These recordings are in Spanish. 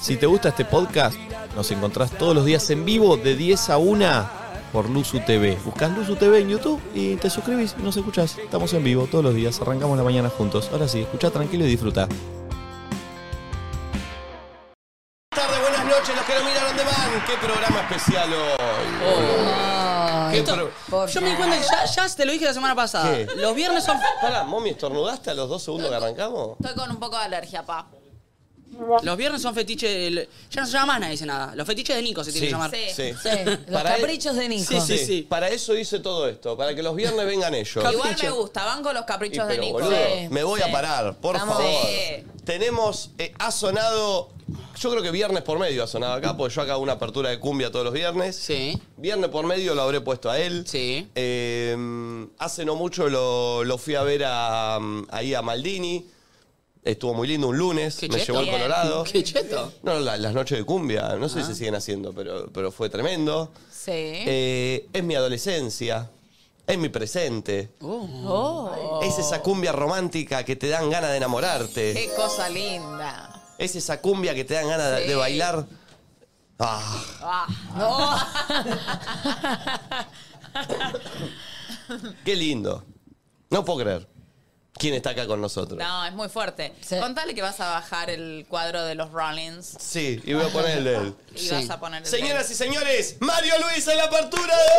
Si te gusta este podcast, nos encontrás todos los días en vivo de 10 a 1 por Luzu TV. Buscás Luzu TV en YouTube y te suscribís y nos escuchás. Estamos en vivo todos los días, arrancamos la mañana juntos. Ahora sí, escucha tranquilo y disfruta. Tarde, buenas noches, los que lo miran dónde van. Qué programa especial hoy. Qué Oh, Esto- pro- yo me di cuenta que ya, ya te lo dije la semana pasada. ¿Qué? Los viernes son. Pará, Mommy, ¿estornudaste a los dos segundos que arrancamos? Estoy con un poco de alergia, pa. Los viernes son fetiches. del- Ya no se llama más nadie dice nada. Los fetiches de Nico se tienen que llamar. Sí. Sí, los Para e- él- caprichos de Nico. Sí, sí, sí. Para eso hice todo esto, para que los viernes vengan ellos. Capricho. Igual me gusta, van con los caprichos Y de pero, Nico. boludo, Sí, me voy sí. a parar, por Estamos- favor. Sí. Tenemos, eh, ha sonado, yo creo que viernes por medio ha sonado acá, porque yo acá hago una apertura de cumbia todos los viernes. Sí. Viernes por medio lo habré puesto a él. Sí. Eh, hace no mucho lo, lo fui a ver a, um, ahí a Maldini. Estuvo muy lindo un lunes, Qué me cheto. llevó al Bien. Colorado. Qué Ah. cheto. No, la- las noches de cumbia, no sé si se siguen haciendo, pero, pero fue tremendo. Sí. Eh, es mi adolescencia, es mi presente. Oh, Es esa cumbia romántica que te dan ganas de enamorarte. qué cosa linda. Es esa cumbia que te dan ganas de- de bailar. Ah, Ah, qué lindo. No puedo creer. ¿Quién está acá con nosotros? no, es muy fuerte. Sí. Contale que vas a bajar el cuadro de los Rollins Sí, y voy a poner el de él. y Sí. vas a poner el Señoras y señores, Mario Luis en la apertura de...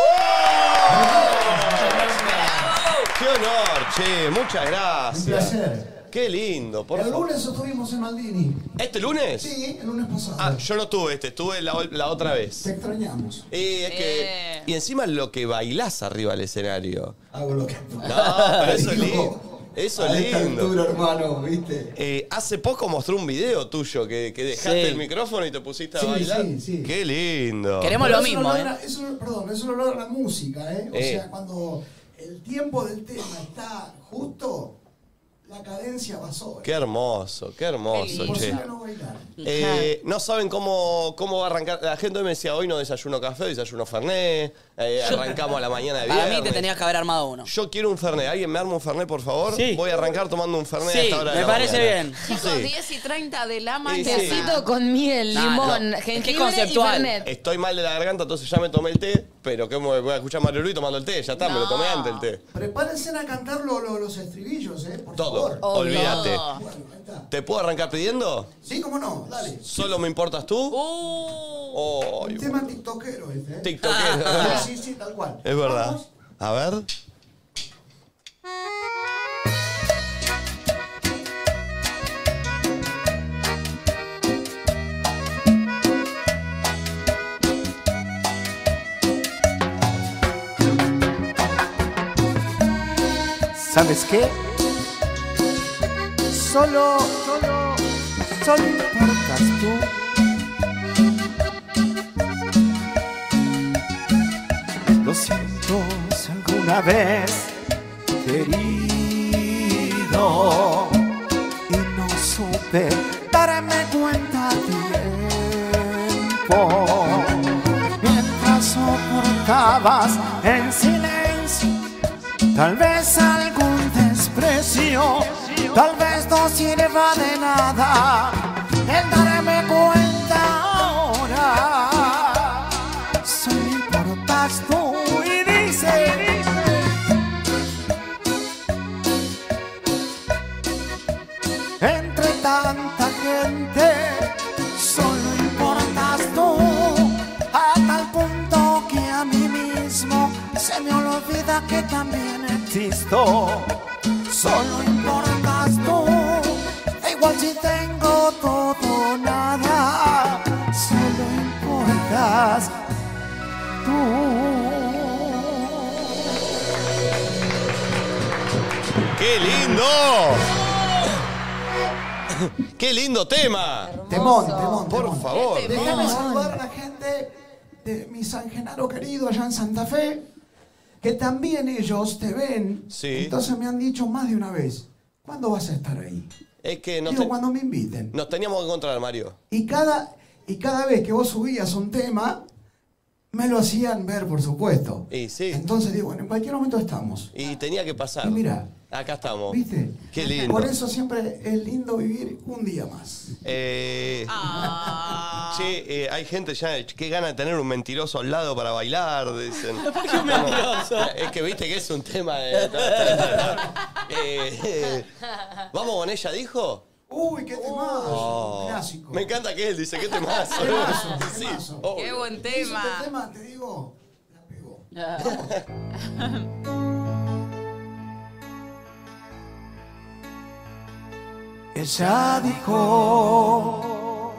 ¡Qué honor, che! Muchas gracias. placer. ¡Qué lindo, por El favor! lunes estuvimos en Maldini. ¿Este lunes? Sí, el lunes pasado. Ah, yo no tuve este, estuve la, ol- la otra vez. Te extrañamos. Y, es que, Eh. y encima lo que bailás arriba del escenario. Hago lo que puedo. No, pero eso es Digo, lindo. Eso es a esta lindo. altura, hermano, ¿viste? Eh, hace poco mostró un video tuyo que, que dejaste Sí. el micrófono y te pusiste a Sí, bailar. sí, sí. Qué lindo. Queremos- Pero lo eso mismo, no ¿eh? logra- eso no- perdón, eso lo logra la música, ¿eh? O Eh. sea, cuando el tiempo del tema está justo, la cadencia va sobre. Qué hermoso, qué hermoso, che. Imposible no bailar. Eh, no saben cómo, cómo va a arrancar. La gente hoy me decía, hoy no desayuno café, hoy desayuno Fernet. Eh, arrancamos a la mañana de Para viernes. mí te tenías que haber armado uno. Yo quiero un Fernet. ¿Alguien me arma un Fernet, por favor? Sí. Voy a arrancar tomando un Fernet a Sí, esta hora de me la parece mañana. bien. Chicos, Sí. 10 y 30 de la mañana. Quesito con miel, No, limón, no. Es que jengibre conceptual. y fernet. Estoy mal de la garganta, entonces ya me tomé el té, pero que me voy a escuchar a Mario Luis tomando el té, ya está, me lo tomé No. antes el té. Prepárense a cantar lo- lo- los estribillos, ¿eh? Por Todo, favor. Oh, olvídate. Bueno, ahí está. ¿Te puedo arrancar pidiendo? Sí, cómo no, dale. ¿Solo me importas tú? Uh. Ay, Un tema tiktokero este, ¿eh? TikTok. Sí, sí, sí, tal cual. es verdad. Vamos. A ver. ¿Sabes qué? Solo, solo, solo importas tú. Lo siento si alguna vez te he herido y no supe darme cuenta a tiempo. Mientras soportabas en silencio Tal vez algún desprecio, tal vez no sirva de nada el darme cuenta ahora. Solo importas tú y dice. Entre tanta gente, solo importas tú, a tal punto que a mí mismo se me olvida que también existo. Solo importas tú, da igual si tengo todo o nada, solo importas tú. ¡Qué lindo! ¡Qué lindo tema! Temón, temón, Por temón. favor. Este, Déjame saludar a la gente de mi San Genaro querido allá en Santa Fe, que también ellos te ven. Sí. Entonces me han dicho más de una vez, ¿cuándo vas a estar ahí? Es que nos, Digo, te- cuando me inviten. nos teníamos que encontrar, Mario. Y, cada, y cada vez que vos subías un tema, me lo hacían ver, por supuesto. Y sí. Entonces digo, bueno, en cualquier momento estamos. Y tenía que pasar. Y mira, Acá estamos. ¿Viste? Qué lindo. Por eso siempre es lindo vivir un día más. Eh, Ah. Che, eh, hay gente ya, qué gana de tener un mentiroso al lado para bailar, dicen. un mentiroso? Es que viste que es un tema de... Eh, eh, ¿Vamos con ella, dijo? Uy, qué temazo. Oh. Clásico. Me encanta que él dice, qué temazo. Temazo, Sí, temazo. obvio. Qué buen Hizo este tema. tema, te digo, la pegó. Ella dijo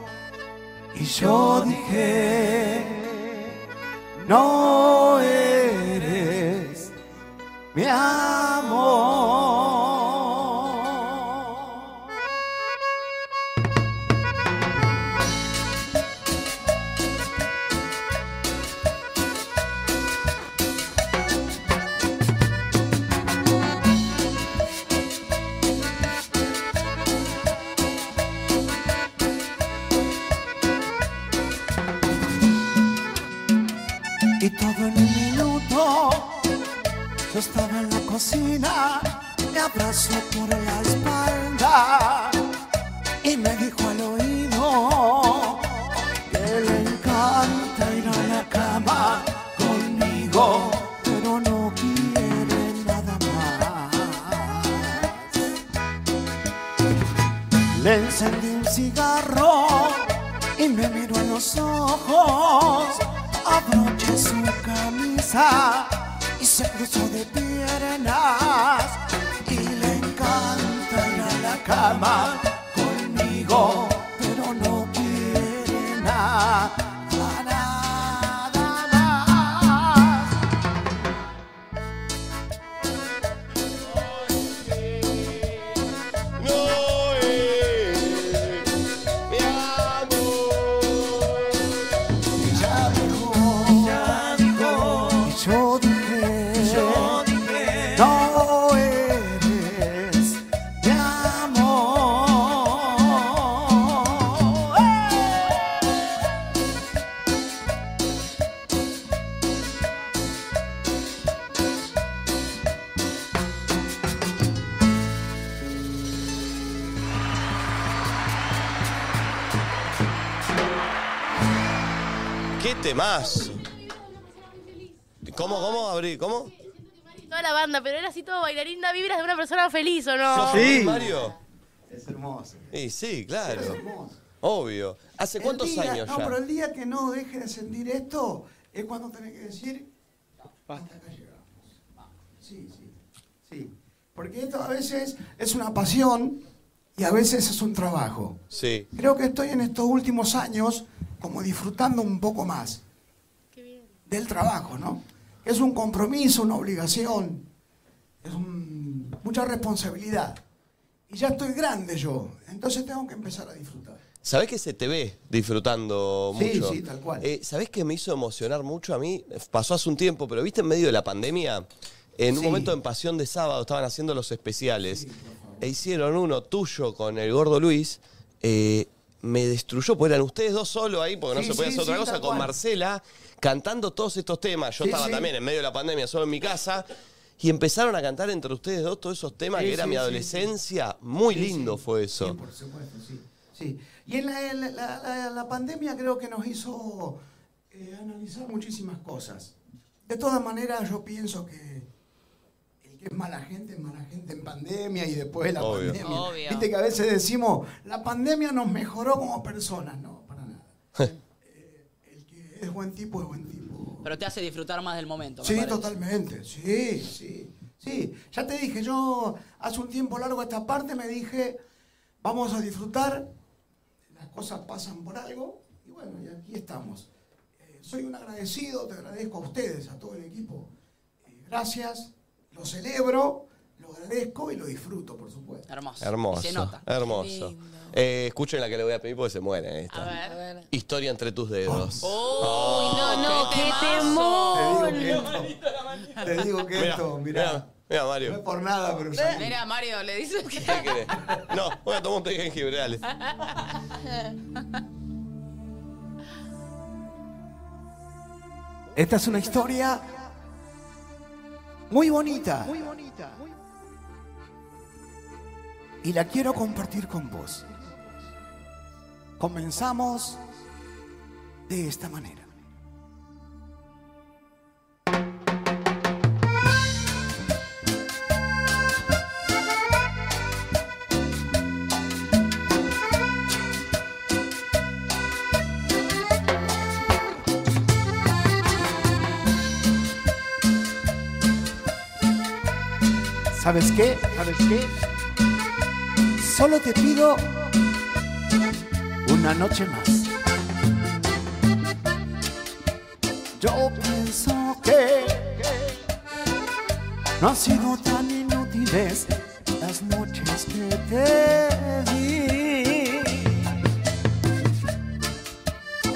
y yo dije, no eres mi amor. Y todo en un minuto. Yo estaba en la cocina, me abrazó por la espalda y me dijo al oído que le encanta ir a la cama conmigo, pero no quiere nada más. Le encendí un cigarro y me miró a los ojos. Abroché su camisa y se cruzó de piernas. Y le encanta ir a la cama conmigo, pero no quiere nada, nada más. No eres mi amor. Ella dijo, ella dijo, y yo dije, yo dije, no eres mi amor. ¿Qué temas? ¿Cómo, cómo, Abril? ¿Cómo? Toda la banda, pero era así todo bailarín, da vibras de una persona feliz, ¿o ¿Sos no? feliz, Mario? Es hermoso. Y sí, claro. hermoso. Obvio. ¿Hace El cuántos día- años No, ya? pero el día que no deje de sentir esto es cuando tenés que decir. Hasta acá llegamos. Sí, sí, sí. Porque esto a veces es una pasión y a veces es un trabajo. Sí. Creo que estoy en estos últimos años como disfrutando un poco más del trabajo, ¿no? Es un compromiso, una obligación, es un- mucha responsabilidad. Y ya estoy grande yo, entonces tengo que empezar a disfrutar. ¿Sabés que se te ve disfrutando Sí, mucho? sí, tal cual. Eh, ¿Sabés que me hizo emocionar mucho a mí? Pasó hace un tiempo, pero viste en medio de la pandemia, en un Sí. momento en Pasión de Sábado estaban haciendo los especiales e hicieron uno tuyo con el gordo Luis. eh, me destruyó, porque eran ustedes dos solos ahí, porque no Sí, se podía sí, hacer otra sí, cosa, tal con cual. Marcela, cantando todos estos temas. Yo Sí, estaba sí. también en medio de la pandemia, solo en mi casa. Y empezaron a cantar entre ustedes dos todos esos temas Sí, que era sí, mi sí, sí. adolescencia. Muy lindo fue eso. Sí, por supuesto, sí. sí. Y en la, en la- la- la- la pandemia creo que nos hizo eh, analizar muchísimas cosas. De todas maneras, yo pienso que el que es mala gente es mala gente en pandemia y después de la Obvio. pandemia. Obvio. Viste que a veces decimos, la pandemia nos mejoró como personas. No, para nada. Eh, el que es buen tipo es buen tipo. Pero te hace disfrutar más del momento. me Sí, parece. totalmente. Sí, sí. Sí, ya te dije, yo hace un tiempo largo a esta parte me dije, vamos a disfrutar, las cosas pasan por algo, y bueno, y aquí estamos. Eh, soy un agradecido, te agradezco a ustedes, a todo el equipo. Eh, gracias, lo celebro, lo agradezco y lo disfruto, por supuesto. Hermoso. Hermoso. Y Se nota. Hermoso. Lindo. Eh, escuchen la que le voy a pedir porque se mueren esta. A A ver. ver. Historia entre tus dedos. Uy, no, no, Oh, qué Te digo temor. que esto, te digo que esto, mirá, Mira, no es Mario. por nada, pero ya- Mira, Mario, le dice que. ¿Qué querés? No, voy a tomar un té de jengibre, dale. Esta es una historia muy bonita. y la quiero compartir con vos. Comenzamos de esta manera. ¿Sabes qué? ¿Sabes qué? Solo te pido una noche más. Yo pienso que no han sido tan inútiles las noches que te di.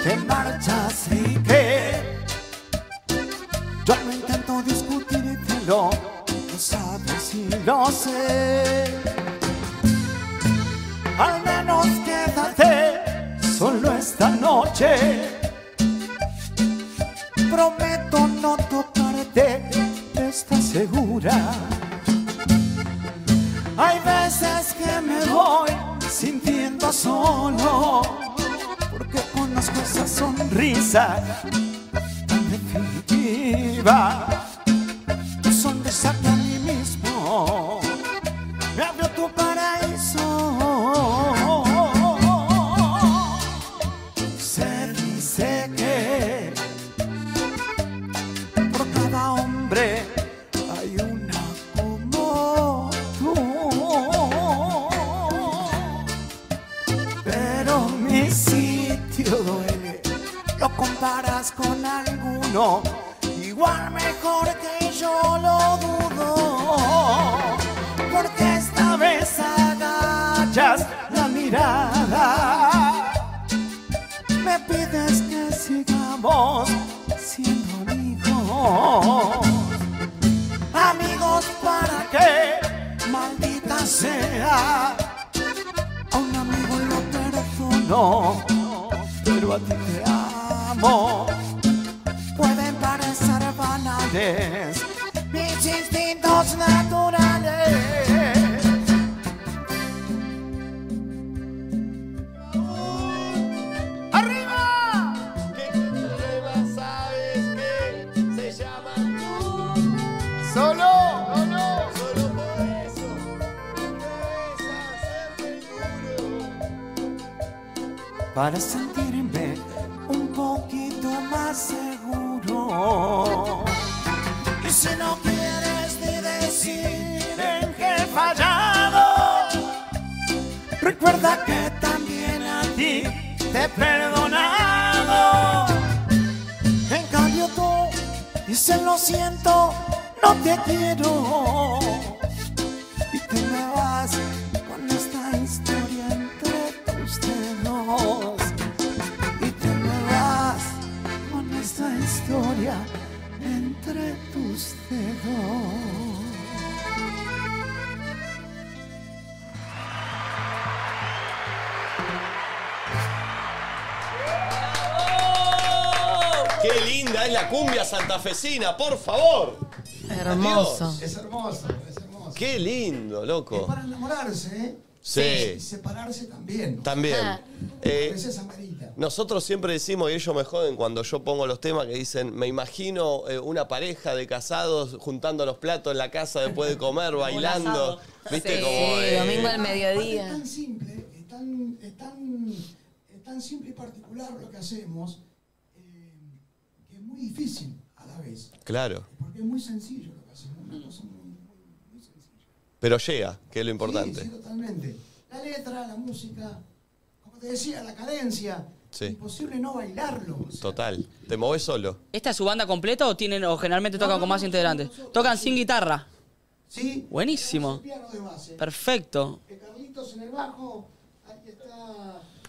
Te marchas y que yo no intento discutírtelo, lo sabes y lo sé. Al menos quédate solo esta noche. Prometo no tocarte, ¿estás segura? Hay veces que me voy sintiendo solo, porque conozco esa sonrisa tan definitiva. Tu sonrisa que a mí mismo me abrió tu paraíso. Se dice que por cada hombre hay una como tú. Pero mi sitio duele, lo comparas con alguno, igual mejor que yo lo dudo. Porque esta vez agachas la mirada me pides que sigamos siendo amigos. Amigos para que maldita sea. A un amigo lo perdono, pero a ti te amo. Pueden parecer banales mis instintos naturales. ¡Arriba! Que problema sabes que se llama tú. Solo, no, no, solo por eso Para sentirme un poquito más seguro. Y si no quieres ni decir en qué he fallado. Recuerda que también a ti te he perdonado. En cambio tú dices lo siento, no te quiero. Y te me vas con esta historia entre tus dedos. Y te me vas con esta historia entre tus dedos. ¡Qué linda es la cumbia santafesina, por favor! Hermoso. Es hermoso, es hermoso. ¡Qué lindo, loco! Para enamorarse, ¿eh? Sí, Y separarse también. también. Ah. A Eh, veces amerita. Nosotros siempre decimos, y ellos me joden cuando yo pongo los temas que dicen, me imagino eh, una pareja de casados juntando los platos en la casa después de comer, bailando. asado. ¿Viste? Sí, Como, eh, domingo al Es mediodía. tan simple, es tan, es tan, es tan simple y particular lo que hacemos, eh, que es muy difícil a la vez. Claro, Porque es muy sencillo lo que hacemos, una Mm. cosa muy, muy, muy sencilla. pero llega, que es lo Sí, importante. sí, totalmente. La letra, la música, como te decía, la cadencia. Sí. Imposible no bailarlo. o sea, Total, te movés solo. ¿Esta es su banda completa o tienen o generalmente tocan con más integrantes? Tocan sin guitarra. Sí. Buenísimo. Tenemos el piano de base. Perfecto. Eh, Carlitos en el bajo, aquí está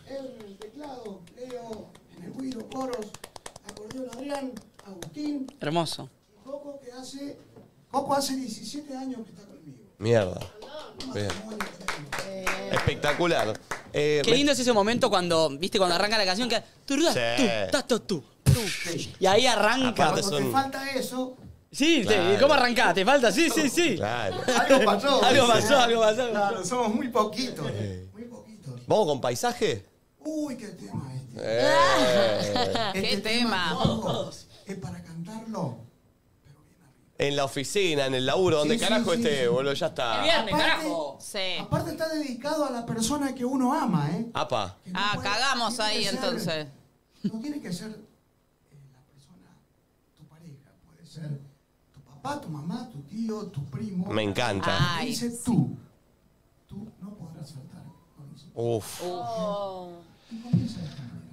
él en el teclado, Leo en el guido, coros, acordeón Adrián, Agustín Hermoso. y Coco que hace, Coco hace 17 años que está conmigo. Mierda. Bien. Espectacular. Eh, Qué me- lindo es ese momento cuando, viste, cuando arranca la canción que tururá, Sí. tu, tato, tu, tu. Y ahí arranca. Aparte- Cuando te son- falta eso, Sí, te- Claro. ¿cómo arrancás? ¿Te falta? Sí, sí, sí. Claro. Algo pasó. Algo dice. pasó, algo pasó. Claro, somos muy poquitos. Muy poquitos. ¿Vamos con paisaje? Uy, qué tema este. Eh, Qué tema. loco, Es para cantarlo. en la oficina, en el laburo, donde Sí, sí, carajo sí, esté, sí. boludo, ya está. Viernes, carajo. Sí. Aparte está dedicado a la persona que uno ama, ¿eh? Apa. Que no Ah, puede- cagamos tiene que ahí ser- entonces. No tiene que ser eh, la persona, tu pareja, puede ser tu papá, tu mamá, tu tío, tu primo. Me encanta. Te Ay. Dice tú, tú no podrás faltar. con eso. Uf. Y comienza de esta manera.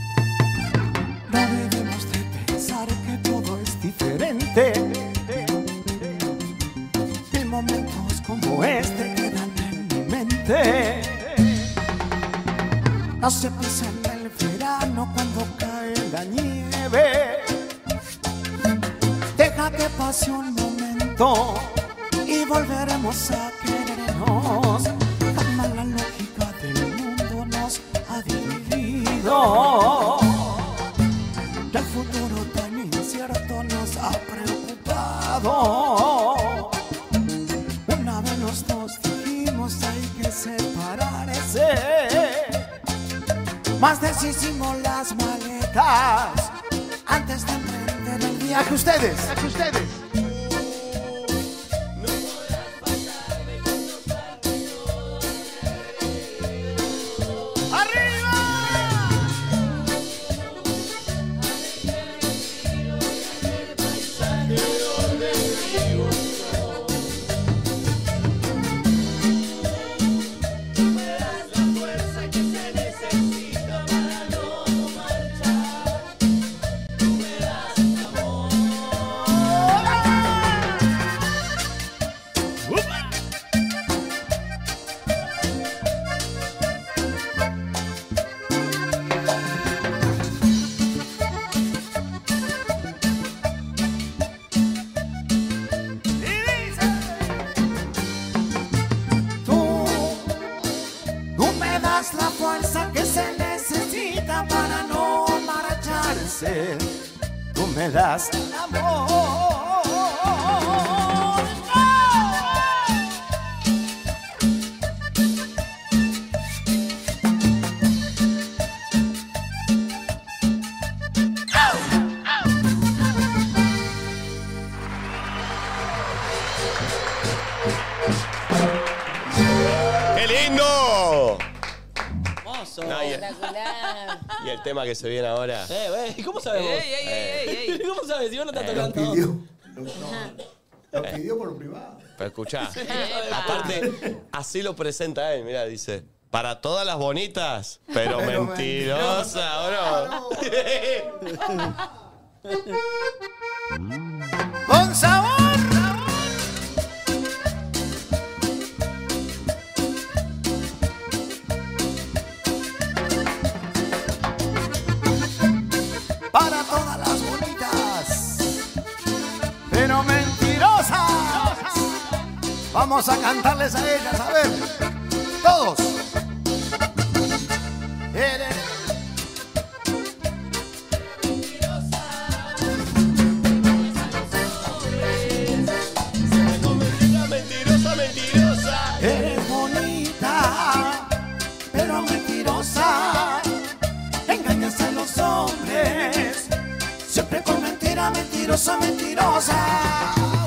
No debemos de pensar que todo es diferente. Mil momentos como este quedan en mi mente. No se piensa en el verano cuando cae la nieve. Deja que pase un momento y volveremos a querernos. Jamás la lógica del mundo nos ha dividido. El futuro tan incierto nos ha preocupado. Una vez los dos dijimos hay que separarse. Más deshicimos las maletas antes de emprender el viaje. Ustedes, ustedes. ¡Arriba! tú, tú me das la fuerza que se necesita para no marcharse. Tú me das el amor. ¡Qué lindo! Hermoso. No, y, el, Espectacular. y el tema que se viene ahora. Eh, güey, ¿cómo sabes vos? Ey, ey, ey, ey, ey. ¿Cómo sabes? Si vos no Eh, estás Lo tocando. pidió. Lo, no, lo pidió por privado. Pero escuchá. Aparte, así lo presenta él, mirá, dice. Para todas las bonitas, pero, Pero mentirosa, ¿o no? con sabor. Para todas las bonitas, pero mentirosas. Vamos a cantarles a ellas, a ver, todos. Eres- mentirosa, mentirosa. Eres bonita, pero mentirosa. Engañas a los hombres, siempre con mentira, mentirosa, mentirosa.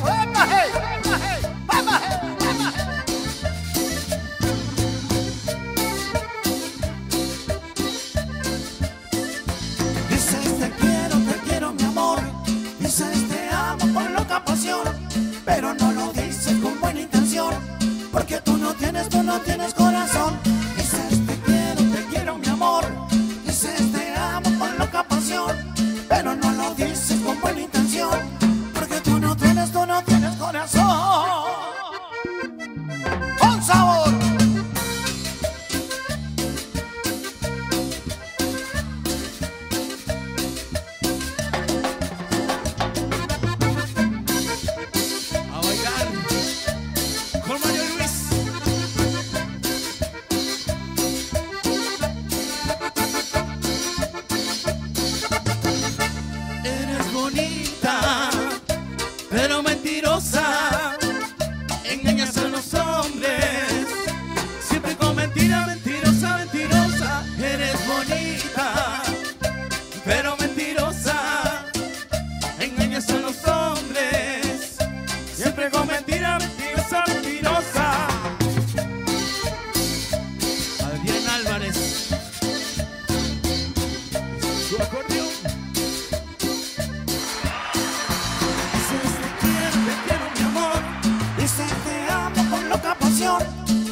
¡Epa, hey! ¡Epa, hey! ¡Epa, hey! ¡Epa, hey! Dices te quiero, te quiero mi amor. Dices te amo con loca pasión. Pero no lo dices con buena intención. Porque tú no tienes, tú no tienes corazón. Dices te quiero, te quiero mi amor. Dices te amo con loca pasión. Pero no lo dices con buena intención. Porque tú no tienes, tú no tienes corazón. Con sabor. A bailar. Con Mario Luis.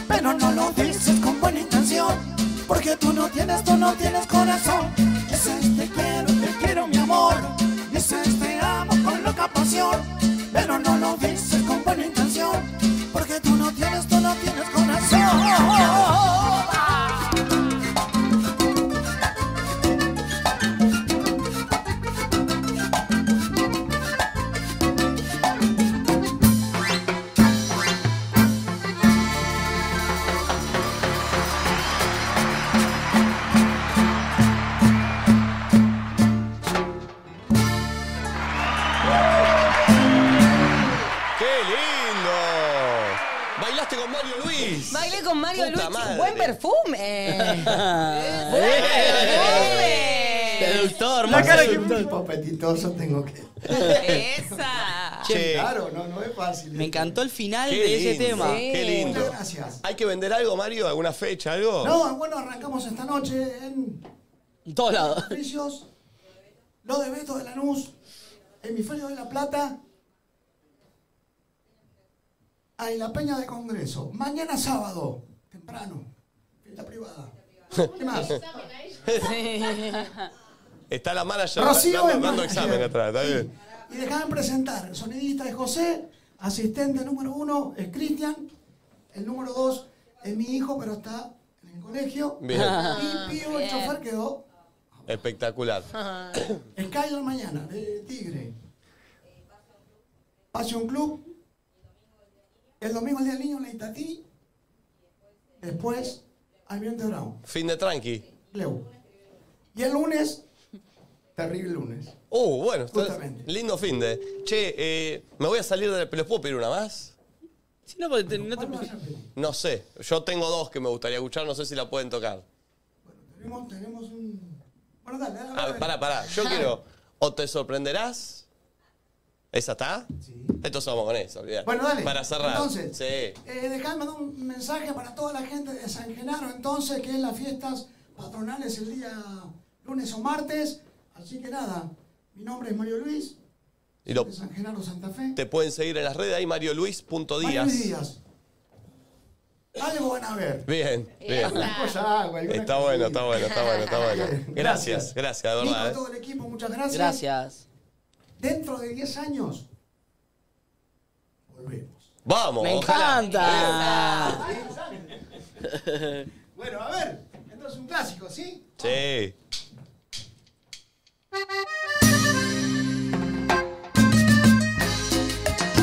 pero no lo dices con buena intención. Porque tú no tienes, tú no tienes corazón. Dices te quiero, te quiero mi amor. Dices te amo con loca pasión, pero no lo dices con buena intención. Porque tú no tienes, tú no tienes corazón. ¡Qué lindo! Bailaste con Mario Luis. Bailé con Mario Puta Luis. madre. Buen perfume. Buen perfume. Seductor, La más cara que seductor. un tipo apetitoso tengo que. Esa. Che, Claro, no, no es fácil. Me encantó el final Qué de ese lindo. tema. Sí. Qué lindo. Muchas gracias. ¿Hay que vender algo, Mario? ¿Alguna fecha, algo? No, bueno, arrancamos esta noche en En todos lados. Precios, Lo de Beto de Lanús, Hemisferio de la Plata, ah, en la Peña de Congreso. Mañana sábado, temprano, fiesta privada. ¿Qué más? Está la manager Rocío dando, es dando manager. examen atrás, ¿está bien? Y dejaban presentar, el sonidista es José, asistente número uno es Cristian, el número dos es mi hijo, pero está en el colegio. Bien. Y Pío, el chofer quedó. Espectacular. El Kyler mañana, de Tigre. Passion Club. El domingo el día del niño en la Itatí. Después, Almirante Brown, Fin de tranqui. Leu. Y el lunes, terrible lunes. Uh, bueno, está- Justamente. lindo fin de. Che, eh, me voy a salir de. ¿Les puedo pedir una más? Si no, pues, porque te- no te- ¿Cuál vas a pedir? No sé. Yo tengo dos que me gustaría escuchar, no sé si la pueden tocar. Tenemos, tenemos un. Bueno, dale, dale. Ah, dale. pará, pará. Yo quiero. O te sorprenderás. ¿Esa está? Sí. Entonces vamos con eso, olvidá. Bueno, dale. Para cerrar. Entonces, Sí. eh, dejame mandar un mensaje para toda la gente de San Genaro, entonces, que es las fiestas patronales el día lunes o martes. Así que nada, mi nombre es Mario Luis, Y lo- de San Genaro, Santa Fe. te pueden seguir en las redes ahí, Mario marioluis.díaz. Luis Díaz. Algo van a ver. Bien, bien. Alguna cosa hago, alguna Está cosa bueno, digo. está bueno, está bueno, está bueno. Gracias, gracias, de Nico, verdad. a ¿eh? todo el equipo, muchas gracias. Gracias. Dentro de 10 años, volvemos. Vamos, Me ojalá. encanta. Bueno, a ver, entonces un clásico, ¿sí? Sí.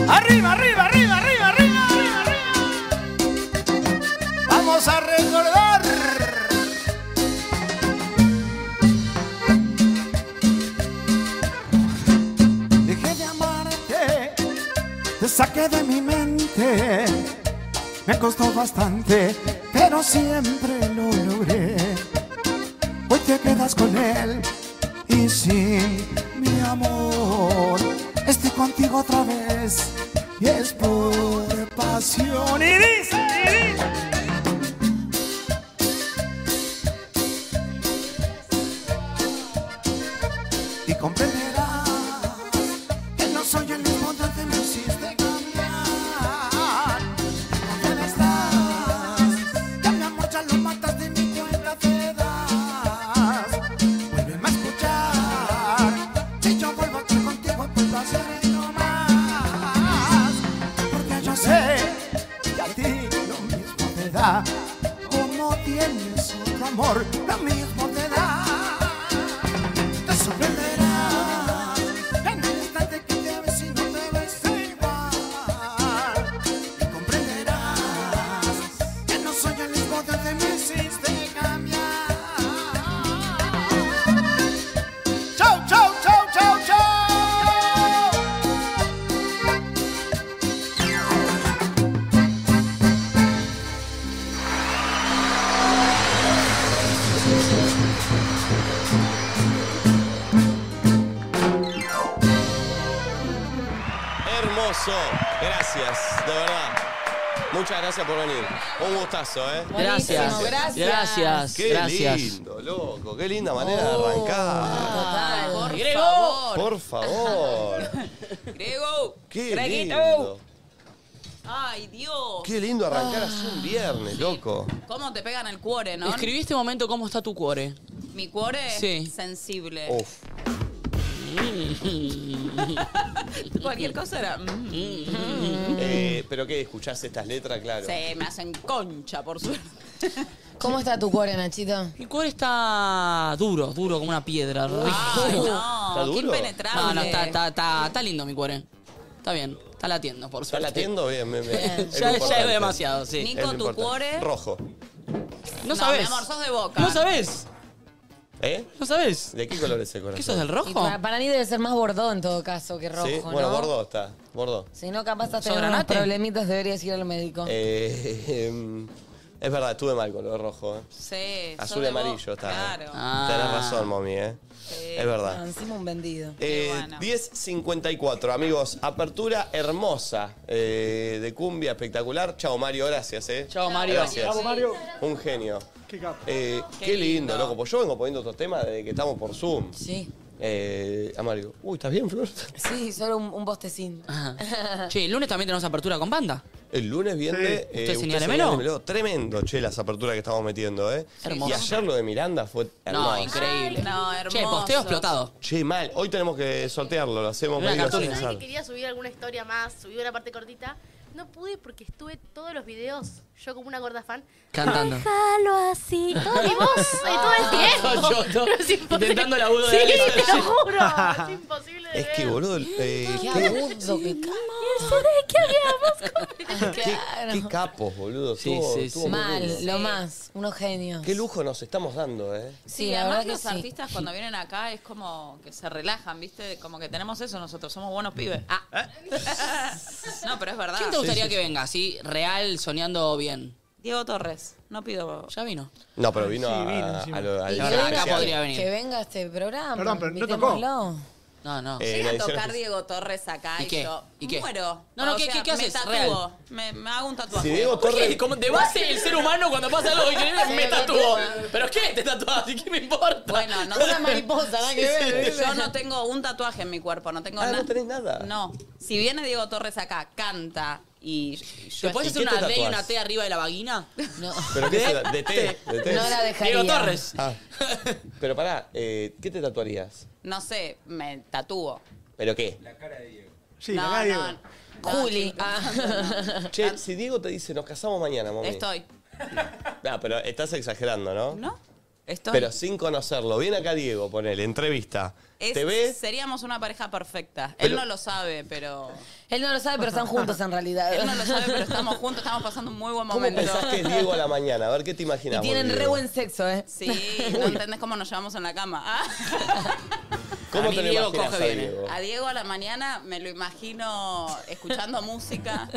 Arriba, arriba, arriba, arriba, arriba, arriba, arriba. Vamos a recordar. Dejé de amarte, te saqué de mi mente. Me costó bastante, pero siempre lo logré. Hoy te quedas con él y sin mi amor. Estoy contigo otra vez y es por pasión. Y dice, y dice. y comprenderás que no soy el mismo de antes, me hiciste cambiar. ¿Dónde estás? Ya mi amor ya lo matas de mi cuenta te das. Vuelveme a escuchar. Si yo vuelvo a estar contigo, pues lo haré no más. Porque yo sé que a ti lo mismo te da. Como tienes otro amor, lo mismo te da te sorprenderás en el instante que te ves y no te ves igual. Y comprenderás que no soy el mismo que te me hiciste cambiar. Chau, chau, chau, chau, chau. Hermoso. Gracias, de verdad. Muchas gracias por venir. Un gustazo, ¿eh? Gracias. Buenísimo, gracias. Gracias. Qué Gracias. lindo, loco. Qué linda manera de arrancar. Total. Grego. Por favor. Grego. Qué lindo. Ay, Dios. Oh. Qué lindo arrancar así un viernes, loco. ¿Cómo te pegan el cuore, no? Escribí este momento cómo está tu cuore. Mi cuore Sí. sensible. Uf. Cualquier cosa era. mm. Eh, pero que escuchás estas letras, claro. Se me hacen concha, por suerte. ¿Cómo está tu cuore, Nachito? Mi cuore está duro, duro como una piedra. Ay, rígido. no. ¿Está duro? Qué impenetrable. No, no, está, está, está, está lindo mi cuore. Está bien, está latiendo, por ¿Estás suerte. latiendo? Bien, bien, bien. Es lo Ya, ya importante. es demasiado, sí. Nico, lo tu importante. cuore. Rojo. No No, sabes. mi amor, sos de Boca. No sabes. ¿Eh? No sabes. ¿De qué color es el corazón? ¿Qué sos del Y rojo? para, para mí debe ser más bordó en todo caso que rojo, Sí, ¿no? bueno, bordo está. Bordo. Si no, capaz hasta ¿Sos tener unos granate? problemitas deberías ir al médico. Eh, em, es verdad, estuve mal con lo de rojo. ¿eh? Sí. sos Azul y de Bo- amarillo está. ¿eh? Claro. Ah. Tenés razón, mami, ¿eh? Es Ah, verdad. encima un vendido. Eh, bueno. 10.54, amigos. Apertura hermosa eh, de cumbia, espectacular. Chao, Mario, gracias, ¿eh? Chao, Mario. Gracias. Mario. Un genio. Qué capo. Eh, qué, Qué lindo, lindo. loco. Pues yo vengo poniendo otros temas desde que estamos por Zoom. Sí, Eh, a Mario. Uy, ¿estás bien, Flor? sí, solo un, un bostecín. Ajá. Ah. Che, el lunes también tenemos apertura con banda. El lunes viene. Sí. eh, ¿Usted señálemelo? señálemelo. Tremendo, che, las aperturas que estamos metiendo, ¿eh? Hermoso. Y ayer lo de Miranda fue hermoso. No, increíble. No, hermoso. Che, posteo explotado. Che, mal. Hoy tenemos que sortearlo. Lo hacemos Una medio cartulina. al ¿Sabes azar. que quería subir alguna historia más? Subí una parte cortita. No pude porque estuve todos los videos, yo como una gorda fan, Cantando. Déjalo así, toda mi voz, eh, todo el tiempo. Yo, yo, Pero es imposible. intentando el agudo sí, de Alex. te lo juro. Es imposible de Es que, ver. boludo, eh, Qué qué, agudo, qué Y eso de que habíamos comido. qué- qué capos, boludo. Sí, Estuvo- sí, estuvo sí. muy Mal, lindo. lo más, unos genios. Qué lujo nos estamos dando, ¿eh? Sí, Sí, la además verdad los que sí. artistas cuando vienen acá es como que se relajan, ¿viste? Como que tenemos eso nosotros, somos buenos pibes. Ah. no, pero es verdad. ¿Quién te gustaría que venga? Así, real, soñando bien. Diego Torres, no pido. Ya vino. No, pero vino Sí, a, vino encima. a lo- al- Y Ahora que acá venga- podría venir. Que venga a este programa. Perdón, pero no tocó. invitémoslo. No, no. Eh, Llega la a edición tocar es- Diego Torres acá ¿Y y, qué? yo ¿Y qué? muero. No, no, ¿qué- qué- Me qué haces? tatúo. Real. Me, me hago un tatuaje. Si Diego Torres. Oye, como de base el ser humano cuando pasa algo increíble me Sí, tatúo. tatúa. ¿Pero qué? ¿Te tatuaste? ¿Qué me importa? Bueno, no Una mariposa, nada que ver. ¿viste? Yo no tengo un tatuaje en mi cuerpo, no tengo Ah, nada. no tenés nada. No. Si viene Diego Torres acá, canta y yo ¿Te puedes ¿y qué hacer una te D y una tatuás? T arriba de la vagina? No, ¿Pero qué será? ¿De té? ¿De té? no la dejaría. Diego Torres. Ah. Pero pará, eh, ¿qué te tatuarías? no sé, me tatúo. ¿Pero qué? Sí, no, acá Diego. no, no, Juli. chicos, Ah. no. Che, si Diego te dice nos casamos mañana, mami. Estoy. Ah, pero estás exagerando, ¿no? ¿No? Estoy. Pero sin conocerlo. Viene acá Diego, ponele, entrevista. Es- ¿Te ves? Seríamos una pareja perfecta. Pero- Él no lo sabe, pero. Él no lo sabe, pero están juntos en realidad. Él no lo sabe, pero estamos juntos, estamos pasando un muy buen ¿Cómo momento. pensás que es Diego a la mañana? A ver, ¿qué te imaginas? Y tienen re buen sexo, ¿eh? Sí, no entendés cómo nos llevamos en la cama. Ah. ¿Cómo A mí te lo Diego imaginas coge a bien, ¿eh? Diego? A Diego a la mañana me lo imagino escuchando música.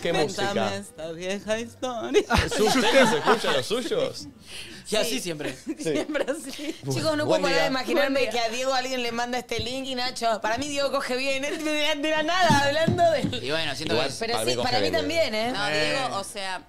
¿Qué Cuéntame música? esta vieja historia. ¿Sus temas escuchan los suyos? Y así siempre. Siempre así. Chicos, no Buen puedo parar de día. imaginarme que a Diego alguien le manda este link y Nacho. Para mí Diego coge bien. Él De la, de la nada, hablando de. Y bueno, siento Igual. que... Pero Para mí sí, coge para mí bien, también, ¿eh? No, Diego, o sea,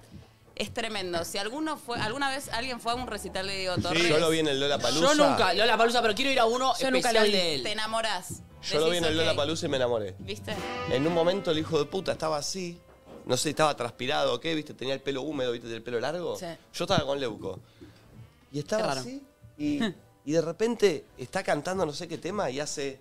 es tremendo. Si alguno fue, alguna vez alguien fue a un recital de Diego Torres, Yo lo vi en el Lola Palusa. Yo nunca, Lola Palusa, pero quiero ir a uno Yo especial nunca lo vi. de te él. enamorás. Yo lo vi en Decís, el ok, Lola Palusa y me enamoré. ¿Viste? En un momento el hijo de puta estaba así, no sé, estaba transpirado, ¿qué? ¿Viste? Tenía el pelo húmedo, ¿viste? El pelo largo. Sí. Yo estaba con Leuco. Y Qué estaba raro. así y, y de repente está cantando no sé qué tema y hace...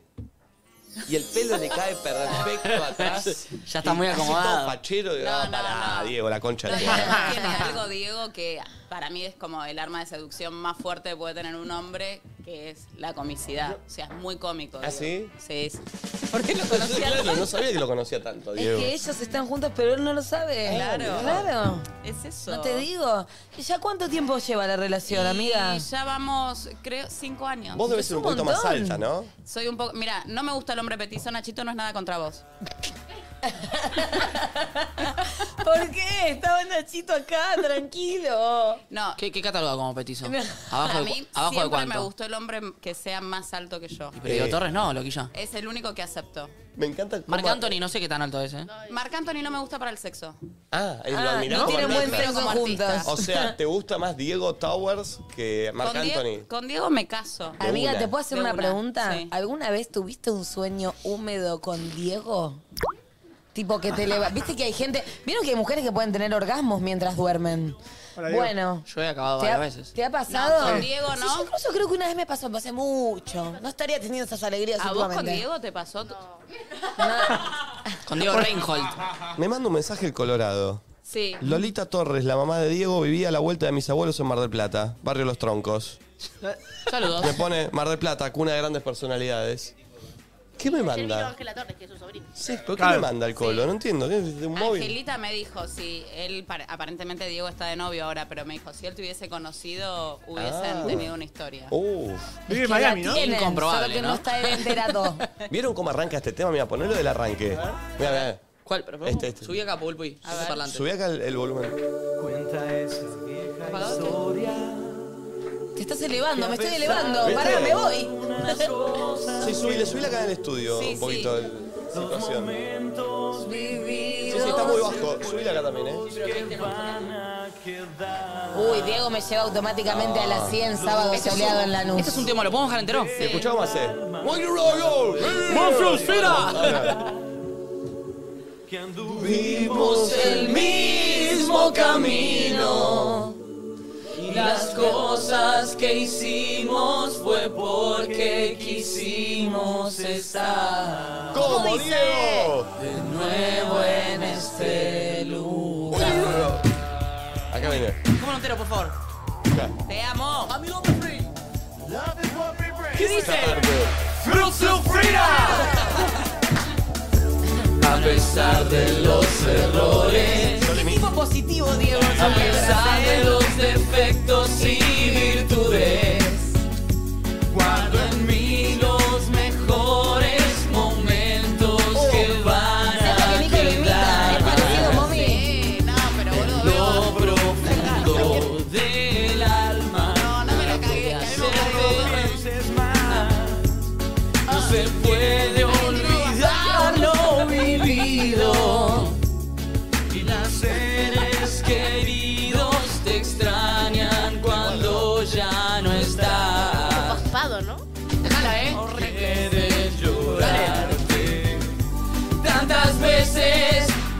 Y el pelo le cae perfecto atrás. Ya está Y muy así acomodado. todo fachero y No, ah, no, pará, no. Diego, la concha No, de tu Diego madre. tiene algo, Diego, que para mí es como el arma de seducción más fuerte que puede tener un hombre, que es la comicidad. O sea, es muy cómico. ¿Ah, Diego. sí? Sí, sí. ¿Por qué lo conocía Claro, no sabía que lo conocía tanto, Diego. Es que ellos están juntos, pero él no lo sabe. Claro. Claro. Es eso. No te digo. ¿Ya cuánto tiempo lleva la relación, amiga? Y ya vamos, creo, cinco años. Vos debes Es ser un un poquito más montón. alta, ¿no? Soy un poco. Mira, no me gusta el hombre petizo, Nachito, no es nada contra vos. ¿Por qué? Estaba Nachito acá, tranquilo. No. ¿Qué, qué cataloga como petizo? a ¿Abajo de, mí cu- abajo de siempre me cuánto? gustó el hombre que sea más alto que yo. Y Pero Diego Eh. Torres no, loquilla. Es el único que acepto. Me encanta cómo- Marc Anthony, no sé qué tan alto es, ¿eh? Marc Anthony no me gusta para el sexo. Ah, lo Ah, admirás no como tienen buen atleta. sexo Como juntos. artista. O sea, ¿te gusta más Diego Towers que Marc con, Anthony? Diego, con Diego me caso. De Amiga, una. ¿te puedo hacer De una una, pregunta? sí. ¿Alguna vez tuviste un sueño húmedo con Diego? Tipo que te leva- Viste que hay gente. ¿Vieron que hay mujeres que pueden tener orgasmos mientras duermen? Hola, Diego. bueno. Yo he acabado ¿Te ha, varias veces. te ha pasado? No, con Diego, Sí, ¿no? yo incluso creo que una vez me pasó, pasé mucho. No estaría teniendo esas alegrías ¿A vos con últimamente. Diego te pasó? tu- Con Diego Reinhold. Me manda un mensaje el Colorado. Sí. Lolita Torres, la mamá de Diego, vivía a la vuelta de mis abuelos en Mar del Plata, barrio Los Troncos. Saludos. Me pone Mar del Plata, cuna de grandes personalidades. ¿Qué me Ayer vino manda? Ángela Torres, que es su sobrina. Sí, ¿pero ¿Qué Claro. me manda el colo? No entiendo. ¿qué es? ¿De un móvil? Angelita me dijo, si él, par- aparentemente Diego está de novio ahora, pero me dijo, si él te hubiese conocido, hubiesen Ah. tenido una historia. Uf. Vive en Que la Miami, ¿no? tienen, Incomprobable, Solo que no, ¿no? está él enterado. ¿Vieron cómo arranca este tema? Mira, ponelo del arranque. Mira, mira. ¿Cuál? Pero, Este, este. Subí acá, Pulpo, y subí parlante. Subí acá el, el volumen. Cuenta esa vieja ¿Apagaste? Te estás elevando, me estoy elevando. Pará, ¿Viste? me voy. Sí, subí, le subí acá en el estudio Sí, un poquito sí. el- la situación. Sí, sí, está muy bajo. Subí acá también, ¿eh? Uy, Diego me lleva automáticamente a las 100 sábado Este es soleado un- en la Este es un tema, ¿lo podemos dejar entero? Escuchamos hacer. One year ago. Vimos el mismo camino. Y las cosas que hicimos fue porque quisimos estar ¿Cómo, Diego? nuevo en este lugar. One year ago. Acá viene. ¿Cómo no entero, por favor? Acá. Te amo. Amigo por free. ¿Qué dice? A pesar de los errores, Qué tipo positivo, Diego. a pesar de los defectos y virtudes, guardo en mí los mejores momentos que van Siento que a Nico Oh. lo imita. Es parecido, quedar. mami. Sí, no, pero boludo, Lo veo- profundo del alma. No, no me la cagué, que a mí me gusta Diego. No se puede olvidar lo vivido. Y las seres queridos te extrañan cuando ya no estás. Paspado, ¿no? Déjala, eh. Puedes llorarte. Tantas veces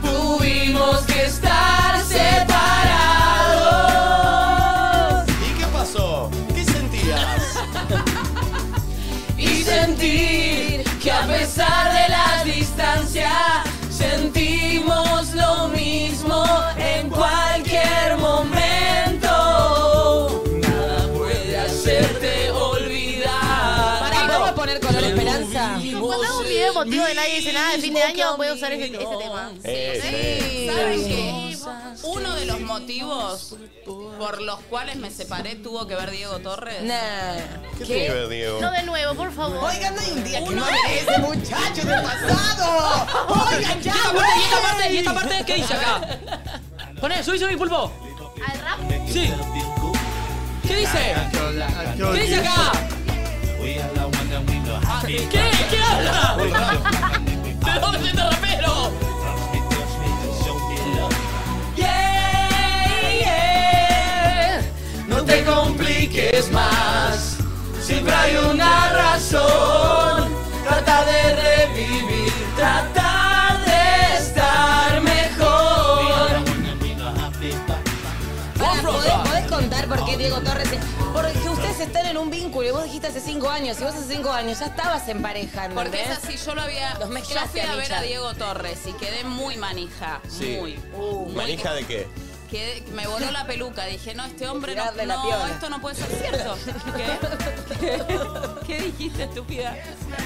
tuvimos que estar separados. ¿Y qué pasó? ¿Qué sentías? y sentir que a pesar de las distancias sentimos lo mismo en cualquier momento. Nada puede hacerte olvidar. Pará, ¿podemos poner color esperanza? Cuando hago un video emotivo de nadie dice nada de fin de año, voy a usar ese, ese tema. Ese. ¿Saben qué? Uno de los motivos por los cuales me separé tuvo que ver Diego Torres. Nah. ¿Qué tiene que ver, Diego? No de nuevo, por favor. Oigan, no hay un día que no merece, muchachos, del pasado. Oigan, ya, ¿Y esta parte? ¿Y esta parte? ¿Qué dice acá? Poné, subí, subí, pulpo. Al rap. Sí. ¿Qué dice? ¿Qué dice acá? ¿Qué? ¿Qué habla? ¿De dónde te rapero? Yeah, yeah. No te compliques más. Siempre hay una razón. Trata de revivir, tratar de estar mejor. Pará, ¿podés, podés contar por qué Diego Torres? es- Porque ustedes están en un vínculo y vos dijiste hace cinco años. Y vos hace cinco años ya estabas en pareja, ¿no? Porque es así, yo lo había. Los yo mezclaste, fui a ver Micha. a Diego Torres y quedé muy manija. Sí. Uh, Muy. muy ¿Manija de qué? que me voló la peluca. Dije, no, este hombre no, Tirarle la no, piola. esto no puede ser cierto. ¿Qué? ¿Qué, qué dijiste, estúpida?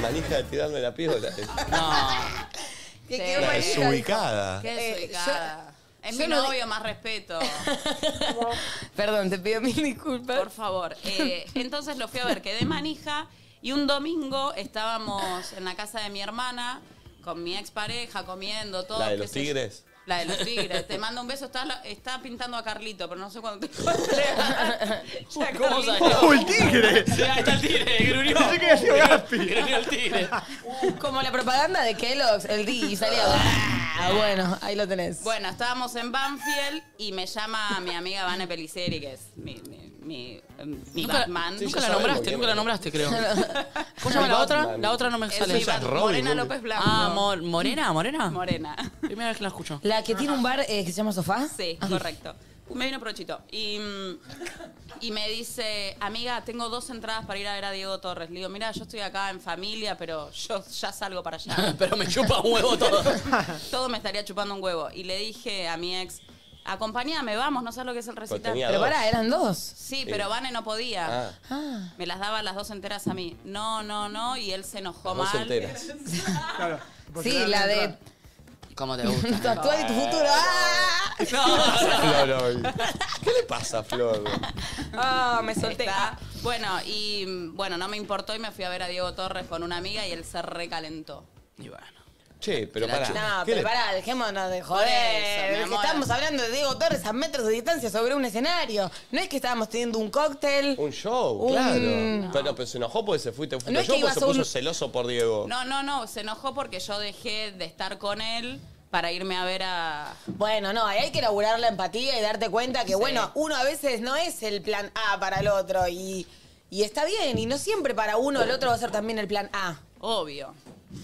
Manija de tirarme la piola. Que Sí. quedó La pareja, desubicada. Qué Eh, desubicada. es yo mi no- novio, más respeto. dijo. Perdón, te pido mil disculpas. Por favor. Eh, entonces lo fui a ver, quedé manija y un domingo estábamos en la casa de mi hermana con mi expareja comiendo todo. ¿La de qué los sé yo. tigres? La de los tigres. Te mando un beso. Está, la- está pintando a Carlito, pero no sé cuándo te Ya, ¿Cómo Carlito. salió? ¡Oh, el tigre! Sí, ahí está el tigre, gruñó. Pensé que había sido Gaspi. Gruñó el tigre. Como la propaganda de Kellogg's, el D, y salía. Ah, bueno, ahí lo tenés. Bueno, estábamos en Banfield y me llama mi amiga Vane Peliceri, que es mi, mi- mi mi, mi Nunca- Batman. sí, Nunca la nombraste, nunca la nombraste, creo. ¿Cómo se llama Mi la otra? Batman. La otra no me Es sale. mi Esa es Bat- Robin Morena Hood. López Blanco. Ah, Mor- Morena, Morena. Morena. Primera vez que la escucho. La que tiene un bar eh, que se llama Sofá. Sí, correcto. Me vino Prochito. Y, mm, y me dice, amiga, tengo dos entradas para ir a ver a Diego Torres. Le digo, mira, yo estoy acá en familia, pero yo ya salgo para allá. Pero me chupa un huevo todo. Todo me estaría chupando un huevo. Y le dije a mi ex, acompáñame, vamos, no sé lo que es el Pues recital. Pero pará, eran dos. Sí, pero Vane no podía. Ah. Ah. Me las daba las dos enteras a mí. No, no, no, y él se enojó Las dos mal. enteras. Sí, la de ¿Cómo te gusta? Tatuá de tu futuro. ¡Ah! Flor hoy. ¿Qué le pasa a Flor? Ah, me solté. Bueno, y mm, bueno, no me importó y me fui a ver a Diego Torres con una amiga y él se recalentó. Che, pero Que la pará. No, ¿Qué pero le- pará, dejémonos de Por joder. eso, mi que amor. estamos hablando de Diego Torres a metros de distancia sobre un escenario. No es que estábamos teniendo un cóctel. Un show, Un- claro. Pero, pero se enojó porque se fuiste. fuiste No es yo que porque ibas se a un- puso celoso por Diego. No, no, no, se enojó porque yo dejé de estar con él para irme a ver a... Bueno, no, ahí hay que laburar la empatía y darte cuenta que, Sí. bueno, uno a veces no es el plan A para el otro y, y está bien, y no siempre para uno el otro va a ser también el plan A. Obvio.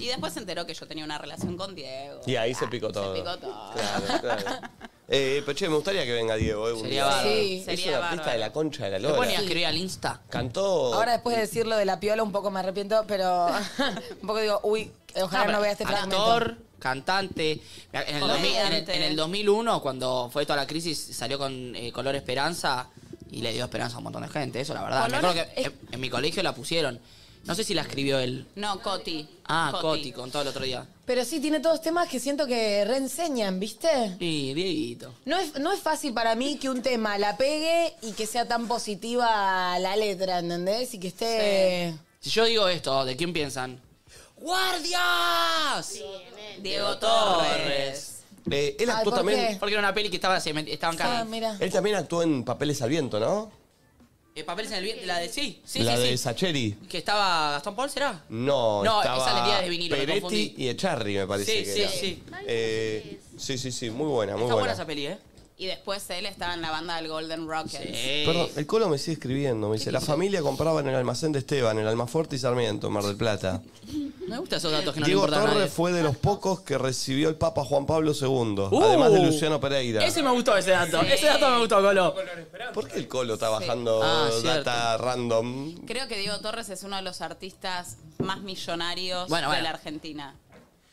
Y después se enteró que yo tenía una relación con Diego. Y ahí se picó todo. picó todo. Ah, Claro, claro. Eh, pero che, me gustaría que venga Diego. eh, un día. Sería bárbaro. Sí, es sería una bárbaro. artista de la concha de la ¿Te ponía a lora. escribir al Insta? Cantó. Ahora después de decir lo de la piola un poco me arrepiento, pero un poco digo, uy, ojalá no, vea este fragmento. Actor, cantante. En el, Comediante. 2000 en el- en el 2001, cuando fue toda la crisis, salió con eh, Color Esperanza y le dio esperanza a un montón de gente. Eso, la verdad. Me Color- acuerdo que en, en mi colegio la pusieron. No sé si la escribió él. No, Coti. Ah, Coti, con todo el otro día. Pero sí, tiene todos temas que siento que reenseñan, ¿viste? Y Dieguito. No es, no es fácil para mí que un tema la pegue y que sea tan positiva la letra, ¿entendés? Y que esté... Si yo digo esto, ¿de quién piensan? ¡Guardias! Diego Torres. Eh, él actuó ¿por también. qué? Porque era una peli que estaba, se met- estaban Ah, cagadas. mira. Él también actuó en Papeles al Viento, ¿no? Eh, papeles en el viento, la de sí, sí, la sí, de sí. Sacheri. Que estaba Gastón Paul, ¿será? No, No, estaba esa le di de vinilo, me confundí. Peretti y Echarri, me parece Sí, que sí, era. sí. Eh, sí, sí, sí, muy buena, muy Está buena buena. esa peli, ¿eh? Y después él estaba en la banda del Golden Rockets. Perdón, el colo me sigue escribiendo, me dice, la familia compraba en el almacén de Esteban, el Almafuerte y Sarmiento, Mar del Plata. Me gustan esos datos que no le Diego importan a nadie. Torres fue de los pocos que recibió el Papa Juan Pablo II, Uh. además de Luciano Pereira. Ese me gustó, ese dato. Ese dato me gustó, Colo. ¿Por qué el colo está bajando Ah, data random? Creo que Diego Torres es uno de los artistas más millonarios Bueno, bueno. de la Argentina.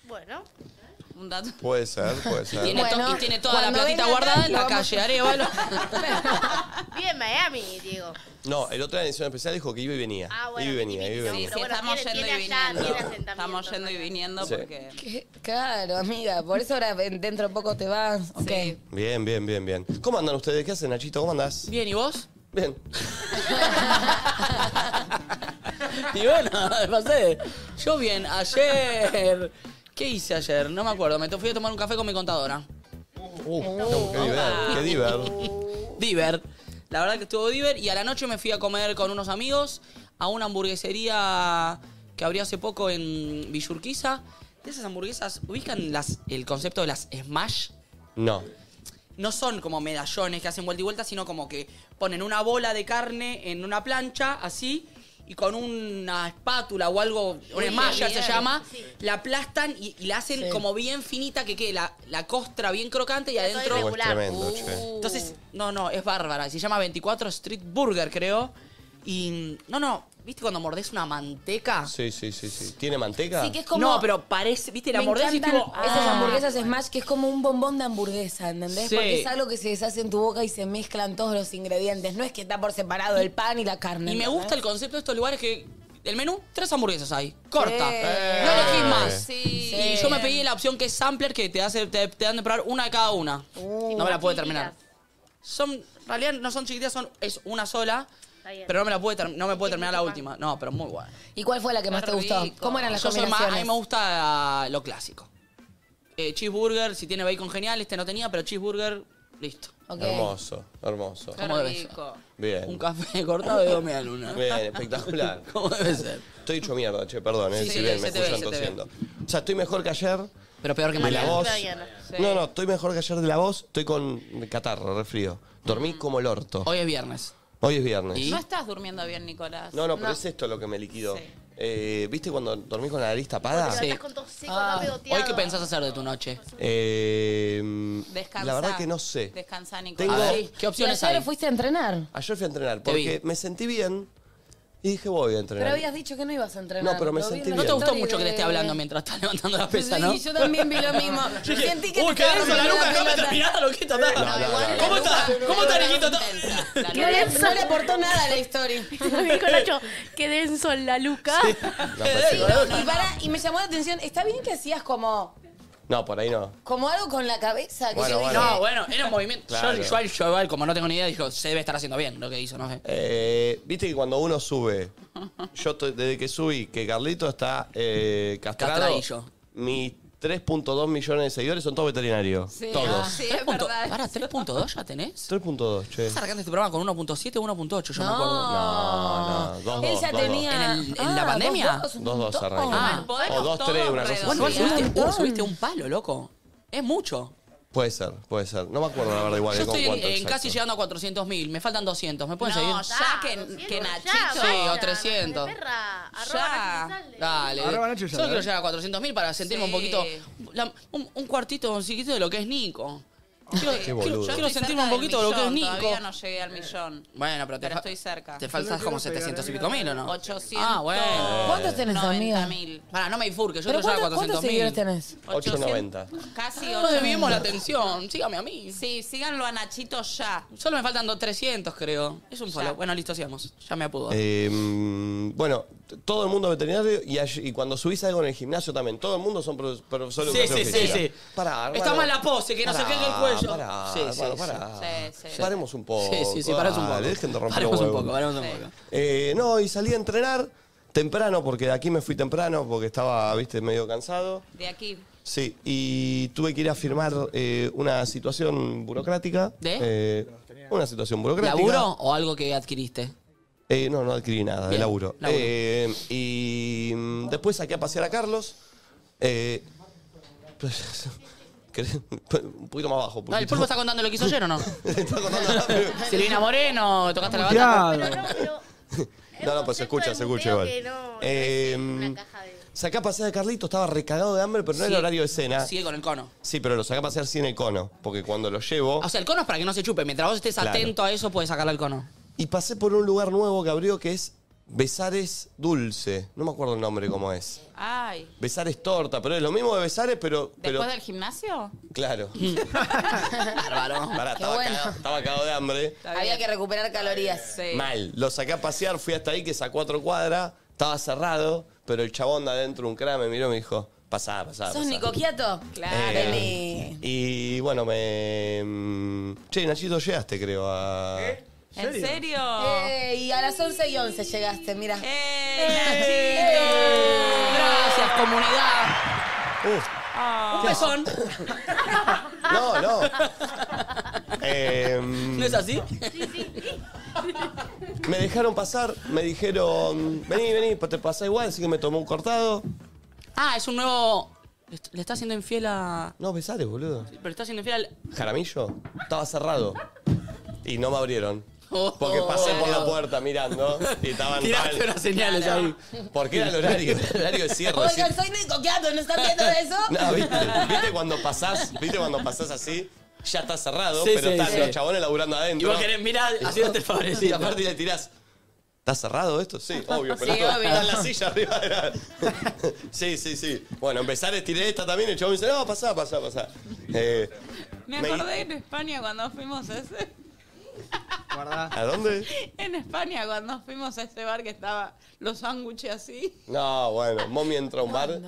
Bueno, Un dato. Puede ser, puede Y ser. tiene, to- Bueno, y tiene toda la cuando platita venga guardada acá, en lo la vamos- calle Arevalo. vive en Miami, Diego. No, el otro en edición especial dijo que iba y venía. Ah, bueno, iba y venía, iba y típico, venía. Pero bueno, estamos tiene- yendo y tiene allá, viniendo. tiene asentamiento, Estamos yendo y ¿verdad? viniendo Sí. porque. Qué- Claro, amiga, por eso ahora en- dentro de poco te vas. Ok. Bien, bien, bien, bien. ¿Cómo andan ustedes? ¿Qué hacen, Nachito? ¿Cómo andás? Bien, ¿y vos? Bien. Y bueno, pasé. Yo bien, ayer. ¿Qué hice ayer? No me acuerdo. Me to- fui a tomar un café con mi contadora. Uh, Uh. Qué diver, qué diver. Ah. Diver. La verdad que estuvo Diver. Y a la noche me fui a comer con unos amigos a una hamburguesería que abrió hace poco en Villurquiza. De esas hamburguesas, ¿ubican las, el concepto de las Smash? No. no son como medallones que hacen vuelta y vuelta, sino como que ponen una bola de carne en una plancha, así, y con una espátula o algo, una malla se bien. llama, la aplastan y, y la hacen como bien finita, que quede la, la costra bien crocante y adentro... Uy, es Regular. Uh, tremendo, che. Entonces, no, no, es bárbara. Se llama 24 Street Burger, creo. Y, no, no, ¿viste cuando mordés una manteca? Sí, sí, sí, sí. ¿Tiene manteca? Sí, que es como... No, pero parece, ¿viste? La me mordés y encantan tipo... esas ah. hamburguesas Smash que es como un bombón de hamburguesa, ¿entendés? Sí. Porque es algo que se deshace en tu boca y se mezclan todos los ingredientes. No es que está por separado el pan y la carne. Y me ¿entendés? gusta el concepto de estos lugares que. El menú, tres hamburguesas hay. Corta. Sí. No elegís más. Sí. Y yo me pedí la opción que es sampler, que te, hace, te, te dan de probar una de cada una. Uh, no me la pude terminar. Son, en realidad no son chiquititas, son, es una sola. Está bien. Pero no me la pude, ter- no me pude terminar la mucho última. No, pero muy buena. ¿Y cuál fue la que más Qué te gustó? rico. ¿Cómo eran las Yo soy más, a mí combinaciones? me gusta lo clásico. Eh, cheeseburger, si tiene bacon genial, este no tenía, pero cheeseburger, listo. Ok. Hermoso, hermoso. Qué ¿Cómo debe rico. Bien. Un café cortado y dos media luna. Bien, espectacular. ¿Cómo debe ser? Estoy hecho mierda, che, perdón, eh, Sí, si sí, bien me se te ve, escuchan se te ve. tosiendo. O sea, estoy mejor que ayer Pero peor que de la mañana. voz. Mañana. Sí. No, no, estoy mejor que ayer de la voz, estoy con catarro, resfrío. Dormí como el orto. Mm. Hoy es viernes. Hoy es viernes. No estás durmiendo bien, Nicolás. No, no, pero es esto lo que me liquidó. Eh, ¿Viste cuando dormís con la nariz tapada? Te levantás con todo seco, Ah, todo pegoteado. Hoy, ¿qué pensás hacer de tu noche? Eh, Descansa. La verdad que no sé. Descansa, Tengo- Nicolás. A ver, ¿Y ¿Qué opciones ayer hay? fuiste a entrenar? Ayer fui a entrenar Te porque me sentí bien y dije voy a Pero entrenar. habías dicho que no ibas a entrenar. No, pero me Lo vi en sentí bien. la No te gustó story mucho que te esté de- hablando mientras estás levantando la pesa, Sí, ¿no? yo también vi lo mismo. Sentí que Uy, te qué estaba denso, la hablando la nuca, déjame pelota. terminar, lo quito, está. No, no, no, ¿Cómo no. está? ¿Cómo está, Niquito? La No le, no le aportó nada a la story. Dijo Nacho, qué denso en la luca. No, parece- Y, para, y me llamó la atención, está bien que hacías como, No, por ahí no. como algo con la cabeza. Que Bueno, yo bueno. dije, No, bueno, era un movimiento. Claro. Yo, yo, yo igual, como no tengo ni idea, dijo, se debe estar haciendo bien lo que hizo, no sé. Eh, Viste que cuando uno sube, yo estoy- desde que subí, que Carlito está eh, castrado, Castradillo. mis 3.2 millones de seguidores son todos veterinarios. Todos. Ah. Sí, Tres es punto- verdad. Pará, 3.2 ya tenés. 3.2, che. ¿Estás arrancando este programa con 1.7 o 1.8? Yo me acuerdo. No, no, dos, Él dos, ya dos, tenía... ¿En el- en la Ah, pandemia? dos, dos, Dos, dos dos. arranca. Ah. Podemos o dos, todos tres, una cosa redondear. así. Bueno, igual subiste, montón. vos subiste un palo, loco. Es mucho. Puede ser, puede ser. No me acuerdo, la verdad, igual. eh, Yo con estoy en, cuánto en exacto. casi llegando a 400 mil. Me faltan 200. ¿Me pueden No, seguir? ya que, doscientos, que ya, Nachito. vaya, o 300. Nacho de perra, arroba Ya. Nacho Rizalde. Dale. Arroba Nacho Yo Yala, quiero ¿eh? llegar a 400 mil para sentirme un Sí. poquito. la- un, un cuartito, un chiquito de lo que es Nico. Quiero, quiero- Ah, boludo. quiero Estoy sentirme un cerca poquito de del lo que es millón, Todavía Nico. no llegué al millón. Bueno, pero te, Pero fa- estoy cerca. te faltas como 700 y pico mil, ¿o no? 800. Ah, bueno. ¿Cuántos tenés, Ah, eh, amiga? mil. Para, no me bifurques. Yo ¿Pero quiero llegar a cuántos, cuántos 400 seguidores mil. 8.90. tenés? Casi No 8 debimos la atención. Sígame a mí. Sí, síganlo a Nachito ya. Solo me faltan dos 300, creo. Es un solo. Ya. Bueno, listo, sigamos. Ya me apudo. Eh, mm, bueno, t- todo el mundo veterinario y, all- y cuando subís algo en el gimnasio también, todo el mundo son pro- profesores de Sí, sí, educación sí, física. sí. Pará, Está hermano. mal la pose, que no se Pará, quede el cuello. Pará, Sí, sí, hermano, sí. pará. Sí, sí. Paremos un poco. Sí, sí, sí, paremos un poco. Dale, dejen de romper Paremos los un huevos. poco, paremos un Sí. poco. Eh, no, y salí a entrenar temprano, porque de aquí me fui temprano, porque estaba, viste, medio cansado. De aquí. Sí, y tuve que ir a firmar eh, una situación burocrática. ¿De? Eh, una situación burocrática. ¿Laburo o algo que adquiriste? Eh, no, no adquirí nada de Bien, laburo. laburo. Eh, y mm, después saqué a pasear a Carlos. Eh, ¿querés? un poquito más abajo. No, ¿El pulpo está contando lo que hizo ayer o no? Está contando- Silvina Moreno, tocaste la bata. Muteado. Pero no, pero. No, no, pues se escucha, se escucha igual. Que no, Eh, no es una caja de. Saqué a pasear a Carlito, estaba recagado de hambre, pero no era horario de cena. Sí. Sigue con el cono. pero lo saqué a pasear sin el cono, porque cuando lo llevo... O sea, el cono es para que no se chupe. Mientras vos estés Claro. atento a eso, puedes sacarle el cono. Y pasé por un lugar nuevo que abrió que es Besares Dulce. No me acuerdo el nombre cómo es. Ay. Besares Torta, pero es lo mismo de Besares, pero... pero ¿Después del gimnasio? Claro. Bárbaro. Pará, estaba, bueno. cagado, estaba cagado de hambre. Había que recuperar calorías. Sí. Mal. Lo saqué a pasear, fui hasta ahí, que es a cuatro cuadras, estaba cerrado, pero el chabón de adentro, un crá, me miró y me dijo, pasá, pasá, ¿Sos pasá". Nico Quiato? Claro. Eh, y bueno, me. mm, Che, Nachito, llegaste, creo, a. ¿En serio? Eh, y a las 11 y 11 llegaste, mira. ¡Eh, Nachito! Gracias, comunidad. Uh, Ah. Un besón. no, no. Eh, mm, ¿No es así? me dejaron pasar, me dijeron, vení, vení, te pasa igual, así que me tomó un cortado. Ah, es un nuevo. Est- Le está haciendo infiel a. No, besales, boludo. Pero está haciendo infiel al. Jaramillo, estaba cerrado. Y no me abrieron. Oh, Porque pasé por la claro. puerta mirando y estaban Tiraste mal. unas señales ahí. Porque era el horario, el horario de cierre. Oigan, soy Nico Quiato, ¿no están viendo eso? No, ¿viste? ¿Viste cuando pasás? ¿Viste cuando pasás así? Ya está cerrado, Sí, pero sí, están sí. los chabones laburando Y adentro. vos querés mirar haciéndote el Y favorecito. aparte le tirás. ¿Está cerrado esto? Sí, obvio, pero Sí, obvio. está en la silla arriba de la... Sí, sí, sí. Bueno, empezar estiré esta también, el chabón me dice, no, pasá, pasá, pasá. Eh, Me Me- acordé en España cuando fuimos a ese. Guardá. ¿A dónde? En España cuando fuimos a ese bar que estaba los sándwiches así. No, bueno, Mommy entra a un bar.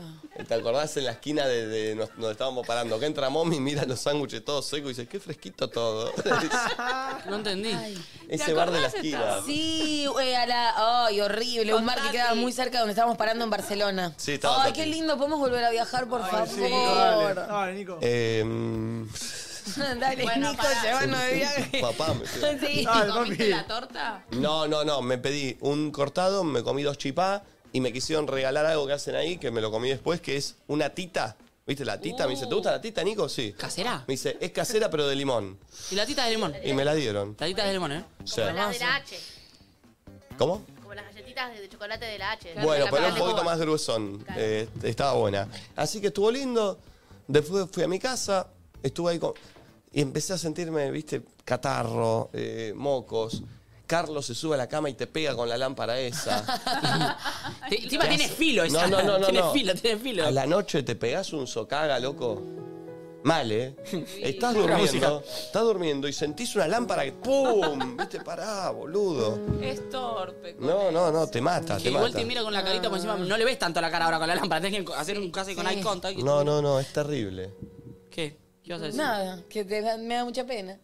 ¿Te acordás en la esquina de, de nos- donde estábamos parando? Que entra Mommy, mira los sándwiches todos secos y dice, qué fresquito todo. No entendí. Ese bar de la acordás de esquina. Sí, eh, a la. ¡Ay, horrible! Un mar que quedaba muy cerca de donde estábamos parando en Barcelona. Sí, estaba ¡Ay, Tati. qué lindo! ¿Podemos volver a viajar, por favor? Sí, dale, dale, Nico. Eh, Dale, Nico, llévanos de viaje. papá, me pegó. Sí. Dale, ¿Comiste papi. la torta? No, no, no. Me pedí un cortado, me comí dos chipá y me quisieron regalar algo que hacen ahí, que me lo comí después, que es una tita ¿Viste la tita? Me dice, ¿te gusta la tita, Nico? Sí. ¿Casera? Me dice, es casera pero de limón. Y la tita de limón. Y me la dieron. La tita de limón, ¿eh? Sí. Como las de la H. ¿Cómo? Como las galletitas de chocolate de la H. Bueno, La pero era un Coca-Cola. poquito más gruesón. Eh, estaba buena. Así que estuvo lindo. Después fui a mi casa, estuve ahí con... Y empecé a sentirme, viste, catarro, eh, mocos. Carlos se sube a la cama y te pega con la lámpara esa. Te- Encima tiene hace? filo esa. No, no, no, no, Tiene no. filo, tiene filo. A la noche te pegás un socaga, loco. Mal, ¿eh? Estás durmiendo, estás durmiendo y sentís una lámpara que ¡pum! Viste, pará, boludo. Es torpe. No, no, no, te mata, Que te igual mata. te mira con la carita por encima, no le ves tanto la cara ahora con la lámpara, tenés que hacer un casi con eye contact. No, no, no, es terrible. ¿Qué? ¿Qué vas a decir? Nada, que te da- me da mucha pena.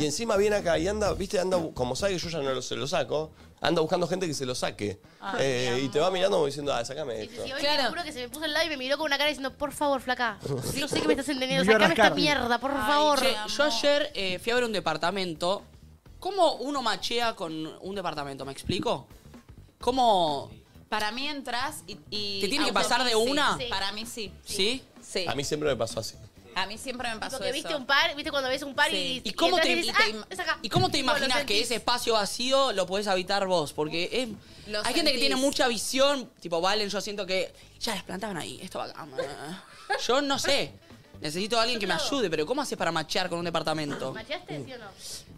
Y encima viene acá y anda, viste, anda, bu- como sabe que yo ya no lo- se lo saco, anda buscando gente que se lo saque. Eh, y te va mirando como diciendo, ah, sacame esto. Y hoy te juro que se me puso al lado y me miró con una cara diciendo, por favor, flaca. Yo sé que me estás entendiendo. Miró a Sacame esta rascarme. mierda, por Ay, favor. che, yo ayer eh, fui a ver un departamento. ¿Cómo uno machea con un departamento? ¿Me explico? ¿Cómo? Para mí entras y... y ¿Te tiene que pasar de una? Sí. Para mí sí. ¿Sí? Sí. A mí siempre me pasó así. A mí siempre me pasó Porque eso. viste un par, viste cuando ves un par Sí. y, ¿Y cómo entras te- y dices, y "Ah, es acá". ¿Y cómo te Tipo, lo imaginas que sentís. ese espacio vacío lo podés habitar vos? Porque es, hay Lo gente que sentís. tiene mucha visión, tipo Valen, yo siento que ya las plantaban ahí, esto va acá. Yo no sé. Necesito a alguien que me ayude, pero ¿cómo haces para machear con un departamento? ¿Macheaste, sí o no?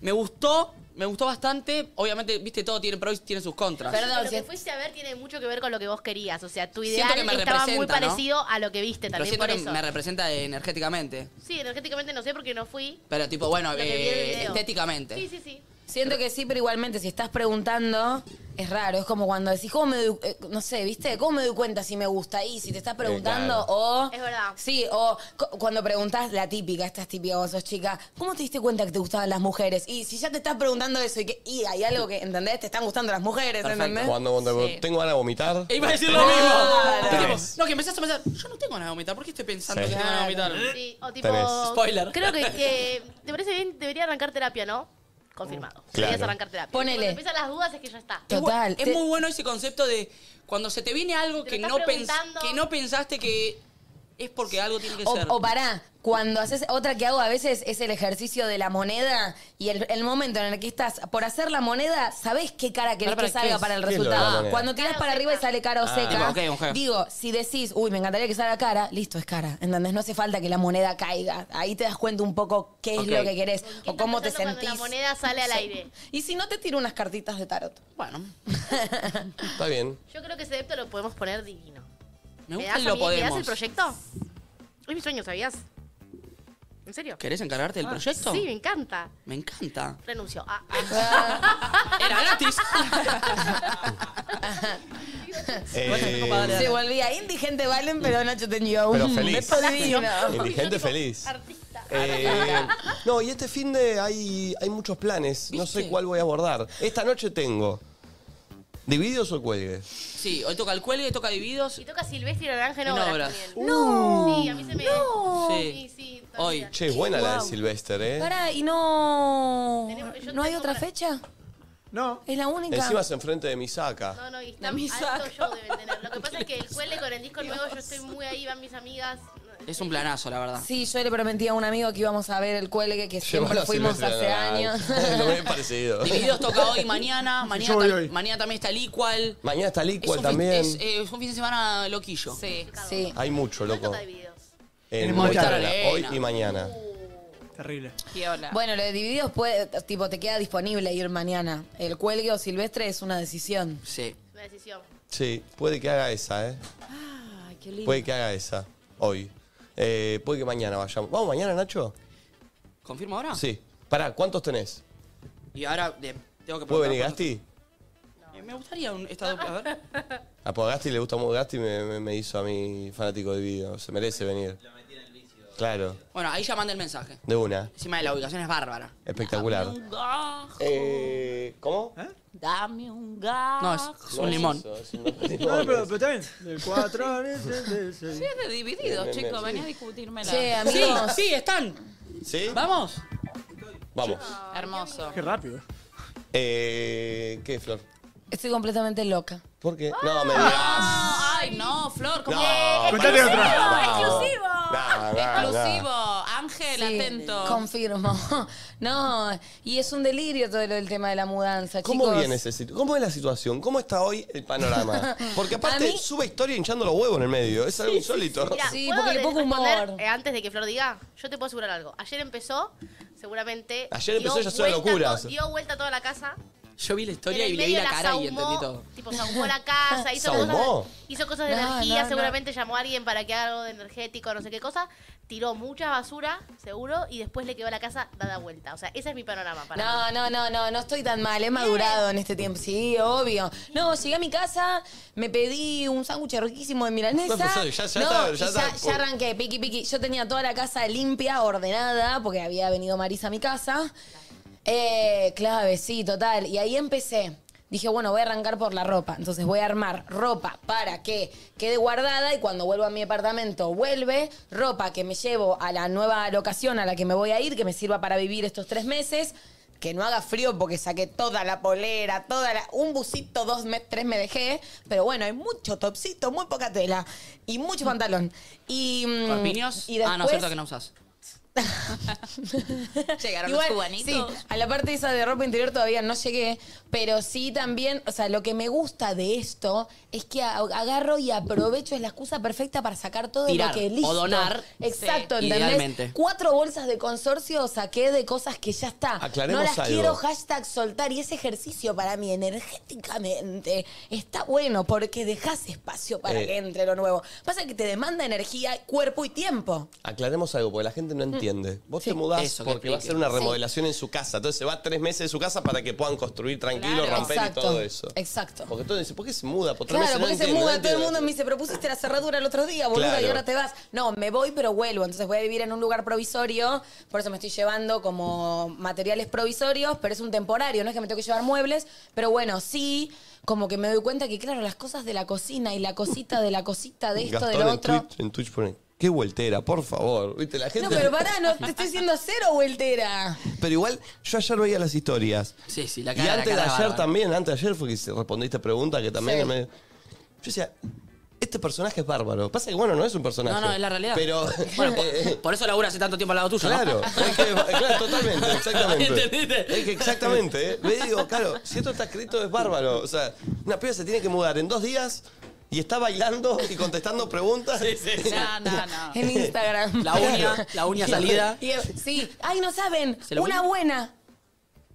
Me gustó, me gustó bastante. Obviamente, viste, todo tiene pros y tiene sus contras. Pero Perdón, lo si que es- fuiste a ver tiene mucho que ver con lo que vos querías. O sea, tu Siento ideal que me estaba muy representa, ¿no? parecido a lo que viste Pero también siento por que eso. me representa energéticamente. Sí, energéticamente no sé porque no fui. Pero tipo, bueno, Lo que vi en el eh, video. estéticamente. Sí, sí, sí. Siento que sí, pero igualmente si estás preguntando, es raro. Es como cuando decís, ¿cómo me doy, eh, no sé, viste? ¿Cómo me doy cuenta si me gusta? Y si te estás preguntando, Eh, claro. o. Es verdad. Sí, o cu- cuando preguntás la típica, estás típica vos sos chica, ¿cómo te diste cuenta que te gustaban las mujeres? Y si ya te estás preguntando eso y que, y hay algo que, ¿entendés? Te están gustando las mujeres, Perfecto. ¿entendés? Cuando, cuando Sí. tengo ganas de vomitar. E iba a decir lo mismo. Claro. Tipo, Tres. No, que empezás a pensar, yo no tengo ganas de vomitar, ¿por qué estoy pensando Sí. que tengo ganas de Claro. vomitar? Sí, o tipo. Tenés. Spoiler. Creo que, que te parece bien, debería arrancar terapia, ¿no? Confirmado. Deberías Claro. arrancar terapia. Ponele. Cuando empiezan las dudas es que ya está. Total. Es te- muy bueno ese concepto de cuando se te viene algo Te que lo no, estás pens- preguntando. que no pensaste que es porque algo tiene que O, ser. o pará, cuando haces. Otra que hago a veces es el ejercicio de la moneda y el, el momento en el que estás por hacer la moneda, ¿sabés qué cara querés Pará, que pará, ¿qué salga es? para el ¿Qué es lo de la resultado? moneda? Cuando tirás Cara o para arriba y seca. sale cara o seca, Ah, ok, ok. digo, si decís, uy, me encantaría que salga cara, listo, es cara. ¿Entendés? No hace falta que la moneda caiga. Ahí te das cuenta un poco qué es Ok. lo que querés ¿Qué o está cómo te pasando cuando sentís. La moneda sale al Sí. aire. Y si no, te tiro unas cartitas de tarot. Bueno, Está bien. Yo creo que ese depto lo podemos poner divino. me ¿Me gusta das, el a lo mí- ¿Me das podemos. el proyecto? Es mi sueño, ¿sabías? ¿En serio? ¿Querés encargarte del proyecto? Ah, Sí, me encanta. Me encanta. Renuncio. Ah, Ah. Era gratis. Eh, Se volvía indigente, Valen, pero Nacho tenía un Pero feliz. beso divino. Indigente feliz. artista. Eh, no, y este fin de hay, hay muchos planes. No ¿Viste? sé cuál voy a abordar. Esta noche tengo. ¿Divididos o cuelgues? Sí, hoy toca el cuelgue, toca dividos. Y toca Silvestre Naranja en En obras. obras. también. ¡No! Sí, a mí se me... Sí. Sí, sí. Hoy. todavía. Che, es buena la de Silvester, ¿eh? Pará, y no. Tenemos- yo ¿No hay tengo otra para- fecha? No. Es la única. Encima es enfrente de mi saca. No, no, y está, La misa. alto show deben tener. Lo que pasa es que el cuele con el disco nuevo yo estoy muy ahí, van mis amigas. Es un planazo, la verdad. Sí, yo le prometí a un amigo que íbamos a ver el cuelgue que siempre Llévala a fuimos hace Silvestre Naranja. años. Lo me he parecido. Divididos toca hoy, mañana. Mañana, Yo voy tam- hoy. mañana también está el Equal. Mañana está Es un, Liquid fin- también. es, eh, es un fin de semana loquillo. Sí, sí. Hay mucho, No loco. toca divididos. En En Movistar Movistar Arena, Arena. Hoy y mañana. Terrible. Piola. Bueno, lo de divididos puede, tipo, te queda disponible ir mañana. El cuelgue o silvestre es una decisión. Sí. Una decisión. Sí, puede que haga esa, ¿eh? Ay, qué lindo. Puede que haga esa. Hoy. Eh, puede que mañana vayamos. ¿Vamos mañana, Nacho? ¿Confirmo ahora? Sí. Pará, ¿cuántos tenés? Y ahora de- tengo que ¿Puede preguntar venir cuánto- Gasti? Eh, Me gustaría un, esta dupla, a ver. Ah, pues a Gasti le gusta mucho. Gasti me, me- me hizo a mí fanático de video. Se merece venir. Claro, Bueno, ahí ya manda el mensaje. de una. Encima de la ubicación es bárbara. Espectacular. Eh, ¿Cómo? Dame un gato. No, es, es un limón. No, es eso, es un No, limón. no, pero, pero está bien. De cuatro. de- de- de- de- Es de divididos, Bien, bien, chicos. bien. Venía a discutirme Che, Sí, amigos. sí, están. ¿Sí? Vamos. Vamos. Hermoso. Qué rápido. Eh, ¿Qué, Flor? Estoy completamente loca. ¿Por qué? No, me digas. Ay, no, Flor, ¿cómo? No, Contate otra. Vamos. ¡Exclusivo! No, no, no. Exclusivo, Ángel, Sí, atento. Confirmo. No, y es un delirio todo lo del tema de la mudanza, ¿Cómo chicos. viene ese situ- ¿Cómo es la situación? ¿Cómo está hoy el panorama? Porque aparte A mí- sube historia hinchando los huevos en el medio. Es algo insólito. Mira, Sí, ¿puedo porque le pongo responder, humor. eh, antes de que Flor diga, yo te puedo asegurar algo. Ayer empezó, seguramente. Ayer empezó dio ya Ciudad de vuelta Locuras. to- Dio vuelta toda la casa. Yo vi la historia en y el leí medio la cara y sahumó, entendí todo. Oh. Tipo, sahumó la casa, hizo ¿Sahumó? cosas, hizo cosas de No, energía, no, no. seguramente llamó a alguien para que haga algo de energético, no sé qué cosa. Tiró mucha basura, seguro, y después le quedó la casa dada vuelta. O sea, ese es mi panorama para mí. No, no, no, no, no estoy tan mal, he madurado en este tiempo, sí, obvio. No, llegué a mi casa, me pedí un sándwich riquísimo de milanesa. No, pues, ya- ya No, está, y ya está. pues. ya arranqué, piqui, piqui. Yo tenía toda la casa limpia, ordenada, porque había venido Marisa a mi casa. Eh, clave, sí, total. Y ahí empecé. Dije, bueno, voy a arrancar por la ropa. Entonces voy a armar ropa para que quede guardada y cuando vuelva a mi apartamento vuelve. Ropa que me llevo a la nueva locación a la que me voy a ir, que me sirva para vivir estos tres meses. Que no haga frío porque saqué toda la polera, toda la, un busito, dos, mes, tres me dejé. Pero bueno, hay mucho topsito, muy poca tela y mucho pantalón. Y, mm, ¿Corpiños? y Ah, no, cierto después- que no usás. Llegaron Igual, los cubanitos. Sí, a la parte esa de ropa interior todavía no llegué, pero sí también, o sea, lo que me gusta de esto es que a- agarro y aprovecho, es la excusa perfecta para sacar todo Tirar lo que o listo. donar. Exacto, Sí, ¿entendés? idealmente. Cuatro bolsas de consorcio saqué de cosas que ya está. Aclaremos no las algo. quiero hashtag soltar y ese ejercicio para mí energéticamente está bueno porque dejas espacio para Eh. que entre lo nuevo. Pasa que te demanda energía, cuerpo y tiempo. Aclaremos algo, porque la gente no entiende. Vos te mudás Eso que porque va a explique. ser una remodelación en su casa. Entonces se va tres meses de su casa para que puedan construir tranquilo, Claro. romper y todo eso. Exacto. Porque todo dice, ¿por qué se muda? Por tres Claro, meses no porque se entiendo, muda, no todo el entiendo. mundo me dice, propusiste la cerradura el otro día, boluda, Claro. y ahora te vas. No, me voy, pero vuelvo. Entonces voy a vivir en un lugar provisorio, por eso me estoy llevando como materiales provisorios, pero es un temporario, no es que me tengo que llevar muebles, pero bueno, sí, como que me doy cuenta que, claro, las cosas de la cocina y la cosita de la cosita de esto, Gastón de lo en otro. Twitch, en Twitch pone, qué vueltera, por favor. Viste, la gente... No, pero pará, no, te estoy diciendo cero vueltera. Pero igual, yo ayer veía las historias. Sí, sí, la y cara, la antes cara de es ayer bárbara. también, antes de ayer fue que se- respondiste pregunta que también Sí. me- yo decía, este personaje es bárbaro. Pasa que bueno, no es un personaje. No, no, es la realidad. Pero eh, Bueno, por, por eso labura hace tanto tiempo al lado tuyo, ¿no? claro, es que- claro, totalmente, exactamente. ¿Entendiste? Es que exactamente, ¿eh? Le digo, claro, si esto está escrito es bárbaro. O sea, una piba se tiene que mudar en dos días y está bailando y contestando preguntas. No, no, no. En Instagram. La uña, la uña salida. Y- Sí, ay, no saben, ¿Se lo una voy? buena.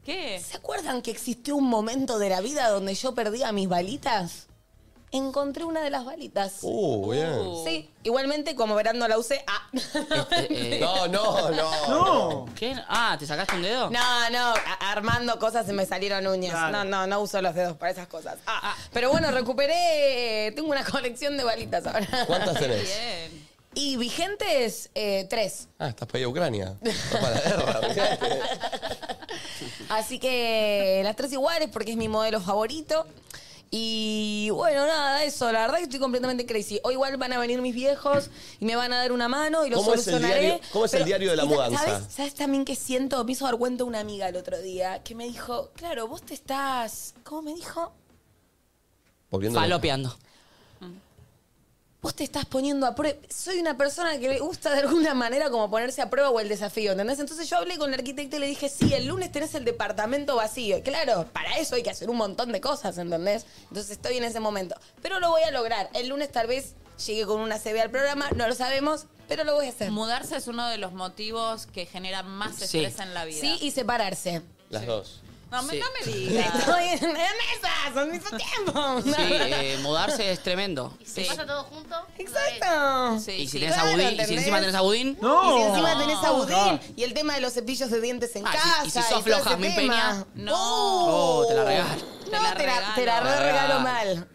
¿Qué? ¿Se acuerdan que existió un momento de la vida donde yo perdía mis balitas? Encontré una de las balitas. Uh, bien. Sí, igualmente como verán no la usé. Ah. Este, eh, No, no, no. No. ¿Qué? Ah, ¿te sacaste un dedo? No, no, a- armando cosas se me salieron uñas. Claro. No, no, no uso los dedos para esas cosas. Ah, Pero bueno, recuperé, tengo una colección de balitas ahora. ¿Cuántas tenés? Bien. Y vigentes, eh, tres. Ah, estás para ir a Ucrania. Estás para la guerra. fíjate. Así que las tres iguales porque es mi modelo favorito. Y bueno, nada, eso, la verdad que estoy completamente crazy. Hoy igual van a venir mis viejos y me van a dar una mano y lo ¿Cómo es el solucionaré. diario- cómo es el diario de la y ta- mudanza? ¿sabes, sabes también qué siento? Me hizo dar cuenta una amiga el otro día que me dijo, claro, vos te estás, ¿cómo me dijo? Volviendo- Falopeando. Vos te estás poniendo a prueba. Soy una persona que le gusta de alguna manera como ponerse a prueba o el desafío, ¿entendés? Entonces yo hablé con el arquitecto y le dije, sí, el lunes tenés el departamento vacío. Y claro, para eso hay que hacer un montón de cosas, ¿entendés? Entonces estoy en ese momento. Pero lo voy a lograr. El lunes tal vez llegue con una CV al programa, no lo sabemos, pero lo voy a hacer. Mudarse es uno de los motivos que generan más Sí. estrés en la vida. Sí, y separarse. Las dos. No, me, Sí. no me digas. Estoy en, en esas, al mismo tiempo. Sí, eh, mudarse es tremendo. Y si Sí. pasa todo junto. no es. Exacto. Sí, Y si sí. tenés claro, a Budín, y si ¿entendés? encima tenés a Budín. No. Y si encima tenés a Budín No. y el tema de los cepillos de dientes en Ah, y casa. si- y si sos todo floja, ese muy tema. peña. No. Uh, Oh, te la regalo. No, Te la te la, regalo. te la re regalo mal.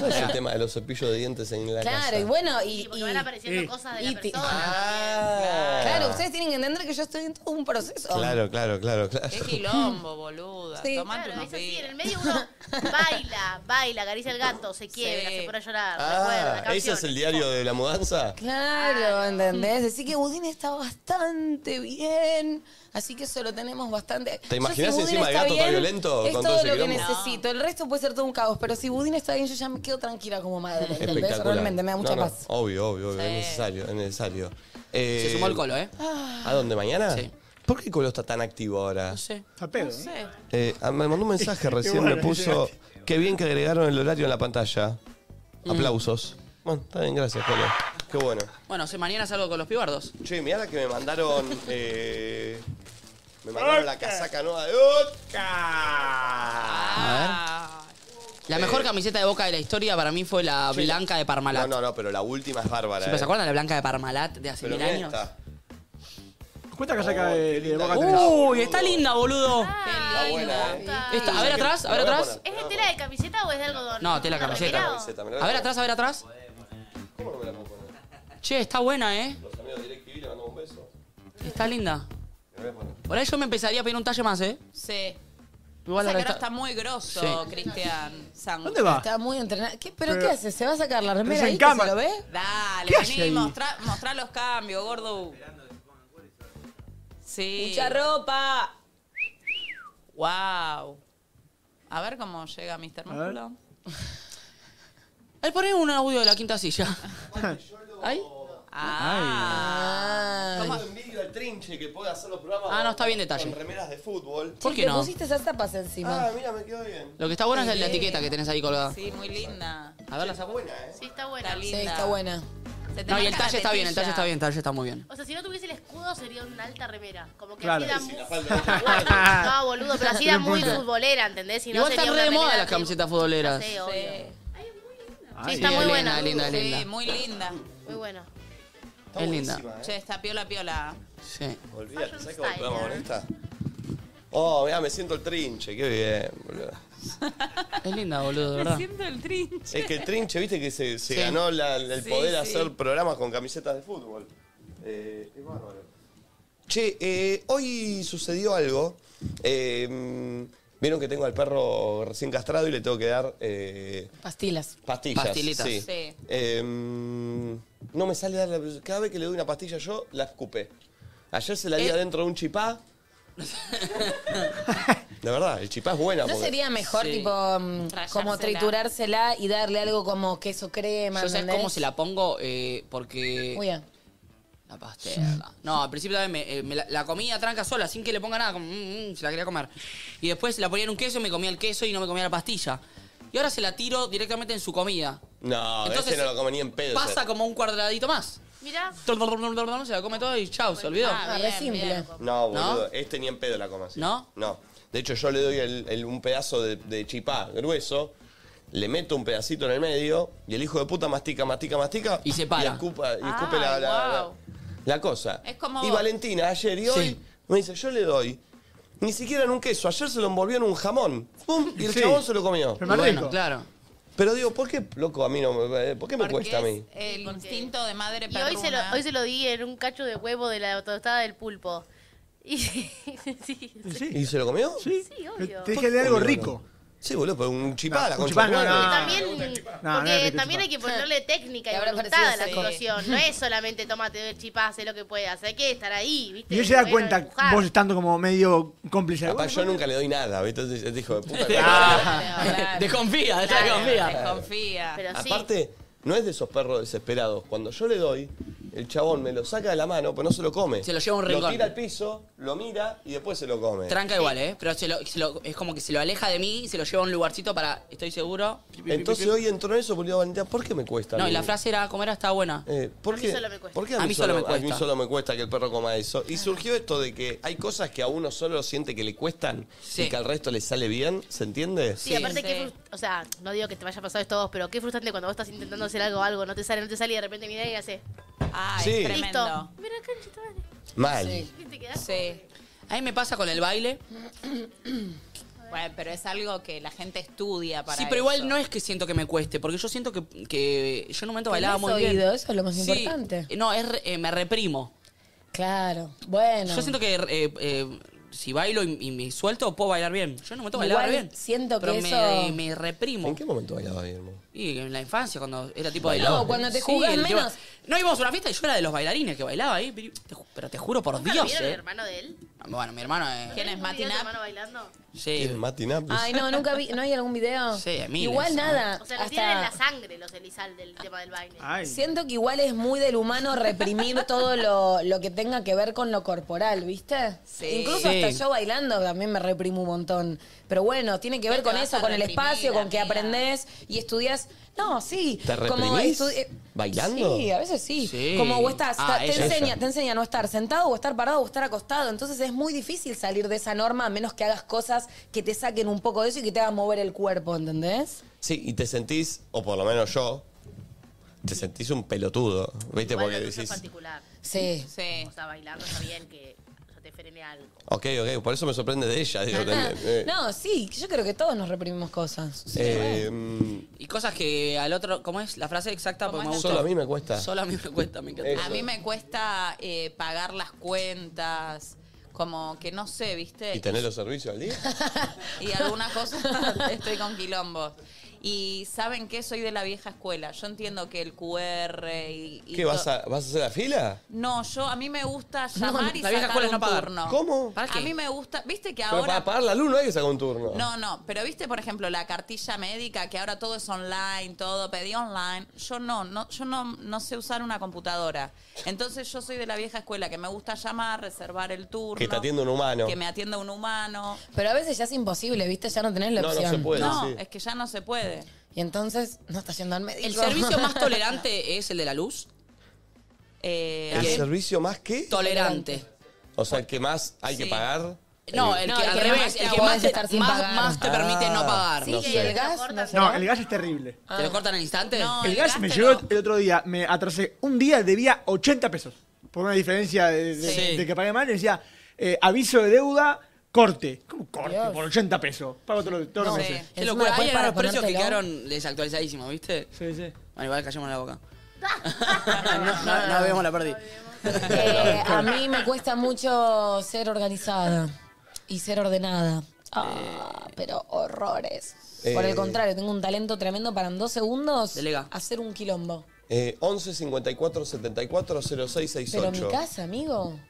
¿Cuál es el tema de los cepillos de dientes en la casa? claro, y bueno, y. Sí, porque y- van apareciendo y- cosas de y la ti- persona. Ah. claro, ustedes tienen que entender que yo estoy en todo un proceso. Claro, claro, claro, claro. Qué quilombo, boluda. Sí. Tomate Claro, unos es así, en el días. medio uno baila, baila, acaricia al gato, se quiebra, Sí. se pone a llorar, recuerda, Ah, ¿ese canciones. es el diario de la mudanza? Claro, ¿entendés? Así que Budín está bastante bien. Así que eso lo tenemos bastante. ¿Te Yo, imaginás Budín encima el gato está bien, violento Es con todo todo ese lo que quilombo? necesito. El resto puede ser todo un caos, pero si Budín está bien, yo ya me quedo tranquila como madre. ¿entendés? Espectacular. Realmente me da mucha No, no, paz. Obvio, obvio, obvio, es Sí. necesario, es necesario. Eh, Se sumó el colo, ¿eh? Ah. ¿A dónde? ¿Mañana? Sí. ¿Por qué Colo está tan activo ahora? No sé. Está pedo. No sé. Eh, ah, me mandó un mensaje recién, Bueno, me puso. Qué bien que agregaron el horario en la pantalla. Mm. Aplausos. Bueno, está bien, gracias, Colo. Qué bueno. Bueno, si mañana salgo con los pibardos. Che, mirá la que me mandaron. eh, me mandaron la casaca nueva de Boca. Ah. La mejor camiseta de boca de la historia para mí fue la Sí. blanca de Parmalat. Eh, No, no, no, pero la última es bárbara. ¿Siempre eh. se acuerdan de la blanca de Parmalat de hace Pero mil mirá años? esta. ¿Cuánta casaca Oh, de, de linda Boca casaca. tenés? Uy, está linda, boludo. Está buena, eh. Esta, a ver atrás, a ver Lo voy a atrás. poner. ¿Es de tela de camiseta o es de algodón? No, tela de ¿Una camiseta. remera o- Camiseta, mirá. A ver atrás, a ver atrás. ¿Cómo no me la puedo poner? Che, está buena, ¿eh? Los amigos de DirecTV le mandamos un beso. Está Me linda. la voy a poner. Por ahí yo me empezaría a pedir un talle más, ¿eh? Sí. Igual Pasa que ahora ahora está- está muy grosso, Sí. Cristian Sanz. ¿Dónde va? Está muy entrenada. ¿Qué- ¿Pero, Pero- qué hace? ¿Se va a sacar la remera Pero es en ahí? que cama. ¿Se lo ve? Dale, ¿Qué hace vení, ahí? mostrá, mostrá los cambios, gordo. Sí. Mucha ropa. Wow. A ver cómo llega Mr. Músculo. Ahí poné un audio de la quinta silla. ¿Ahí? Ah. Yo envidio al trinche que puede hacer los programas Ah, no, está bien con- detalle. con remeras de fútbol. ¿Por Che, qué te no? pusiste esas tapas encima. Ah, mira, me quedó bien. Lo que está bueno es la etiqueta que tenés ahí colgada. Sí, muy linda. A ver la Está saco. buena, ¿eh? Sí, está buena. Está sí, linda. está buena. Se te No, y marca el la talle está bien, el talle tetilla. está bien, el talle está muy bien. O sea, si no tuviese el escudo sería una alta remera. Como que Claro. así da Sí, la muy... falda. No, boludo, pero así da muy futbolera, ¿entendés? Si no Igual están sería re de una moda remera las que- camisetas futboleras. Sí, Sí, obvio. Sí. Ay, está muy buena. linda, linda, Sí, linda. muy linda. Muy buena. Está Es linda. buenísima, Che, ¿eh? está piola piola. Sí. Olvídate, ¿sabes Fashion cómo vamos con style. esta? Oh, mira, me siento el trinche, qué bien, boludo. Es linda, boludo, de verdad. siento el trinche. Es que el trinche, viste, que se, se Sí. ganó la- el Sí, poder sí. hacer programas con camisetas de fútbol. Eh, es bárbaro. Che, eh, hoy sucedió algo. Eh, mm, Vieron que tengo al perro recién castrado y le tengo que dar eh, Pastilas. pastillas. Pastilitas. Sí. Sí. Eh, no me sale dar la- Cada vez que le doy una pastilla yo, la escupe. Ayer se la di Eh. adentro de un chipá. De verdad, el chipá es buena. ¿No porque- sería mejor, Sí. tipo, mm, como Rallársela. triturársela y darle algo como queso crema? Yo sabes ¿entendés? cómo se la pongo eh, porque. Muy bien. La pastela. No, al principio también me, eh, me la, la comía tranca sola, sin que le ponga nada, como mm, mm, se la quería comer. Y después la ponía en un queso y me comía el queso y no me comía la pastilla. Y ahora se la tiro directamente en su comida. No, Entonces, ese no lo come ni en pedo. Pasa como un cuadradito más. Mirá, Tor, tor, tor, tor, tor, Se la come todo y chau, se olvidó. Ah, bien, re simple. bien. No, boludo, ¿No? este ni en pedo la coma así. ¿No? No. De hecho, yo le doy el- el- un pedazo de, de chipá grueso, le meto un pedacito en el medio y el hijo de puta mastica, mastica, mastica. Y se para. Y, escupa- y escupe Ay, la, la- guau. la- la cosa. Es como y vos. Valentina, ayer y hoy, Sí. me dice, yo le doy. Ni siquiera en un queso, ayer se lo envolvió en un jamón. ¡Pum! Y el Sí. chabón se lo comió. Pero más Bueno, rico. claro. Pero digo, ¿por qué, loco, a mí no me, eh, ¿por qué me Porque cuesta a es mí? El porque- instinto de madre y hoy se, lo, perruna. hoy se lo di en un cacho de huevo de la tostada del pulpo. Y sí, sí, sí. Sí. ¿Y se lo comió? Sí. Sí, obvio. Te dije de algo rico. Sí, boludo, pero un chipá, No, la un concha chipá de tu no, madre. no. También, No, no es porque rico también chipá. hay que ponerle técnica y Te habrá voluntad a la parecido, sí. situación. No es solamente tomate el chipá, hace lo que puedas. Hay que estar ahí, ¿viste? Y él se da Bueno, cuenta, empujar. vos estando como medio cómplice. Capaz Bueno, yo nunca le doy nada, ¿viste? Entonces, este hijo de puta. Claro. Desconfía, Claro, desconfía. desconfía. Pero sí. Aparte, no es de esos perros desesperados. Cuando yo le doy, el chabón me lo saca de la mano, pero no se lo come. Se lo lleva a un Lo rincón. tira al piso, lo mira y después se lo come. Tranca igual, ¿eh? Pero se lo- se lo- es como que se lo aleja de mí, se lo lleva a un lugarcito para. Estoy seguro. Entonces hoy entró en eso, porque digo, Valentina, ¿por qué me cuesta? a No, y mí? la frase era comer hasta buena. Eh, ¿por A mí qué? solo me cuesta. ¿Por qué A mí solo me A mí cuesta. solo me cuesta que el perro coma eso. Y surgió esto de que hay cosas que a uno solo siente que le cuestan Sí. y que al resto le sale bien, ¿se entiende? Sí, Sí. aparte Sí. que o sea, no digo que te vaya a pasar esto a vos, pero qué frustrante cuando vos estás intentando hacer algo, algo, no te sale, no te sale y de repente viene y hace, Ay, Sí. tremendo. listo. Mira canchita, vale. Mal. Y te quedás Sí. A mí me pasa con el baile. Bueno, pero es algo que la gente estudia para sí, pero igual eso. no es que siento que me cueste, porque yo siento que, que yo en un momento bailaba muy Tenés bien. oído, eso es lo más Sí, importante. No, es re- eh, me reprimo. Claro. Bueno. Yo siento que eh, eh, si bailo y, y me suelto, puedo bailar bien. Yo no me tengo que bailar Igual bien. siento que pero eso- me, me reprimo. ¿En qué momento bailaba Guillermo? Y en la infancia, cuando era tipo de... No, cuando te juzgas el tipo- menos. No íbamos a una fiesta y yo era de los bailarines que bailaba ahí. Pero te, ju- pero te juro por ¿Nunca lo Dios, vieron el eh. hermano de él? Bueno, mi hermano es... ¿Quién es ¿Nunca vieron Matinap? su hermano bailando? Sí, ¿Tiene Matinapis? Ay, no, nunca vi. ¿No hay algún video? Sí, hay miles. Igual nada. O sea, lo tienen en la hasta sangre los Elizal del tema del baile. Ah, Ay. siento que igual es muy del humano reprimir todo lo, lo que tenga que ver con lo corporal, ¿viste? Sí. Incluso Sí. hasta yo bailando también me reprimo un montón. Pero bueno, tiene que ver ¿Qué te con vas eso, a con el reprimir, espacio, con que amiga? aprendés y estudias. No, sí. ¿Te Como reprimís? estu- eh, ¿Bailando? Sí, a veces sí. Sí. Como o estás, Ah, te, ella, enseña, ella. te enseña a no estar sentado o estar parado o estar acostado. Entonces es muy difícil salir de esa norma a menos que hagas cosas que te saquen un poco de eso y que te hagan mover el cuerpo, ¿entendés? Sí, y te sentís, o por lo menos yo, te sentís un pelotudo. ¿Viste? Igual Porque lo tuyo es decís. particular. Sí. Sí. O sea, bailando está bien que yo te frene algo. Ok, ok, por eso me sorprende de ella. digo, eh, Ah, No, sí, yo creo que todos nos reprimimos cosas. eh, mm, Y cosas que al otro... ¿Cómo es la frase exacta? Porque me gustó. solo a mí me cuesta. Solo a mí me cuesta, me encanta. Eh. A mí me cuesta eh, pagar las cuentas, como que no sé, ¿viste? ¿Y tener los servicios al día? y algunas cosas estoy con quilombos. Y saben que soy de la vieja escuela. Yo entiendo que el QR y. y ¿Qué? ¿Vas to- a, ¿Vas a hacer la fila? No, yo a mí me gusta llamar y la vieja sacar escuela es un no pagar. turno. ¿Cómo? ¿Para qué? A mí me gusta, viste que Pero ahora para pagar la luz no hay que sacar un turno. No, no, pero viste, por ejemplo, la cartilla médica, que ahora todo es online, todo pedí online. Yo no, no yo no, no sé usar una computadora. Entonces yo soy de la vieja escuela, que me gusta llamar, reservar el turno. Que te atienda un humano. Que me atienda un humano. Pero a veces ya es imposible, ¿viste? Ya no tenés la No, no opción. se puede. no, sí. es que ya no se puede. Y entonces no estás yendo al médico. El servicio más tolerante es el de la luz. Eh, ¿El que- servicio más que? Tolerante. O sea, el que más hay que Sí. pagar. No, Eh, el No, que el al que revés, más te el que más aguanta te, estar sin más- pagar. más te permite no pagar. Sí, Ah, No y sé. el gas. No, será? No, el gas es terrible. ¿Te lo cortan al instante? No, El gas me te llegó lo- el otro día, me atrasé. Un día debía 80 pesos. Por una diferencia de, de- Sí. de que pagué mal, decía eh, aviso de deuda, corte. ¿Cómo corte? Por 80 pesos. Pago todos los todos los No, meses. sí. Qué Encima locura. Ahí después eran para los precios que ponértelo. quedaron desactualizadísimos, ¿viste? Sí, sí. Bueno, igual callemos la boca. no, no, no vemos la perdí. Eh, a mí me cuesta mucho ser organizada y ser ordenada. Ah, pero horrores. Por Eh. el contrario, tengo un talento tremendo para en dos segundos Delega. hacer un quilombo. eh, 11 54 74 06 Pero en 68. mi casa, amigo.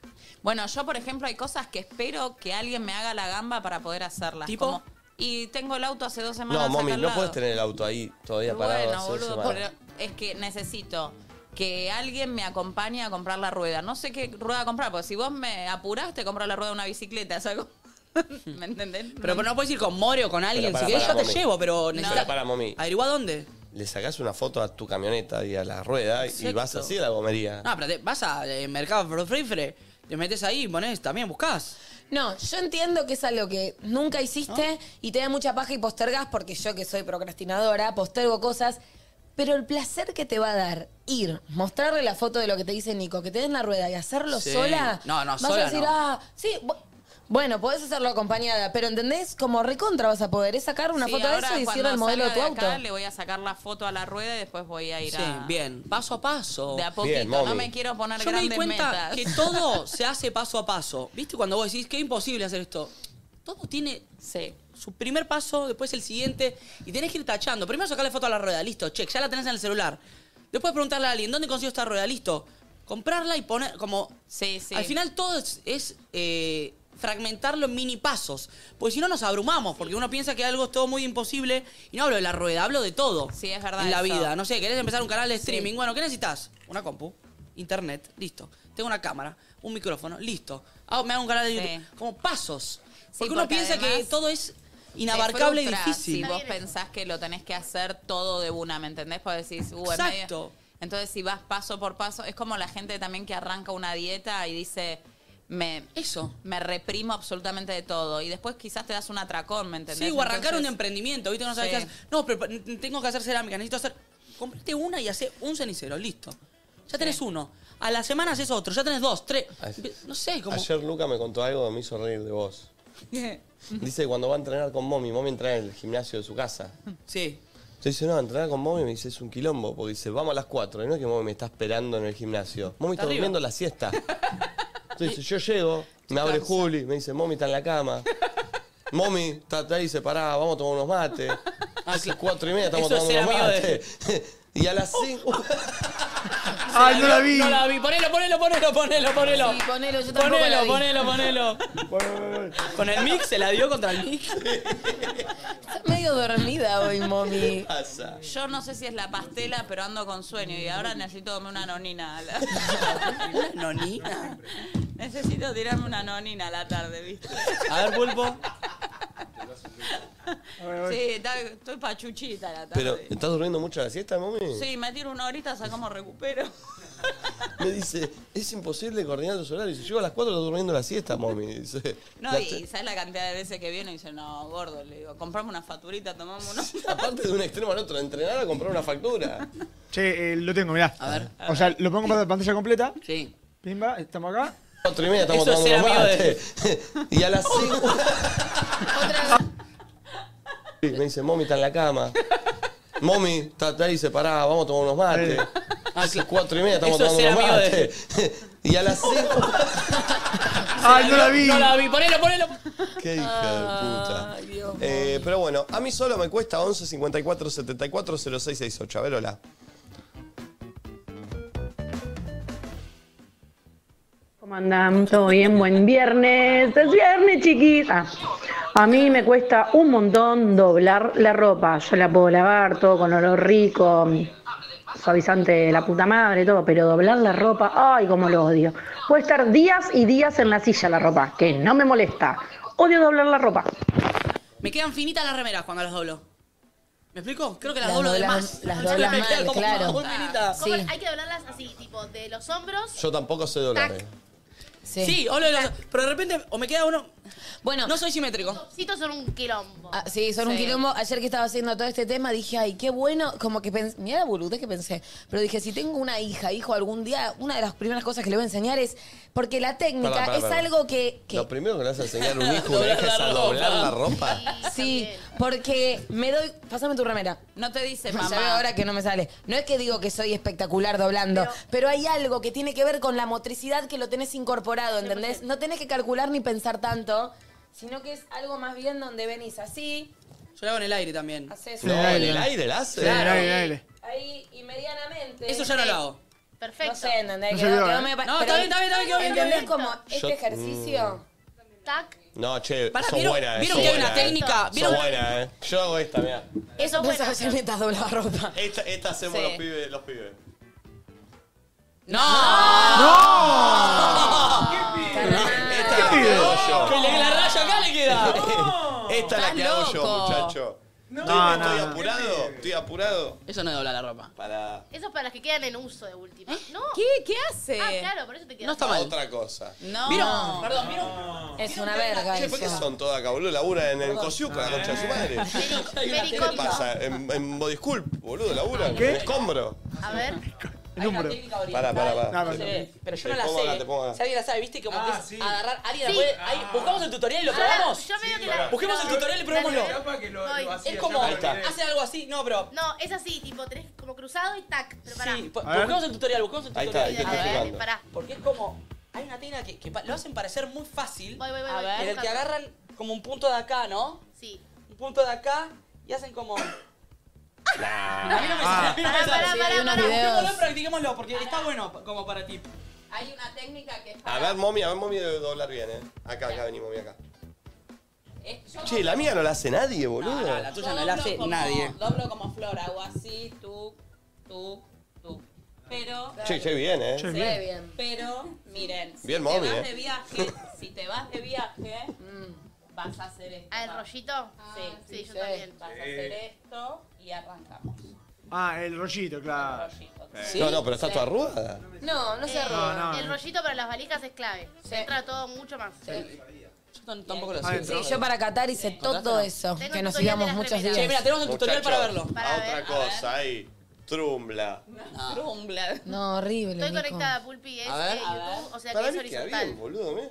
Bueno, yo, por ejemplo, hay cosas que espero que alguien me haga la gamba para poder hacerlas. ¿Tipo? Como- y tengo el auto hace dos semanas. No, acá mami, al no lado. puedes tener el auto ahí todavía parado. Bueno, hace dos boludo, semanas. pero es que necesito que alguien me acompañe a comprar la rueda. No sé qué rueda comprar, porque si vos me apurás, te compro la rueda de una bicicleta, ¿sabes? cómo? ¿Me entendés? Pero, pero no puedes ir con More o con alguien. Pero para, si querés, para, yo te mami. llevo, pero Pero necesitas. para, mami. Averigua dónde. Le sacás una foto a tu camioneta y a la rueda y Exacto. vas así a la gomería. No, pero te- vas al mercado Fro- Frifre, te metes ahí, ponés, también buscás. No, yo entiendo que es algo que nunca hiciste y te da mucha paja y postergas porque yo que soy procrastinadora, postergo cosas. Pero el placer que te va a dar ir, mostrarle la foto de lo que te dice Nico, que te den la rueda y hacerlo Sí. sola, No, no, vas sola a decir, no. ah, sí, bu- bueno, podés hacerlo acompañada, pero ¿entendés? Como recontra vas a poder, es sacar una Sí, foto de ahora eso y decirle cuando al modelo de tu salga auto. acá, Le voy a sacar la foto a la rueda y después voy a ir Sí, a... bien. Paso a paso. De a poquito, no mami. me quiero poner Yo me grandes di cuenta metas. que todo se hace paso a paso. ¿Viste cuando vos decís que es imposible hacer esto? Todo tiene Sí. su primer paso, después el siguiente, y tenés que ir tachando. Primero sacarle foto a la rueda, listo, check, ya la tenés en el celular. Después preguntarle a alguien, ¿dónde consigo esta rueda? Listo. Comprarla y poner, como... Sí, sí. Al final todo es, es, eh, fragmentarlo en mini pasos, porque si no nos abrumamos, porque uno piensa que algo es todo muy imposible, y no hablo de la rueda, hablo de todo. Sí, es verdad En la eso. vida, no sé, querés empezar un canal de streaming, bueno, ¿qué necesitas? Una compu, internet, listo. Tengo una cámara, un micrófono, listo. Ah, me hago un canal de Sí. YouTube. Como pasos. Sí, Porque uno porque piensa que además- todo es Te inabarcable y frustra difícil. Si vos pensás que lo tenés que hacer todo de una, ¿me entendés? Pues decís, uh, en medio- Exacto. Entonces, si vas paso por paso, es como la gente también que arranca una dieta y dice, me, Eso. me reprimo absolutamente de todo. Y después quizás te das un atracón, ¿me entendés? Sí, o arrancar Entonces, un emprendimiento, ¿viste? No sabes Sí. qué hacer. No, pero n- tengo que hacer cerámica, necesito hacer. Comprate una y hace un cenicero, listo. Ya tenés uno. A la semana haces otro, ya tenés dos, tres. Ay- No sé, como. Ayer Luca me contó algo que me hizo reír de vos. Dice que cuando va a entrenar con mommy, mommy entra en el gimnasio de su casa. Sí. Yo dice, no, entrenar con mommy me dice, es un quilombo, porque dice, vamos a las 4. Y no es que mommy me está esperando en el gimnasio. Mommy está arriba. durmiendo la siesta. Entonces yo llego, me abre Juli, me dice, Mommy está en la cama. Mommy está, está ahí separada, vamos a tomar unos mates. Hace cuatro y media estamos Ah, Eso es tomando unos ser amigo mates. y a las cinco. Ay, no la vi. No la vi. Ponelo, ponelo, ponelo, ponelo, ponelo. Sí, ponelo, yo tampoco la Ponelo, vi. ponelo, ponelo. Con el mix se la dio contra el mix. Estás medio dormida hoy, mami. pasa? Yo no sé si es la pastela, pero ando con sueño y ahora necesito darme una nonina. a la- No, ni. necesito tirarme una nonina a la tarde, ¿viste? A ver, pulpo. Sí, está- estoy pachuchita a la Pero, tarde. ¿estás durmiendo mucho la siesta, Mommy? Sí, me tiro una horita, sacamos recupero. Me dice, es imposible coordinar los horarios. Si llego a las cuatro, estoy durmiendo la siesta, Mommy. Dice, No, La- y ¿sabes la cantidad de veces que viene? Y dice, no, gordo, le digo, comprame una faturita, tomamos uno. Aparte de un extremo al otro, entrenar a comprar una factura. Che, eh, lo tengo, mirá. A ver. O sea, lo pongo para la pantalla completa. Sí. Pimba, estamos acá. Cuatro y media estamos Eso es tomando ser unos amigo de- mates. y a las Oh. cinco. Y me dice, Mommy está en la cama. Mommy está, está ahí separada, vamos a tomar unos mates. Hace cuatro y media estamos Eso es tomando unos ser amigo mates. y a las cinco. Ay, Ah, no la vi. No la vi. Ponelo, ponelo. Qué hija de puta. Eh, pero bueno, a mí solo me cuesta 11 54 74 06 68. A ver, hola. ¿Cómo andan? ¿Todo bien? Buen viernes. Es viernes, chiquis. Ah, a mí me cuesta un montón doblar la ropa. Yo la puedo lavar, todo con olor rico, mm, suavizante de la puta madre, todo, pero doblar la ropa, ay, cómo lo odio. Puede estar días y días en la silla la ropa, que no me molesta. Odio doblar la ropa. Me quedan finitas las remeras cuando las doblo. ¿Me explico? Creo que las, Las doblo de doblas- más. las Yo doblas me quedan mal, como claro. muy finitas. ¿Cómo- Sí. Hay que hablarlas así, tipo, de los hombros. Yo tampoco sé eh. dólares. Sí. Sí, o lo de los- pero de repente o me queda uno. Bueno, No soy simétrico. Topsitos son un quilombo. Ah, sí, son un Sí. quilombo. Ayer que estaba haciendo todo este tema dije, ay, qué bueno. Como que pensé, mira la boludez que pensé. Pero dije, si tengo una hija, hijo, algún día, una de las primeras cosas que le voy a enseñar es. Porque la técnica Pará, pará, es pará. algo que. que- Lo primero que le vas a enseñar a un hijo o una Doblar hija es a la doblar ropa. la ropa. sí, también. porque me doy. Pásame tu remera. No te dice, Ya mamá. veo ahora que no me sale. No es que digo que soy espectacular doblando, pero, Pero- hay algo que tiene que ver con la motricidad que lo tenés incorporado, ¿entendés? No tenés que calcular ni pensar tanto, sino que es algo más bien donde venís así, Yo lo hago en el aire también. haces No, en el aire la hace. Dale, dale, dale. ahí y medianamente. Eso ya no lo hago. Perfecto. No sé, ¿entendés? No Quedó- se vio, quedó ¿eh? medio pa- No, pero- está bien, está bien, está bien, quedó bien, quedó ¿Entendés bien. como este Yo- ejercicio? Tac. No, che, Pará, sos ¿vieron- buena, eh, vieron sos que hay una buena, eh. técnica? Sos ¿Vieron- buena, eh. Yo hago esta, mirá. Eso buena. Esas galletas doblaba ropa. Esta, esta hacemos Sí. los pibes, los pibes. ¡No! Esta la que hago Que yo. le- la raya acá le queda. Esta la que hago yo, loco. muchacho. estoy, No, estoy no, no. apurado, estoy apurado Eso no es doblar la ropa. para Eso es para las que quedan en uso de última. No. ¿Qué? ¿Qué hace? Ah, claro, por eso te quedas. No está mal. otra cosa. No. ¿Vieron? Perdón, ¿vieron? Es una verga Che, ¿por qué eso. son todas acá, boludo? Laburan en el Cosiuca, Ah. la concha de su madre. Meri- Meri ¿Qué Combo. pasa? En, en Body Sculpt, boludo, laburan. En escombro. A ver. Hay una número. técnica oriental. Pará, pará, pará. No, pero- Sí, Pero yo no Te la pongo sé. acá, te pongo acá. Si alguien la sabe, viste como Ah, que es agarrar. ¿Alguien la Sí. puede? ahí, ¿Buscamos el tutorial y lo Pará, probamos? yo medio que la. Busquemos el tutorial y Dale, probémoslo. dale. Voy. Es como, Ahí está. hace algo así, no, pero. No, es así, tipo, tenés como cruzado y tac. Pero pará. Sí, Sí. po- A ver. busquemos el tutorial, busquemos el Ahí tutorial. está, ahí te A estoy ver, fijando. pará. Porque es como. Hay una técnica que, que pa- lo hacen parecer muy fácil. Voy, voy, voy. A voy. ver. En el que agarran como un punto de acá, ¿no? Sí. Un punto de acá y hacen como. A mí no me sale, a mí no me Ah. Pará, pará, sale. pará, unos pará. videos. Practiquémoslo, practiquémoslo, porque está bueno pa- como para ti. Hay una técnica que es A para... ver, mommy, a ver, mommy, debe doblar bien, eh. Acá, acá, vení, mommy, acá. es- yo Che, la mía no la hace nadie, boludo. No, no, la tuya no la doblo hace como- nadie. Doblo como flor, hago así, tú, tú, tú. Pero... Che, che, bien, eh. Che, Re bien. bien. Pero, miren, si Bien, te mami, vas eh. de viaje, si te vas de viaje, vas a hacer esto. Ah, el rollito. Ah, Sí, Sí, yo sí. también. Vas a hacer esto y arrancamos. Ah, el rollito, claro. Rollito. ¿Sí? No, no, pero está toda arrugada. No, no se Eh, arruga. No, no. El rollito para las valijas es clave. Sí. Se entra todo mucho más. Yo tam- tampoco lo sé. Adentro. Sí, yo para Qatar hice todo eso, Tengo que nos tutorial de íbamos las muchos remeras. Che, días. mira, tenemos el tutorial para Muchachos, verlo. Para a ver, otra a cosa, ahí. Trumbla. Trumbla. No, horrible. Estoy Nico. conectada a Pulpi, es A ver. eh, YouTube, o sea que Para es mí queda bien, horizontal. boludo, ¿eh? ¿me?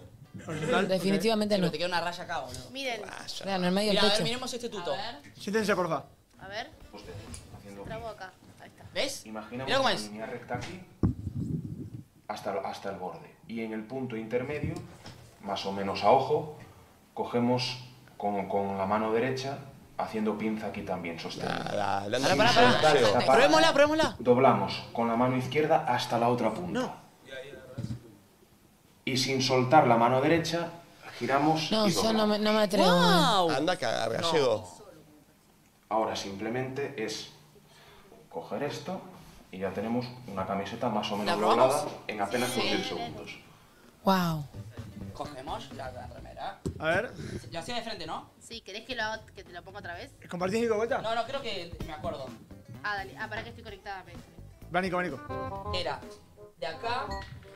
Definitivamente no. Pero te queda una raya acá, boludo. Miren, Claro, en el medio Mira, del a ver, pecho. miremos este tuto. Siéntense, porfa. a ver. Se trabó acá. Ahí está. ¿Ves? Mira cómo es. recta aquí hasta, hasta el borde. y en el punto intermedio, más o menos a ojo, cogemos con, con la mano derecha haciendo pinza aquí también, sosteniendo. Pará, pará, pará. Tapar- Probémosla, probémosla. Doblamos con la mano izquierda hasta la otra punta. Y sin soltar la mano derecha, giramos No, y yo doblamos. no me, no me atrevo. Anda a cagar, Ahora simplemente es coger esto y ya tenemos una camiseta más o menos ¿La probamos? doblada en apenas Sí. 10 segundos. eh. Wow. Cogemos la, la remera. A ver, Lo hacía de frente, ¿no? Sí, ¿querés que, lo haga- que te lo ponga otra vez? ¿compartís Nico de vuelta? No, no, creo que me acuerdo. Ah, dale. Ah, para que estoy conectada. me- Va Nico, va Nico. Era de acá,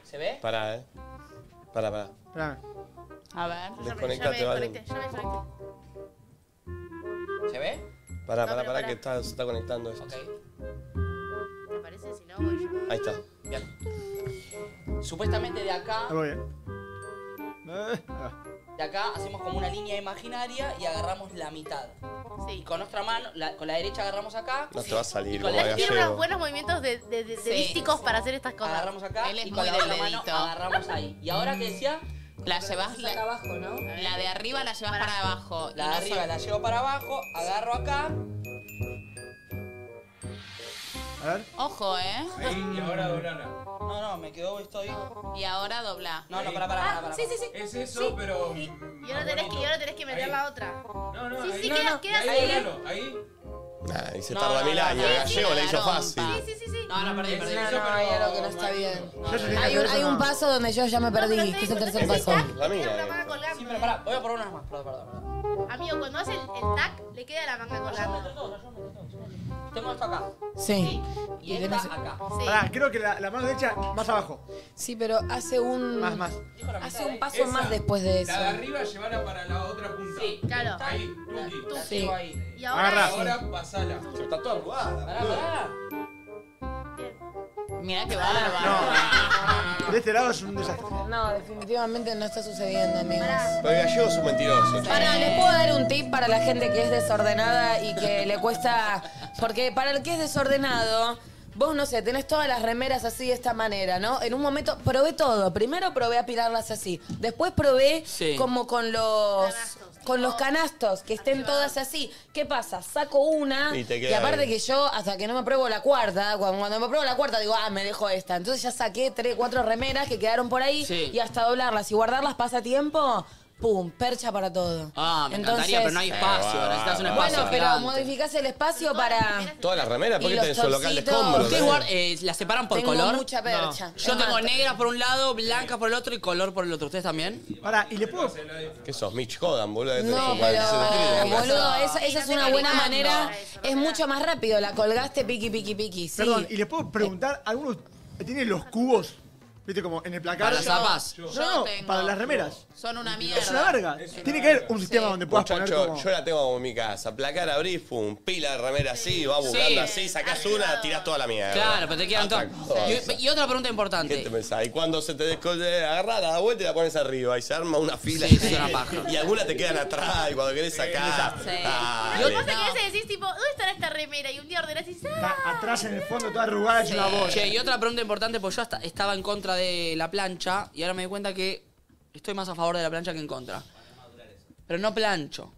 ¿se ve? Pará, eh. Pará, pará. Espérame. A ver. Yo ya me- ya me Desconectate, vale. desconecté, ya me desconecté. ¿Se ve? Pará, pará, pará, No, pero pará. que está, se está conectando esto. Ok. ¿Te parece? Si no, voy yo. Ahí está. Supuestamente de acá, Ahí voy, eh. Eh, ah. de acá hacemos como una línea imaginaria y agarramos la mitad. Y Sí. con nuestra mano, la- con la derecha agarramos acá, No te va a salir, con como la Él tiene gallego. unos buenos movimientos de, de, de- de Sí. dísticos para hacer estas cosas. agarramos acá Él es y muy con la del otra mano dedito. agarramos ahí. Y ahora que decía, La llevas la, abajo, ¿no? la de arriba la llevas para, abajo. y la no de arriba sol- la llevo para abajo, agarro acá. A ver. Ojo, ¿eh? Y ahora doblala. No, no, me quedó, estoy. No, Y ahora dobla. no, para, para, Ah, para. Sí, sí, sí. Es eso, pero. Y y ahora tenés que, Ah, y ahora tenés que meter Ahí. la otra. No, no, Sí, sí, queda, queda así. ahí. Nah, y se No, tarda no, mil no, años. no, el sí, gallego le sí, la hizo rompa. fácil. Sí, sí, sí, sí. No, no, perdí, perdí. No, no, hay algo que no está bien. Ya se tenía que Hay un, haber hay un sonado. paso donde yo ya me No, pero perdí, te- que es el tercer ese paso. tac, La tiene mía, una manga eh. colgando. Sí, pero pará, voy a probar unas más, perdón, perdón, perdón. Amigo, cuando hace el, el tac, le queda la manga colgando. Tengo esto acá. Sí. Y Y esta tenés- acá. Sí. Pará, creo que la, la mano derecha más abajo. Sí, pero hace un. Más, más. Dijo la Hace mitad, un ¿eh? paso más después de eso. arriba, llevarla para la otra punta. Sí, Claro. está Ahí, Tuki. La Sí. llevo ahí. Y ahora Agarra. es- pasala. Está toda jugada. Pará, pará. Mirá que bárbaro. De este lado es un desastre. No, definitivamente no está sucediendo, amigos. Pero el gallego es un mentiroso. Para, les puedo dar un tip para la gente que es desordenada y que le cuesta. Porque para el que es desordenado, vos no sé, tenés todas las remeras así de esta manera, ¿no? En un momento probé todo. Primero probé apilarlas así. Después probé Sí. como con los. Canastos. Con los canastos, que estén todas así. ¿Qué pasa? Saco una Y te queda aparte ahí. que yo, hasta que no me pruebo la cuarta, cuando, cuando me pruebo la cuarta digo, ah, me dejo esta. Entonces ya saqué tres, cuatro remeras que quedaron por ahí Sí. y hasta doblarlas y guardarlas pasa tiempo, pum, percha para todo. Ah, me Entonces, encantaría, pero no hay espacio. Eh, Necesitas un va, espacio. Bueno, pero gigante. modificás el espacio todas las para. primeras- Todas las remeras, ¿por Y qué los tenés un local de chorcitos. escombros? ¿Ustedes eh? guard- eh, las separan por tengo color? mucha percha. Yo Es tengo más, negras por un lado, blancas por el otro y color por el otro. ¿Ustedes también? Pará, y le puedo. ¿Qué sos? Mitch Hogan, boludo. que tenés No, un pero 47 kilos. boludo, esa, esa Y no es te una buena colgás, manera. no, eso, Es no te mucho más rápido. La colgaste piqui, piqui, piqui. Sí. Eh. Perdón, y le puedo preguntar, ¿algunos tienen los cubos? ¿Viste como en el placar? Para las zapas. No, Yo no, tengo. para las remeras. Son una mierda. Es una verga. Tiene que haber un sistema donde puedas poner Muchacho, como... yo la tengo como en mi casa. Placar, abrís, pum, pila de remera así, vas buscando así, sacás una, tirás toda la mierda. Claro, pero te quedan Otra todas. cosa. Y, y otra pregunta ¿Qué te importante. pensás? Y cuando se te descolle, agarrás, la da vuelta y la pones arriba y se arma una fila. Sí, es una paja. Y algunas te quedan atrás y cuando querés sacar. ah, Sí. Lo que dale. pasa es que a veces decís, tipo, ¿dónde estará esta remera? Y un día ordenás y dices, ¡ah! Está atrás en el fondo, toda arrugada, es una voz. Che, y otra pregunta importante, porque yo hasta- estaba en contra de la plancha y ahora me di cuenta que estoy más a favor de la plancha que en contra. Pero no plancho.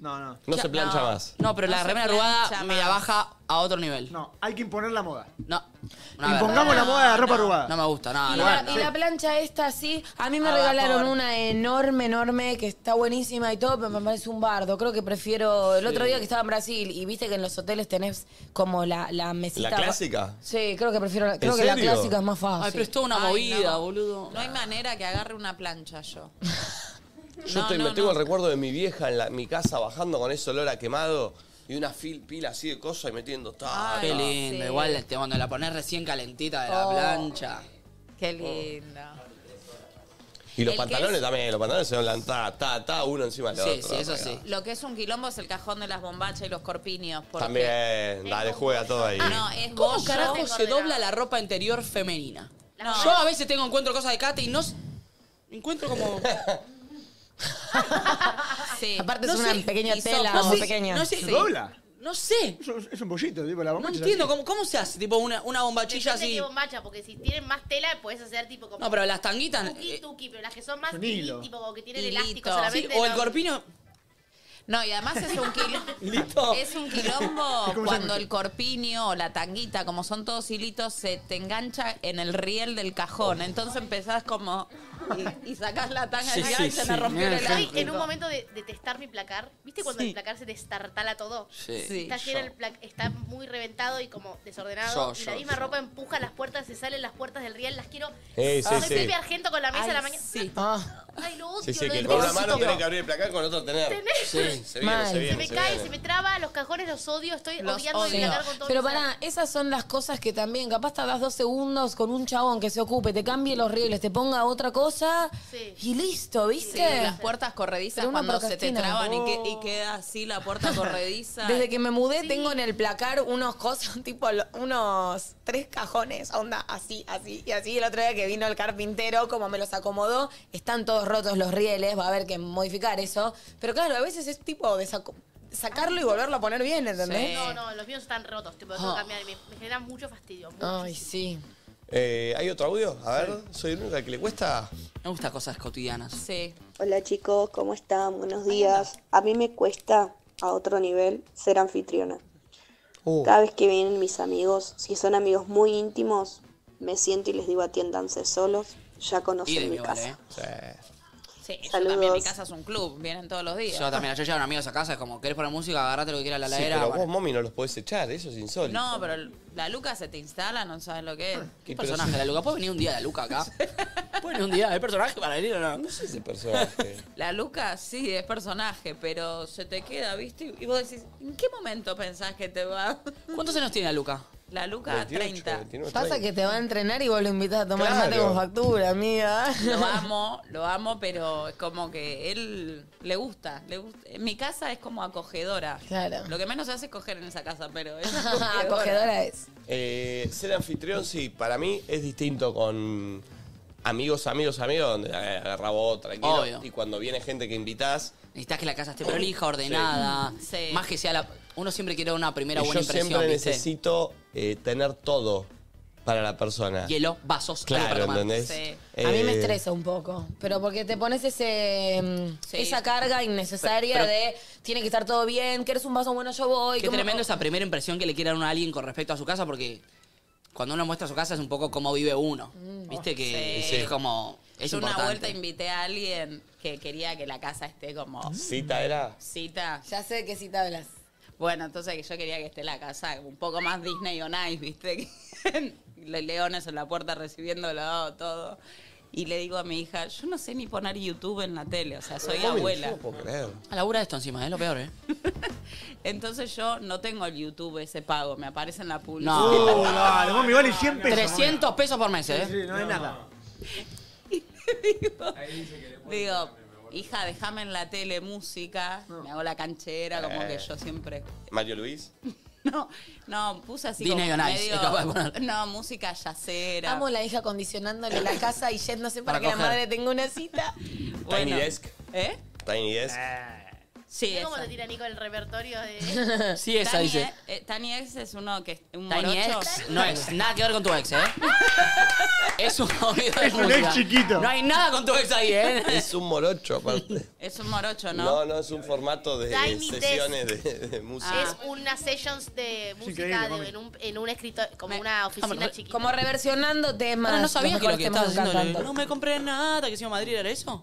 No, no. No se plancha No. más. No, pero No la se remera plancha arrugada me la más. baja a otro nivel. No, No, hay que imponer la moda. una verga. Impongamos la moda de la ropa arrugada. No me gusta, no, Y no. la, Ah, no. y la plancha esta, así, a mí me Abajo, regalaron ahora. una enorme, enorme, que está buenísima y todo, pero me parece un bardo. Creo que prefiero, el otro día que estaba en Brasil y viste que en los hoteles tenés como la, la mesita. ¿La clásica? Sí, creo que prefiero, la- creo que la serio? clásica es más fácil. Ay, pero es toda una Ah, Ay, movida, no. boludo. No hay manera que agarre una plancha yo. Yo No, te- no, me tengo no. el recuerdo de mi vieja en la- mi casa bajando con ese olor a quemado y una fil- pila así de cosas y metiendo. ta, Ay, Ah, Qué ta. lindo, sí. igual te- cuando la pones recién calentita de la Oh. plancha. Qué lindo. Y los El que pantalones es- también, los pantalones se doblan ta, ta, ta, uno encima del Sí, otro. sí, eso la sí. verdad. Lo que es un quilombo es el cajón de las bombachas y los corpinios. Porque... Ah, También, dale, juega todo ahí. No, es ¿Cómo bollo. carajo tengo se ordenado. dobla la ropa interior femenina? No. Yo a veces tengo encuentro cosas de Kate y no s- encuentro como Sí. Aparte no es una sé, pequeña y tela, sos- no muy sé, pequeña. no sé. ¿Se dobla? No sé. Es, un- es un bollito, tipo la No bombacha. entiendo cómo, cómo se hace, tipo una, una bombachilla Depende de así. qué bombacha, porque si tienen más tela, puedes hacer tipo como. No, pero las tanguitas, Tuki, eh, tuki, pero las que son más son hilo. tili- tipo como que tienen Hilito. elástico solamente. Sí, o el no. corpino. No, y además es un Lito. quilombo. es un Es quilombo como cuando sándwich. el corpiño o la tanguita, como son todos hilitos, se te engancha en el riel del cajón. Entonces empezás como. Y, y sacás la tanga Sí, y, sí, ay, se sí. me rompió el Estoy elástico. en un momento de, de testar mi placar. ¿Viste cuando el placar se destartala todo? Sí. Sí. Está lleno el plac- está muy reventado y como desordenado. Yo, y la yo, misma yo. ropa empuja las puertas, se salen las puertas del riel, las quiero. Ah, Eh, sí, Soy sí. Pepe Argento con la mesa Ay, a la mañana. Sí. Ay, lo odio. Sí, sí, lo que con detesto. una mano tenés que abrir el placar, con la otra tener. Tenés. Sí, se viene, Mal. se viene. Se me se cae, viene. se me traba, los cajones los odio, estoy odiando el odio. placar con todo Pero mi ser. pará, esas son las cosas que también, capaz tardás dos segundos con un chabón que se ocupe, te cambie los rieles, te ponga otra cosa y listo, ¿viste? Sí, las puertas corredizas Pero uno cuando se te procrastina. traban y, que- y Oh. queda así la puerta corrediza. Desde que me mudé tengo en el placar unos cosas, tipo lo- unos tres cajones, onda, así, así, y así. El otro día que vino el carpintero, como me los acomodó, están todos rotos los rieles, va a haber que modificar eso. Pero claro, a veces es tipo de saco- sacarlo y volverlo a poner bien, ¿entendés? No, no, los míos están rotos, tipo, tengo Ah. que cambiar. y Me, me genera mucho fastidio. Ay, sí. Eh, ¿Hay otro audio? A ver, soy el único al que le cuesta. Me gustan cosas cotidianas. Sí. Hola chicos, ¿cómo están? Buenos días. A mí me cuesta a otro nivel ser anfitriona. Uh. Cada vez que vienen mis amigos, si son amigos muy íntimos, me siento y les digo atiéndanse solos, ya conocen mi eh. casa. Sí, yo Saludos. también mi casa es un club, vienen todos los días. Yo también, yo llevo a un amigo a esa casa, es como, ¿querés poner música? Agarrate lo que quieras a la sí, ladera. pero bueno. vos, mami, no los podés echar, eso es insólito. No, pero la Luca se te instala, no sabes lo que es. ¿Qué personaje la Luca? ¿Puede venir un día la Luca acá? ¿Puede venir un día el personaje para venir o no? No sé ese personaje. La Luca sí es personaje, pero se te queda, ¿viste? Y vos decís, ¿en qué momento pensás que te va? ¿Cuántos años tiene la Luca? La Luca, 30. Pasa que te va a entrenar y vos lo invitas a tomar mate Claro. con factura, amiga. Lo amo, lo amo, pero es como que él le gusta, le gusta. Mi casa es como acogedora. Claro. Lo que menos se hace es coger en esa casa, pero es acogedora. Acogedora es. Eh, ser anfitrión, sí, para mí es distinto con amigos, amigos, amigos, donde eh, agarra vos, tranquilo. Obvio. Y cuando viene gente que invitás. Necesitas que la casa esté prolija, ordenada. Más que sea la. Uno siempre quiere una primera y buena yo impresión, siempre ¿viste? necesito eh, tener todo para la persona. Hielo, vasos, algo para Claro, tomar. ¿entendés? A mí me Eh, estresa un poco, pero porque te pones ese, mm, esa carga innecesaria Pero- pero- de tiene que estar todo bien, que eres un vaso bueno, yo voy. Qué que- tremendo esa primera impresión que le quiere dar uno a alguien con respecto a su casa, porque cuando uno muestra su casa es un poco cómo vive uno. ¿Viste? Que Mm, Sí. es como. Es Yo una importante. vuelta invité a alguien que quería que la casa esté como. Mm. Cita era. Cita. Ya sé que cita hablas. Bueno, entonces que yo quería que esté la casa un poco más Disney on Ice, ¿viste? Los leones en la puerta recibiéndolo, todo. Y le digo a mi hija, yo no sé ni poner YouTube en la tele, o sea, soy Pero, mami, abuela. yo no puedo creer. Ah, Labura esto encima, es lo peor, ¿eh? Entonces yo no tengo el YouTube ese pago, me aparece en la publicidad. No. No, Uh, dale, mami, vale 100 pesos. 300 pesos por mes, ¿eh? Sí, sí, no es nada. Digo, hija, déjame en la tele música, me hago la canchera, como Eh. que yo siempre... Mario Luis. No, no, puse así Disney como on Ice, es capaz de poner. No, música yacera. Amo la hija condicionándole la casa y yéndose para, Para que coger. la madre tenga una cita. Tiny Bueno. Desk. ¿Eh? Tiny Desk. Sí, ¿Cómo esa. te tira Nico el repertorio de.? Sí, esa Tani dice. E- eh, Tani X es uno que es un Tiny morocho. ex no es nada que ver con tu ex, ¿eh? Es un oído de Es un ex música. chiquito. No hay nada con tu ex ahí, ¿eh? Es un morocho, aparte. Es un morocho, ¿no? No, no, es un formato de Tiny sesiones de, de música. Es una sessions de música increíble, de- mami. en, un, en un escritorio, como una oficina chiquita. Como reversionando temas. Ahora no sabía los que lo mejores que temas estabas de un haciendo. cantante. No me compré nada, que si iba a Madrid era eso.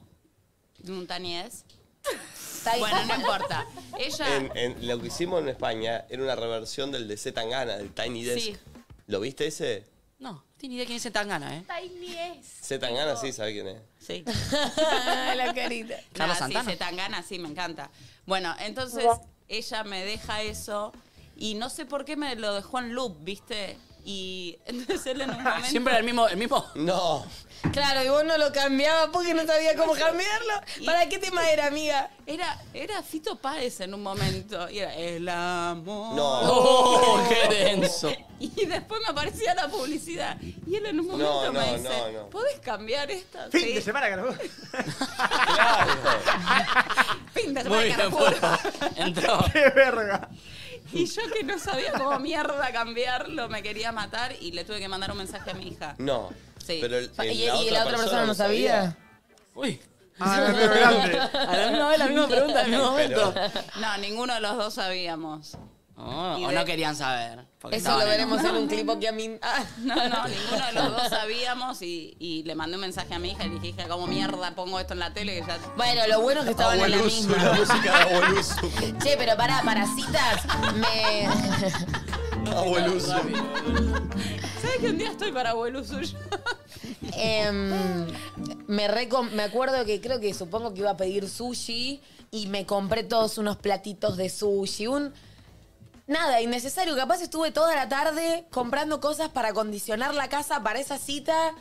E. ¿Un Tani X? Bueno, no importa. Ella... En- en- lo que hicimos en España era una reversión del de Z Tangana, del Tiny Desk. Sí. ¿Lo viste ese? No, no tiene idea quién es tan gana, ¿eh? Tiny es. Z Tangana sí sabe quién es. Sí. la carita. Carlos Nah, sí, Santana. se tan gana, sí, me encanta. Bueno, entonces ella me deja eso y no sé por qué me lo dejó en loop, ¿viste? Y entonces él en un momento... Ah, Siempre era el mismo, el mismo. No. Claro, y vos no lo cambiabas porque no sabías cómo cambiarlo. ¿Para qué tema era, amiga? Era, era Fito Páez en un momento. Y era el amor. No. Oh, qué denso. Y después me aparecía la publicidad. Y él en un No, momento no, me dice, no, no. ¿podés cambiar esto? Fin de semana, carajo. Fin de semana, Muy bien, carajo. puto. Entró. Qué verga. Y yo que no sabía cómo mierda cambiarlo, me quería matar y le tuve que mandar un mensaje a mi hija. No. Sí. Pero el- ¿Y- el- y la otra persona no sabía? Uy. Ah, no, no, grande. A la misma vez, la misma pregunta, al mismo Pero- momento. No, ninguno de los dos sabíamos. No, Y o de- Oh, no querían saber. porque Eso estaban lo veremos enojados. en un clip que a mí. Ah. No, no, ninguno de los dos sabíamos y, y le mandé un mensaje a mi hija y le dije, hija, ¿cómo mierda pongo esto en la tele? Que ya... Bueno, lo bueno es que estaban en la Abuelusu, misma. la música de Abuelusu. Che, pero pará, para citas, me. Abuelusu. ¿Sabes que un día estoy para abuelo suyo? Em, me, recom- me acuerdo que creo que supongo que iba a pedir sushi y me compré todos unos platitos de sushi. Un. Nada, innecesario. Capaz estuve toda la tarde comprando cosas para acondicionar la casa para esa cita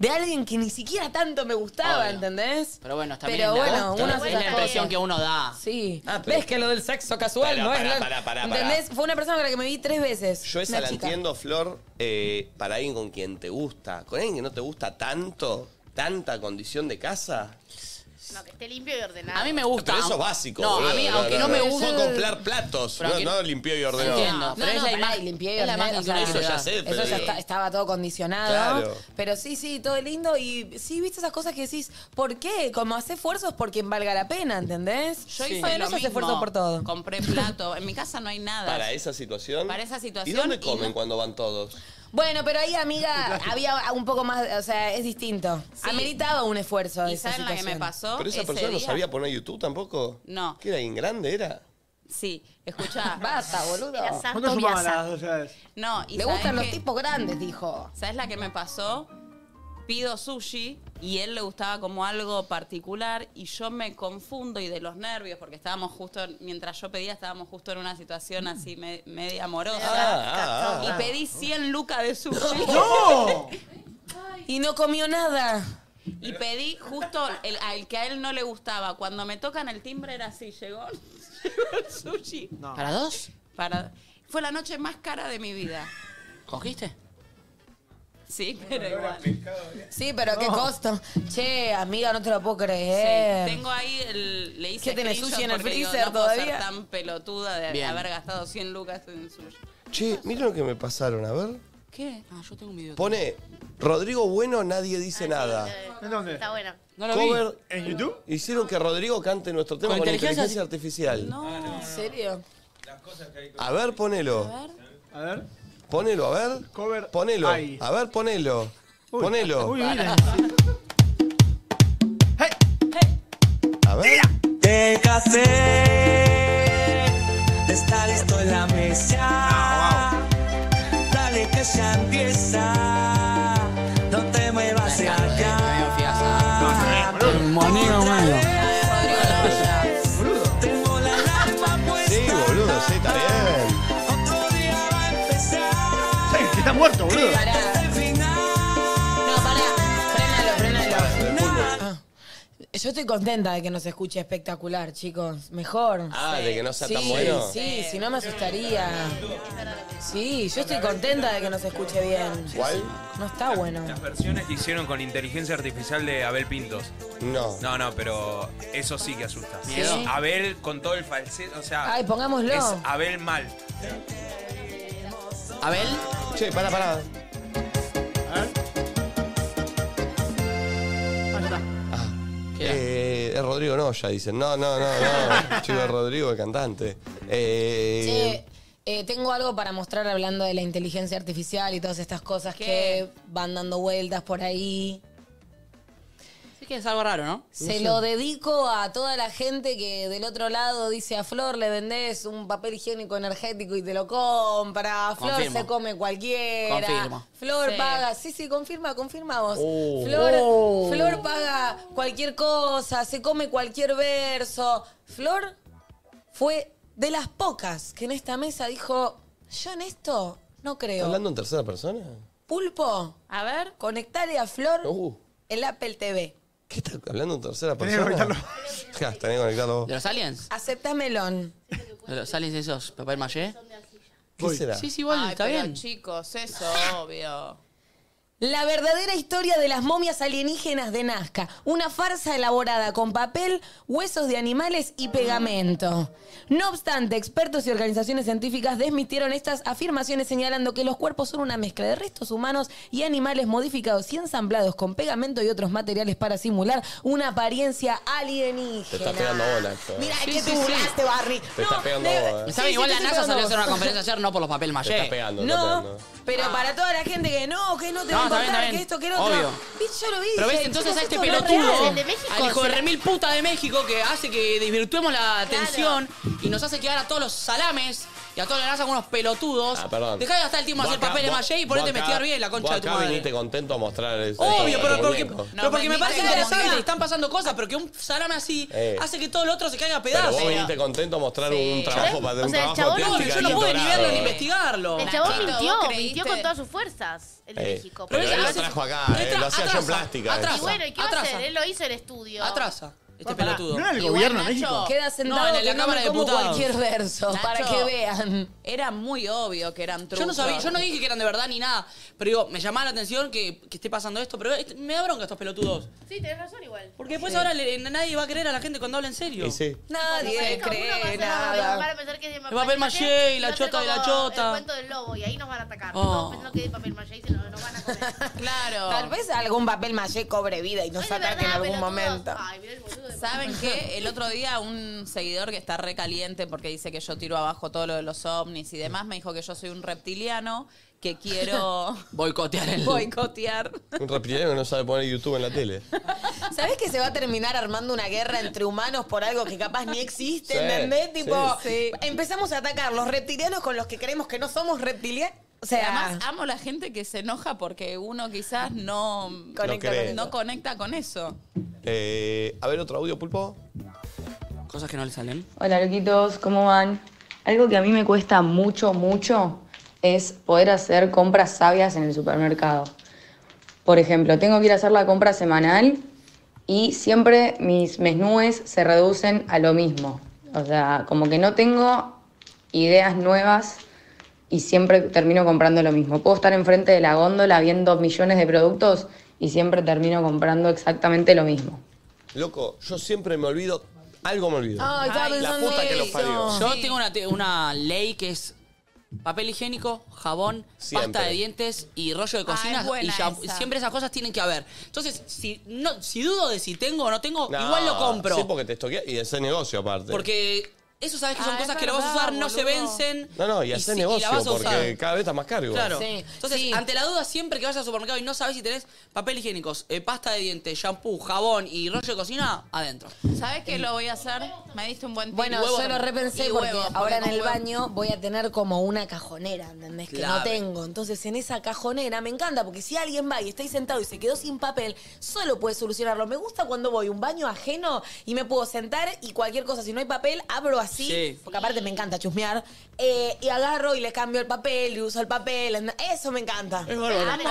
de alguien que ni siquiera tanto me gustaba, Obvio. ¿entendés? Pero bueno, está bien. Pero la- bueno, uno hace es la las impresión cosas. que uno da. Sí. pero- ¿Ves que lo del sexo casual Pará, no es? pará, la- pará, pará, pará. ¿Entendés? Fue una persona con la que me vi tres veces. Yo esa Una la chica. entiendo, Flor, eh, para alguien con quien te gusta. Con alguien que no te gusta tanto, tanta condición de casa. No, que esté limpio y ordenado. A mí me gusta. Pero eso es aun- básico. No, a boludo. mí, aunque no, me guste. Fue comprar platos, Pero no, aunque- no limpio y ordenado. Entiendo. pero No, es no, la pará, imagen. y limpié y es la ordené, imagen o sea, que uno Eso ya da. sé, Eso pero ya digo- está- estaba todo condicionado. Claro. Pero sí, sí, todo lindo. Y sí, viste esas cosas que decís, ¿por qué? Como hace esfuerzos porque valga la pena, ¿entendés? Yo Sí. hice Pero lo no se mismo. hace esfuerzo por todo. Compré plato. En mi casa no hay nada. Para esa situación. Para esa situación ¿Y dónde y comen no- cuando van todos? Bueno, pero ahí, amiga, había un poco más, o sea, es distinto. Ameritaba un esfuerzo. ¿Y esa saben la que me situación. pasó? Pero esa ese persona no día? sabía poner YouTube tampoco. No. ¿Qué era bien grande? Era. Sí, escuchá. Ah, Basta, boludo. Era santo ¿Cuánto sumaban viaza. las dos llaves? No, y Le ¿sabes gustan los qué? tipos grandes, dijo. ¿Sabes la que me pasó? Pido sushi y él le gustaba como algo particular y yo me confundo y de los nervios porque estábamos justo, en- mientras yo pedía estábamos justo en una Mm. situación así me- media Ah, amorosa ah, ah. y pedí 100 lucas de sushi. Y no comió nada. Y pedí justo el, al que a él no le gustaba. Cuando me tocan el timbre era así, llegó, llegó el sushi. ¿Para dos? Para, fue la noche más cara de mi vida. ¿Cogiste? Sí, pero igual. Sí, pero qué costo. Che, amiga, no te lo puedo Sí, creer. tengo ahí, el, le hice ¿Qué tenés, screenshot sushi en el porque digo, freezer no puedo todavía? ser tan pelotuda de Bien. haber gastado 100 lucas en sushi. Che, miren lo que me pasaron, a ver. ¿Qué? Ah, yo tengo un video. Pone Rodrigo Bueno, nadie dice nada. ¿En dónde? Está bueno. No lo vi. Cover. ¿En YouTube? Hicieron que Rodrigo cante nuestro tema Con con, inteligencia inteligencia, artificial. Ah, ¿En serio? A ver, ponelo. A ver. Ponelo, a ver. Cover. Ponelo. Ahí. A ver, ponelo. Uy. Ponelo. Uy, mira. A ver. Te casé, está listo en la mesa. Dale que ya empieza, no te muevas de acá. Moneo, mano. Tengo la alarma Sí, puesta, boludo, sí, está bien. otro día va a empezar. Sí, que está muerto, boludo. Pará. Al final, No, pará. Frenalo, frenalo. Ah. Yo estoy contenta de que nos escuche espectacular, chicos. Mejor. Ah, de que no sea sí, tan bueno. Sí, si no me asustaría. Sí, yo estoy contenta de que nos escuche bien. ¿Cuál? No está bueno. Las versiones que hicieron con inteligencia artificial de Abel Pintos. No. No, no, pero eso sí que asusta. Miedo. Abel con todo el falsete, o sea. Ay, pongámoslo. Es Abel mal. Abel, Che, pará, pará. ¿qué Ah. Eh, es Rodrigo Noya, dicen. No, no, no, no. Chico, es Rodrigo, el cantante. Eh, Che, eh, tengo algo para mostrar hablando de la inteligencia artificial y todas estas cosas ¿Qué? que van dando vueltas por ahí. Sí que es algo raro, ¿no? Se lo dedico a toda la gente que del otro lado dice a Flor le vendés un papel higiénico energético y te lo compra. Flor Confirmo. se come cualquiera. Confirmo. Flor Sí. paga. Sí, sí, confirma, confirma vos. Oh. Flor, Flor paga cualquier cosa, se come cualquier verso. Flor fue de las pocas que en esta mesa dijo, yo en esto no ¿Está creo. hablando en tercera persona? Pulpo, A ver, conectale a Flor Uh, el Apple TV. ¿Qué está hablando en tercera Tenés que persona? conectarlo. Ya, tenés que conectarlo vos. ¿De los aliens? Acepta melón. ¿De los aliens esos? ¿Papel maché? ¿Qué será? Sí, sí, igual, Ay, está pero bien. chicos, eso obvio. La verdadera historia de las momias alienígenas de Nazca. Una farsa elaborada con papel, huesos de animales y pegamento. No obstante, expertos y organizaciones científicas desmitieron estas afirmaciones señalando que los cuerpos son una mezcla de restos humanos y animales modificados y ensamblados con pegamento y otros materiales para simular una apariencia Te alienígena. está pegando bola esto. Mira, Sí, es que sí, tú sí. burlaste, Barry. Te está pegando de- bola. ¿Saben? Sí, Igual sí, la te NASA pegando salió a hacer una vos. conferencia ayer no por los papel maché. Te está pegando, te está No, pegando. pero para toda la gente que no, que no te va a Ah. No, está importar, bien, está que bien. esto, que lo otro. Obvio. Bitch, yo lo vi. Pero ves, dije, entonces a chicos, este esto no es pelotudo, real. El de México al hijo de se- remil puta de México que hace que desvirtuemos la atención y nos hace quedar a todos los salames y a todos los NASA como unos pelotudos. Ah, perdón. Dejá de gastar el tiempo en Vos hacer acá- papeles vos- maché y vos ponete a acá- investigar bien la concha de tu Vos acá madre. viniste contento a mostrar el Obvio, pero porque, muñeco. pero porque me vendiste parece como interesante, muñeco. están pasando cosas, pero que un salame así Eh. hace que todo lo otro se caiga a Pero pedazos. vos viniste contento a mostrar Sí. un trabajo para O un sea, el trabajo chabón- de Obvio, yo no pude ni verlo ni investigarlo. El chabón Naquito, mintió, ¿vos mintió creíste? con todas sus fuerzas el de Eh, México. pero porque él lo hace- trajo acá, pero eh, tra- lo hacía yo en atrasa, plástica. eh. Y atrasa. eso. bueno, ¿y qué va a Atrasa. hacer? Él lo hizo en estudio. Atrasa, este Pará, pelotudo. ¿No era el Igual, gobierno de Nacho, México? Queda sentado en la que no Cámara me de como Diputados. cualquier verso, Nacho. para que vean. Era muy obvio que eran trucos. Yo no sabía, yo no dije que eran de verdad ni nada. Pero digo, me llamaba la atención que, que esté pasando esto, pero este- me da bronca estos pelotudos. Sí, tenés razón igual. Porque después ahora le- nadie va a creer a la gente cuando habla en serio. Y sí. Nadie Uno va a hacer cree papel- van nada. a pensar que es de El papel maché y la va a ser chota de la como chota. El cuento del lobo y ahí nos van a atacar. Oh. Todos pensando que es de papel maché y se lo, nos van a comer. Claro. Tal vez algún papel maché cobre vida y No nos es de ataque en verdad, algún pelotudos. momento. Ay, mirá el boludo de ¿Saben qué? El otro día un seguidor que está recaliente porque dice que yo tiro abajo todo lo de los ovnis y demás, me dijo que yo soy un reptiliano que quiero Boicotear el. boicotear. Un reptiliano que no sabe poner YouTube en la tele. ¿Sabés que se va a terminar armando una guerra entre humanos por algo que capaz ni existe, Sí, ¿entendés? sí. Tipo, empezamos a atacar los reptilianos con los que creemos que no somos reptilianos. O sea, Además, amo la gente que se enoja porque uno quizás no, Conecta con cree. eso. no conecta con eso. Eh, a ver, otro audio, Pulpo. Cosas que no le salen. Hola loquitos, ¿cómo van? Algo que a mí me cuesta mucho, mucho es poder hacer compras sabias en el supermercado. Por ejemplo, tengo que ir a hacer la compra semanal y siempre mis menúes se reducen a lo mismo. O sea, como que no tengo ideas nuevas y siempre termino comprando lo mismo. Puedo estar enfrente de la góndola viendo millones de productos y siempre termino comprando exactamente lo mismo. Loco, yo siempre me olvido. Algo me olvido. Ay, estaba la pensando puta que lo eso. parió. Yo tengo una, te- una ley que es papel higiénico, jabón, Siempre. pasta de dientes y rollo de cocina. Ah, es buena y ya- esa. siempre esas cosas tienen que haber. Entonces, si, no, si dudo de si tengo o no tengo, No, igual lo compro. Sí, porque te estoquea y ese negocio aparte. Porque eso sabes que son Ah, es cosas que lo vas a verdad, usar, no se boludo. vencen. no, no, y hacer si- negocio la vas a porque usar. cada vez está más caro. igual. Claro. Sí, Entonces, sí. ante la duda, siempre que vayas al supermercado y no sabes si tenés papel higiénicos, eh, pasta de dientes, shampoo, jabón y rollo de cocina, adentro. ¿Sabes qué lo voy a hacer? Me diste un buen tip. Bueno, Y huevos yo lo también. repensé Y porque huevos, ahora en con el huevos. baño voy a tener como una cajonera, ¿entendés? Que no Clave. tengo. Entonces en esa cajonera me encanta porque si alguien va y está ahí sentado y se quedó sin papel, solo puede solucionarlo. Me gusta cuando voy a un baño ajeno y me puedo sentar y cualquier cosa, si no hay papel, abro así, Sí. porque aparte me encanta chusmear, eh, y agarro y le cambio el papel y uso el papel. ¿entendés? Eso me encanta. Amo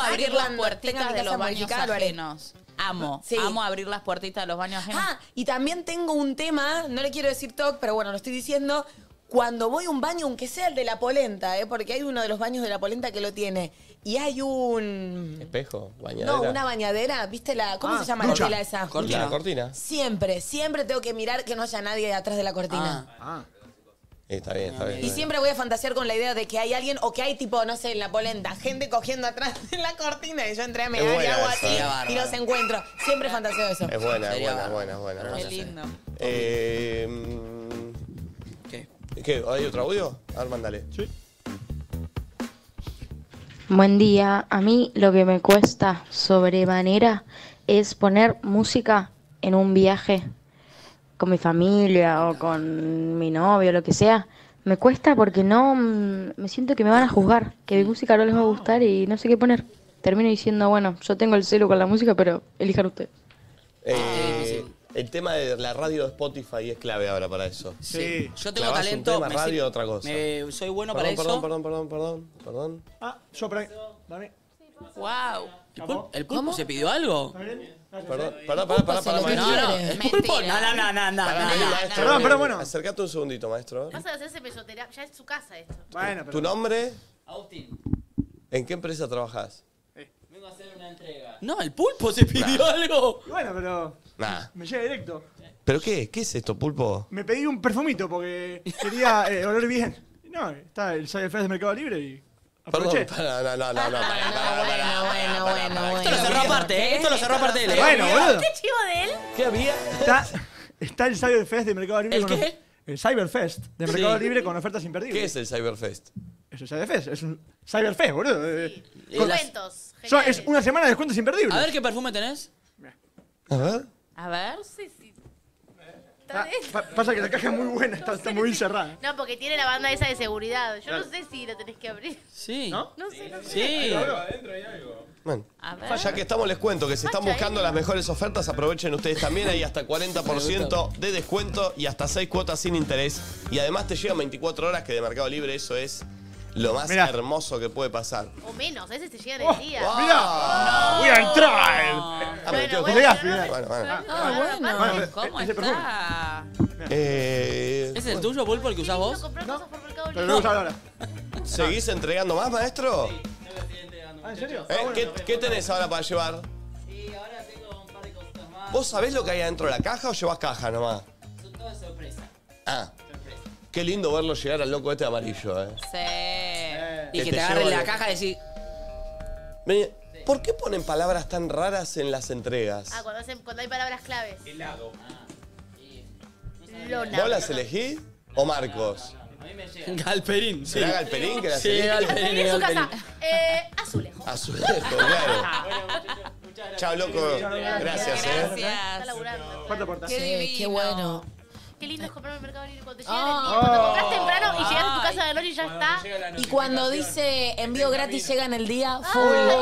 abrir las Cuando tenga puertitas mi de casa los baños modificada, lo haré. ajenos. Amo, Sí. amo abrir las puertitas de los baños ajenos. Ah, y también tengo un tema, no le quiero decir TOC, pero bueno, lo estoy diciendo. Cuando voy a un baño, aunque sea el de la polenta, ¿eh? porque hay uno de los baños de la polenta que lo tiene, y hay un. Espejo, bañadera. No, una bañadera, ¿viste la. ¿Cómo Ah, se llama ducha. la tela esa? Cortina. La cortina. Siempre, siempre tengo que mirar que no haya nadie atrás de la cortina. Ah. Eh, está bien, está bien. Y siempre voy a fantasear con la idea de que hay alguien o que hay tipo, no sé, en la polenta, gente cogiendo atrás de la cortina y yo entré a Es mirar y buena hago esa, así eh. y los encuentro. Siempre fantaseo eso. Es buena, es Sería buena, bárbaro. buena, buena. Pero no buena. Qué lindo. Eh, mm, ¿Qué? ¿Qué? ¿Hay otro audio? A ver, mandale. Sí. Buen día, a mí lo que me cuesta sobremanera es poner música en un viaje con mi familia o con mi novio, lo que sea. Me cuesta porque no mm, me siento que me van a juzgar, que mi música no les va a gustar y no sé qué poner. Termino diciendo, bueno, yo tengo el celu con la música, pero elijan ustedes. Eh, el tema de la radio de Spotify es clave ahora para eso. Sí. Yo tengo Clavás un talento. tema, me radio, sir- otra cosa. me- soy bueno perdón, perdón, para eso. perdón, perdón, perdón, perdón. Ah, yo por ahí. Dame. Wow. ¿El pul- ¿El pulpo se pidió algo? Perdón, pará, pará, pará, pará, maestro. lo No, pidió. no, Mentira. el pulpo. No, no, no, no, no, Pará, no, no. maestro. Perdón, perdón, bueno. Acercate un segundito, maestro. Vas a hacerse mesoterapia. Ya es su casa esto. Bueno, ¿Tu pero. nombre? Agustín, ¿En qué empresa trabajas? vengo a hacer una entrega. No, el pulpo se pidió Nah. algo. Bueno, pero Nah. me llega directo. ¿Pero qué? ¿Qué es esto, pulpo? Me pedí un perfumito porque quería eh, oler bien. No, está el Cyber Fest de Mercado Libre y aproveché. Perdón, para, no, no, no, no, para, para, para. Ah, Bueno, bueno, bueno. Esto lo cerró aparte, ¿eh? Esto lo cerró aparte él. ¿eh? Bueno, boludo. ¿Qué chivo de él? ¿Qué había? Está, está el Cyberfest de Mercado Libre. ¿El con- qué? El Cyberfest de Mercado Sí. Libre con ofertas imperdibles. ¿Qué es el Cyberfest? Es un Cyberfest, es un Cyberfest, boludo. Eh, con- Descuentos. Son- es una semana de descuentos imperdibles. A ver qué perfume tenés. A ver. A ver. No sé si. Ah, pa- pasa que la caja es muy buena, está, está muy bien cerrada. No, porque tiene la banda esa de seguridad. Yo Claro. no sé si la tenés que abrir. Sí. ¿No? No sé, no sé. Sí. Bueno, A ver. ya que estamos les cuento que se están ¿eh? buscando las mejores ofertas, aprovechen ustedes también, hay hasta 40% de descuento y hasta 6 cuotas sin interés. Y además te llegan 24 horas que de Mercado Libre eso es lo más Mirá. hermoso que puede pasar. O menos, a veces te llegan Oh, el día. ¡Mira! ¡Voy a entrar! Ah, pero tengo- bueno, Mirá, mirá. Bueno, bueno. Ah, bueno. Bueno, ¿Cómo ese perfume. está? Eh, ¿Es el tuyo, Pulpo, el que usás vos? Pero lo voy a usar ahora. ¿Seguís entregando más, maestro? ¿Ah, en serio? ¿Eh? ¿Qué, qué tenés ahora para llevar? Sí, ahora tengo un par de cositas más. ¿Vos sabés lo que hay adentro de la caja o llevas caja nomás? Son todas sorpresas. Ah, qué lindo verlo llegar al loco este amarillo, eh. Sí. Y Que que te te agarren llevo la de- caja y decís, Vení, ¿Por qué ponen palabras tan raras en las entregas? Ah, cuando, hacen, cuando hay palabras claves. Ah, Helado. Lona. ¿Vos las elegís o Marcos? A mí me llega. Galperín. Sí. ¿Será Galperín que las Sí, elige? Galperín. En su casa. Galperín. Eh, azulejo. Azulejo, claro. Bueno, muchachos, muchas gracias. Chao, loco. Gracias, eh. Está Gracias. laburando. ¿Cuánto aportás? Qué Sí, qué divino. bueno. Qué lindo es comprar en el mercado libre cuando te llega el Ah. día. Cuando Oh. compras temprano y llegas a tu casa de noche y ya Cuando está. te llega la Y cuando notificación. dice envío gratis llega en el día, full. Ay.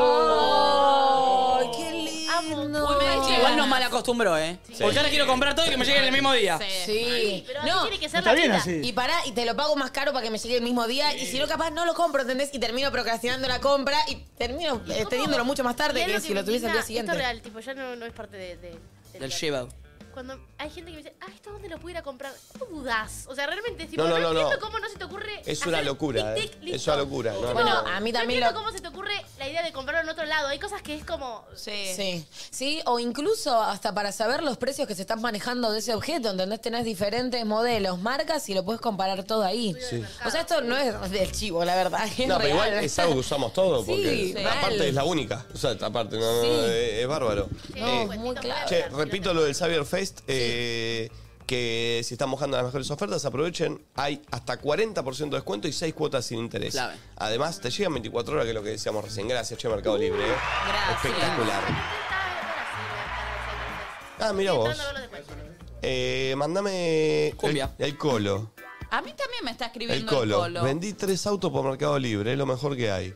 ¡Ay, qué lindo! Amo. Uy, me Che, igual nos mal acostumbró, ¿eh? Porque ahora quiero comprar todo y que me llegue en el mismo día. Sí. Pero así No, tiene que ser Está la bien vida. así. Y pará, y te lo pago más caro para que me llegue el mismo día. Y si no, capaz no lo compro, ¿entendés? Y termino procrastinando la compra y termino eh, teniéndolo mucho más Y tarde es que que si me lo tuviese al indigna, día Esto siguiente. es real, tipo, ya no, no es parte de, de- del Del día. llevado. Cuando hay gente que me dice, ah, ¿esto dónde lo puedo ir a comprar? ¿Cómo dudás? O sea, realmente, tipo, No, no, no, no, no. entiendo cómo no se te ocurre Es una hacer locura, tic, tic, eh. listo. Es una locura. No, Bueno, no, no. a mí No también entiendo lo... cómo se te ocurre la idea de comprarlo en otro lado. Hay cosas que es como... Sí. Sí. sí, o incluso hasta para saber los precios que se están manejando de ese objeto, ¿entendés? Tenés diferentes modelos, marcas y lo puedes comparar todo ahí. O sea, esto no es del chivo, la verdad. es No, pero igual real. es algo que usamos todo, porque Sí, sí. aparte es la única. O sea, aparte, no, no, no, Sí. es, es bárbaro. Sí, No, Eh, pues, muy sí, claro. total. Che, repito lo del Xavier Fest, eh, que si están mojando las mejores ofertas, aprovechen. Hay hasta 40% de descuento y 6 cuotas sin interés. Clave. Además, te llegan 24 horas, que es lo que decíamos recién. Gracias, Che Mercado Libre. eh. Gracias. Espectacular. Ah, mira vos. Eh, mandame el- Cumbia. El, colo. A mí también me está El escribiendo el colo. colo. Vendí tres autos por Mercado Libre, es lo mejor que hay.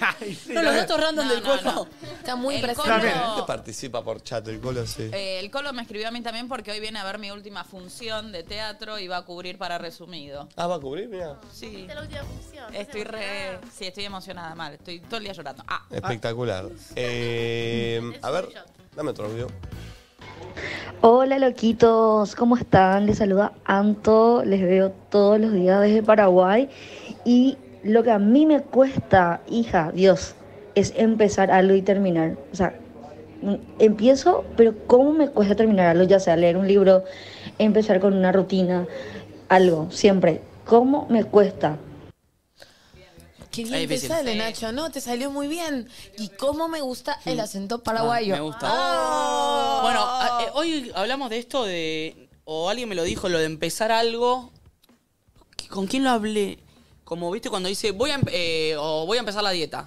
Ay, sí, No, la- los datos random No, del no, cuerpo. no. Está muy El impresionante. También. Te colo, participa por chat el colo, sí. eh, el colo me escribió a mí también porque hoy viene a ver mi última función de teatro y va a cubrir para resumido. Ah, va a cubrir, mira. Sí. Esta es la última función. Estoy re. Nada. Sí, estoy emocionada mal. Estoy todo el día llorando. Ah. Espectacular. Ah. Eh, a ver, dame otro video. Hola loquitos, ¿cómo están? Les saluda Anto, les veo todos los días desde Paraguay y lo que a mí me cuesta, hija, Dios, es empezar algo y terminar. O sea, mm, empiezo, pero ¿cómo me cuesta terminar algo? Ya sea leer un libro, empezar con una rutina, algo, siempre. ¿Cómo me cuesta? Qué Es bien te difícil. sale, Nacho, ¿no? Te salió muy bien. Y cómo me gusta el acento paraguayo. Ah, me gusta. Ah. Bueno, a- eh, hoy hablamos de esto de. O alguien me lo dijo, lo de empezar algo. ¿Qué- ¿Con quién lo hablé? Como viste cuando dice, voy a, em- eh, o voy a empezar la dieta.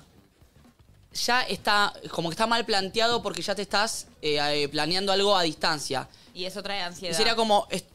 Ya está, como que está mal planteado porque ya te estás eh, eh, planeando algo a distancia. ah, Y eso trae Y ansiedad. sería como, est-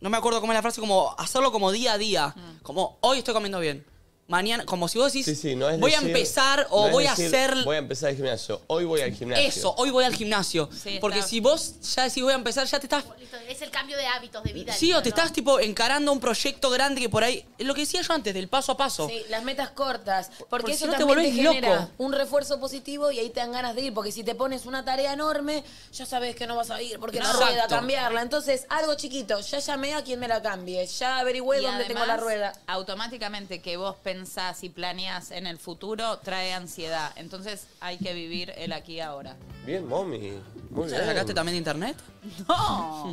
no me acuerdo cómo es la frase, como hacerlo como día a día. Como, hoy estoy comiendo bien. Mañana, como si vos decís, Sí, sí, no es voy a decir- empezar o no es voy a decir, hacer Voy a empezar el gimnasio. Hoy voy al gimnasio. eso, hoy voy al gimnasio. Sí, Porque está. si vos ya decís voy a empezar, ya te estás. Listo, Es el cambio de hábitos de vida. Sí, listo, o te ¿no? estás tipo encarando un proyecto grande que por ahí. Es lo que decía yo antes, del paso a paso. Sí, las metas cortas. Porque, Porque eso si no te también te, volvés genera loco. un refuerzo positivo y ahí te dan ganas de ir. Porque si te pones una tarea enorme, ya sabes que no vas a ir porque la Exacto. rueda, cambiarla. Entonces, algo chiquito. Ya llamé a quien me la cambie. Ya averigüé Y dónde tengo la además, rueda. Automáticamente que vos pen- pensás y planeás en el futuro trae ansiedad. Entonces hay que vivir el aquí y ahora. Bien, mommy. Muy ¿Ya bien. la sacaste también de internet? No.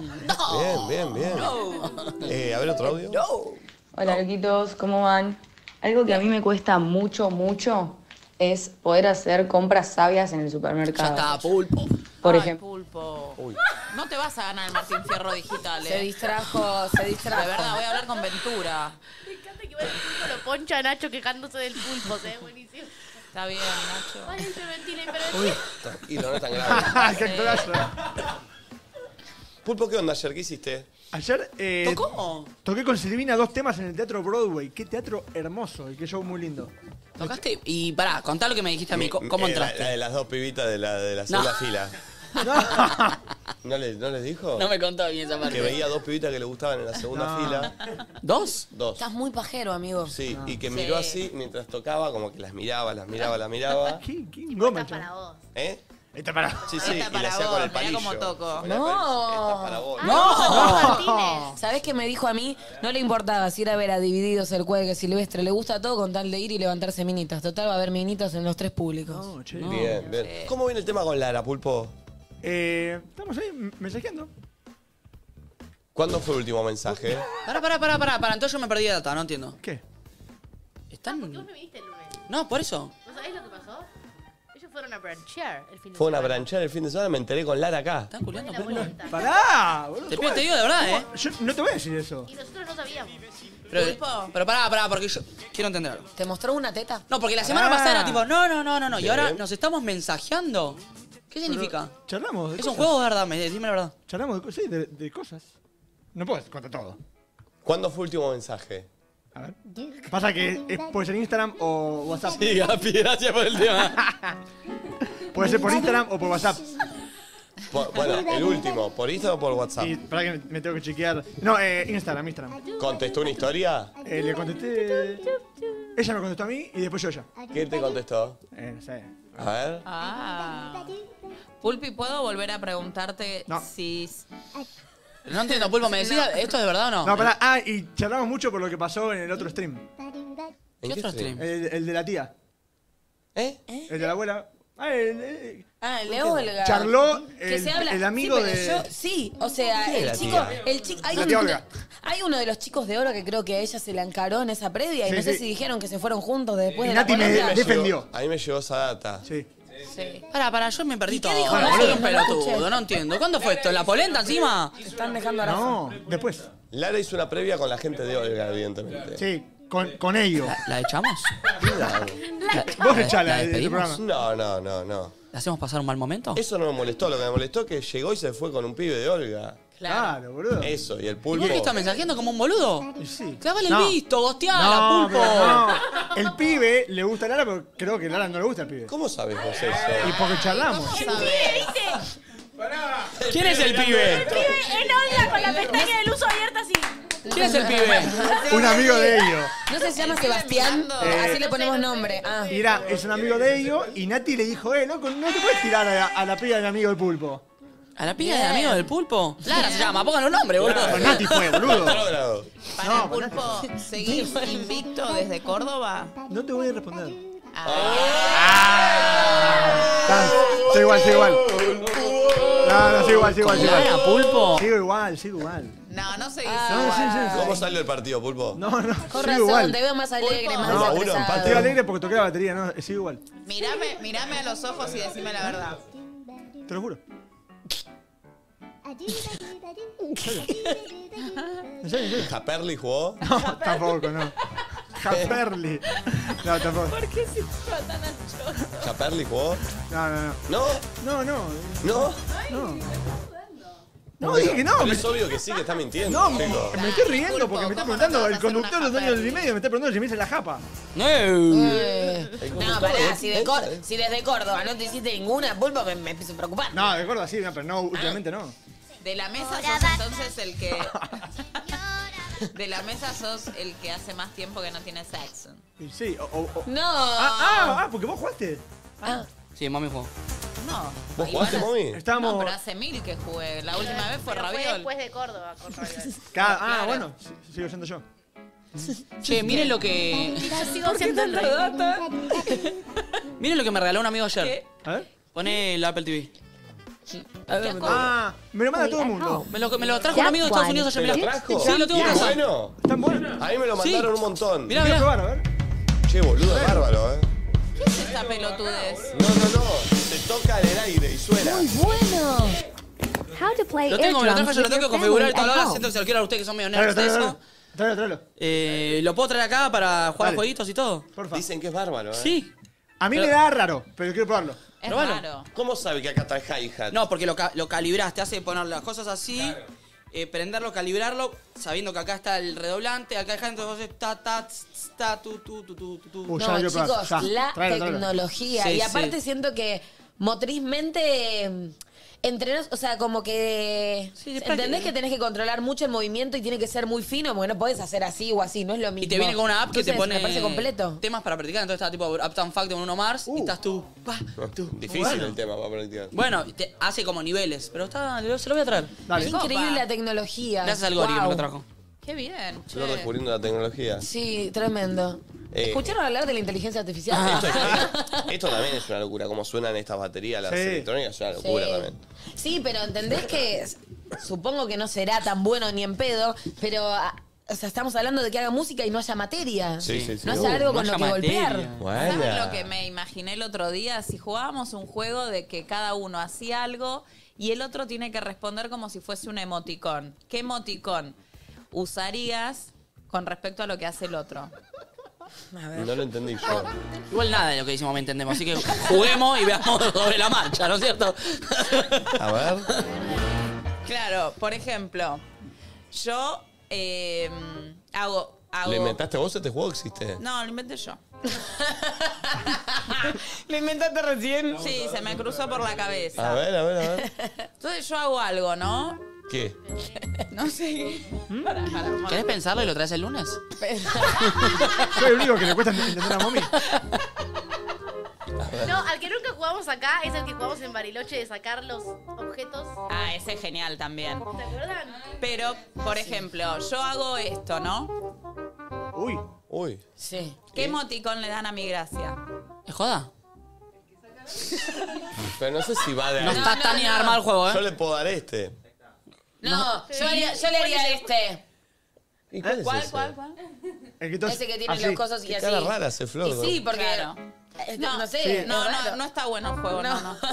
Bien, bien, bien. Eh, a ver otro audio. Hola, loquitos, ¿cómo van? Algo que a mí me cuesta mucho, mucho es poder hacer compras sabias en el supermercado. Ya está, pulpo. Por Ay, ejemplo. Pulpo. No te vas a ganar el Martín Fierro digital, eh. Se distrajo, se distrajo. De verdad, voy a hablar con Ventura. Me encanta que igual el pulpo lo poncha a Nacho quejándose del pulpo, ¿eh? Buenísimo. Está bien, Nacho. Ay, hiperventila, Uy, hiperventila. tranquilo, no es tan Ah, grave. ¡Qué actorazo! Pulpo, ¿qué onda ayer? ¿Qué hiciste? Ayer eh, ¿Tocó? toqué con Silvina dos temas en el Teatro Broadway. Qué teatro hermoso y qué show muy lindo. ¿Tocaste? Y pará, contá lo que me dijiste a mí. Mi- co- ¿Cómo eh, la- entraste? La, de las dos pibitas de la, de la segunda fila. No. les, ¿No les dijo? No me contó bien esa parte. Que veía dos pibitas que le gustaban en la segunda No. fila. ¿Dos? Ah. Dos. Estás muy pajero, amigo. Ah. Sí, y que miró así mientras tocaba, como que las miraba, las miraba, las miraba. ¿Qué, qué para vos. ¿Eh? Esta para Sí, sí, Esta y para la hacía vos, con el mirá palillo. cómo toco. Con el No. Ah, No. ¿Sabés qué me dijo a mí? No le importaba si era ver a Divididos, El Cuelgue, Silvestre. Le gusta todo con tal de ir y levantarse minitas. Total, va a haber minitas en los tres públicos. palillo. Bien, bien. ¿Cómo viene el tema con Lara, Pulpo? Eh, estamos ahí m- mensajeando. ¿Cuándo fue el último mensaje? Pará, pará, pará, pará, pará. Entonces yo me perdí de data, no entiendo. ¿Qué? ¿Están...? Ah, ¿Vos me viniste el lunes? No, por eso. ¿Vos sabés lo que pasó? Ellos fueron a branchear el fin de Fue una semana. branchar el fin de semana, me enteré con Lara acá. ¿Están culiando? pues. ¡Pará! boludo, Te ¿cómo pido, es? te digo de verdad, ¿Cómo? ¿eh? Yo no te voy a decir eso. Y nosotros no sabíamos. Pero, pero pará, pará, porque yo quiero entender algo. ¿Te mostró una teta? No, porque la semana Pará. pasada era tipo, no, no, no, no, no. Y Bien. ahora nos estamos mensajeando. ¿Qué significa? Charlamos. de Es un cosas. juego, de ¿verdad? Me- Dime la verdad. Charlamos de, co- sí, de, de cosas. No puedes contar todo. ¿Cuándo fue el último mensaje? A ver. Pasa que eh, puede ser Instagram o WhatsApp. Sí, Gapi, gracias por el tema. Puede ser por Instagram o por WhatsApp. Por- bueno, el último, ¿por Instagram o por WhatsApp? Y para que me, me tengo que chequear. No, eh, Instagram, Instagram. ¿Contestó una historia? Eh, le contesté. Ella me contestó a mí y después yo a ella. ¿Quién te contestó? Eh, no sé. A ver. Ah. Pulpi, ¿puedo volver a preguntarte si... No entiendo, Pulpo, ¿me decía esto es de verdad o no? No, pará. Ah, y charlamos mucho por lo que pasó en el otro stream. ¿Qué otro stream? El, el de la tía. ¿Eh? El de la abuela. Ah, el, el- Ah, el de Olga. Charló Que el- se habla- el amigo sí, pero de- yo- sí, o sea, ¿Quién el era, chico, tía? el chico, hay, La un- tía Olga. hay uno de los chicos de oro que creo que a ella se la encaró en esa previa y Sí, no sé sí. si dijeron que se fueron juntos de después de A la mí me polémica. llegó- a mí me llegó esa data. Sí. Pará, pará, yo me perdí todo. dijo Bueno, Nacho? soy un pelotudo, no entiendo. ¿Cuándo fue esto? ¿En la polenta encima? Están dejando la No, después. Lara hizo una previa con la gente de Olga, evidentemente. Sí, con, con ellos. ¿La echamos? Vos echala ¿La de- de tu despedimos? No, programa. no, no, no. ¿Le hacemos pasar un mal momento? Eso no me molestó, lo que me molestó es que llegó y se fue con un pibe de Olga. Claro, boludo. Eso, y el ¿Y pulpo. vos qué estás mensajeando como ¿Eh? un boludo? Y Sí. Clavale No. el visto, gosteala, No, pulpo. pero no. El pibe le gusta a Lara, pero creo que a Lara no le gusta el pibe. ¿Cómo sabes vos Y eso? porque charlamos. El pibe, ¿viste? ¿Quién es el El pibe? pibe en Olga con la pestaña del uso abierta así. ¿Quién es el pibe? Un amigo de ellos. No sé si se llama Sebastián, Eh, así le ponemos nombre. Ah. Y era, es un amigo de ellos y Nati le dijo, eh, loco, no te puedes tirar a, a la piba del amigo del pulpo. ¿A la piba del amigo del pulpo? Lara se llama, pongan los nombres, boludo. Con Nati fue, boludo. Logrado. Para el Pulpo, ¿seguís invicto desde Córdoba? No te voy a responder. Ah. Soy igual, soy igual. No, no, soy igual, soy igual, soy igual. Lara, pulpo. Sigo igual, sigo igual. Ah. No, no seguís No, sí, igual. sí, ¿Cómo salió el partido, pulpo? No, no, Con sigo razón, igual. te veo más alegre, más No, uno, desestresado. Estoy alegre porque toqué la batería, no, eh, sigo igual. Mírame, mírame a los ojos y decime la verdad. Te lo juro. ¿En serio, en serio? ¿Japerli jugó? No, tampoco, no. Japerli. No, tampoco. ¿Japerli jugó? No, no, no. ¿No? No, no. ¿No? No, no dije que no. Pero Me, es obvio que sí, que está mintiendo, no, me, chico. me estoy riendo porque me está ¿cómo no preguntando te vas a el hacer una conductor de dos años y medio, me está preguntando si me hice la japa. Eh. No, pará, si, de Cor- si desde Córdoba no te hiciste ninguna pulpo, me, me empiezo a preocupar. Ah. No, de acuerdo, sí, no, pero no, últimamente no. De la mesa sos entonces el que... De la mesa sos el que hace más tiempo que no tiene sexo. Y Sí, o... o- o- No. Ah, ah, ah, porque vos jugaste. Sí, mami jugó. Ah, No. ¿Vos jugaste, mami? No, Estábamos... pero hace mil que jugué. La última vez fue Pero fue Raviol. después de Córdoba con Raviol. Cada- ah, claro. bueno, si- sigo yendo yo. Che, miren lo que. Sigo siendo el rey. Miren lo que me regaló un amigo ayer. Poné el Apple TV. Ah, me lo manda todo el mundo. Me lo, me lo trajo un amigo de Estados Unidos ayer. ¿Te lo mirá. trajo? Sí, lo tengo en ¿Y es casa. bueno? ¿Están buenos? A mí me lo Sí. mandaron un montón. Mirá, mirá. probar, a ver. Che, boludo, bárbaro, ¿eh? ¿Qué es esta pelotudez? No, no, no. Se toca en el aire y suena. Muy bueno. Lo tengo, me lo trajo, yo lo tengo que configurar y todo. Ahora siento que se lo quiero a ustedes que son medio nerds de eso. Tráelo, tráelo. Eh, ¿Lo puedo traer acá para jugar a jueguitos y todo? Dicen que es bárbaro, ¿eh? Sí. A mí Pero- me da raro, pero quiero probarlo. Es Pero bueno. raro. ¿Cómo sabe que acá está el hi-hat? No, porque lo, ca- lo calibrás, te hace poner las cosas así, eh, prenderlo, calibrarlo, sabiendo que acá está el redoblante, acá está entonces ta, ta, tss, ta, tu, tu, tu, tu, tu, tu. Uy, No, chicos, la tráelo, tráelo. tecnología. Sí, y sí. aparte siento que motrizmente eh, entre nos, o sea, como que es entendés práctica. que tenés que controlar mucho el movimiento y tiene que ser muy fino, porque no podés hacer así o así, no es lo mismo. Y te viene con una app que te Entonces, pone me parece completo. temas para practicar, entonces está tipo Uptown Fact de Bruno Mars y estás tú. pa. Difícil Bueno. el tema para practicar. Bueno, y te hace como niveles, pero está, lo- se lo voy a traer. Qué increíble la tecnología. Gracias al Gori que me lo Guau. trajo. Qué bien. Yo descubriendo la tecnología. Sí, tremendo. Eh, Ah. ¿Escucharon hablar de la inteligencia artificial? Esto también es una locura. Cómo suenan estas baterías, las Sí. electrónicas, es una locura Sí. también. Sí, pero entendés que s- supongo que no será tan bueno ni en pedo, pero ah, o sea, estamos hablando de que haga música y no haya materia. Sí, sí, sí. No Uh, haya algo no con haya lo que materia. golpear. Bueno. ¿Saben lo que me imaginé el otro día? Si jugábamos un juego de que cada uno hacía algo y el otro tiene que responder como si fuese un emoticón. ¿Qué emoticón usarías con respecto a lo que hace el otro? No lo entendí yo. Igual nada de lo que decimos me entendemos, así que juguemos y veamos sobre la marcha, ¿no es cierto? A ver. Claro, por ejemplo, yo eh, hago... hago ¿Le inventaste vos este juego que existe? No, lo inventé yo. ¿Lo inventaste recién? Sí, se me cruzó por la cabeza. A ver, a ver, a ver. Entonces yo hago algo, ¿no? ¿Qué? No sé. Pará, pará, un ¿Querés pensarlo y lo traes el lunes? Soy el único que le cuesta entender a mami. No, al que nunca jugamos acá es el que jugamos en Bariloche de sacar los objetos. Ah, ese es genial también. ¿Te acuerdan? Pero, por ejemplo, yo hago esto, ¿no? Uy. Uy. Sí. ¿Qué emoticón le dan a mi gracia? ¿Es joda? Pero no sé si va de No ahí. está tan armado el juego, ¿eh? Yo le puedo dar este. No, yo, haría- yo le haría este. ¿Y cuál es ese? cuál? ¿Eh? El que tos- Ese que tiene así. los cosos y Qué así. cara rara hace Flor. Y sí, porque. Claro. eh, No, No, sé. es No, raro. no, no está bueno el juego, no, no.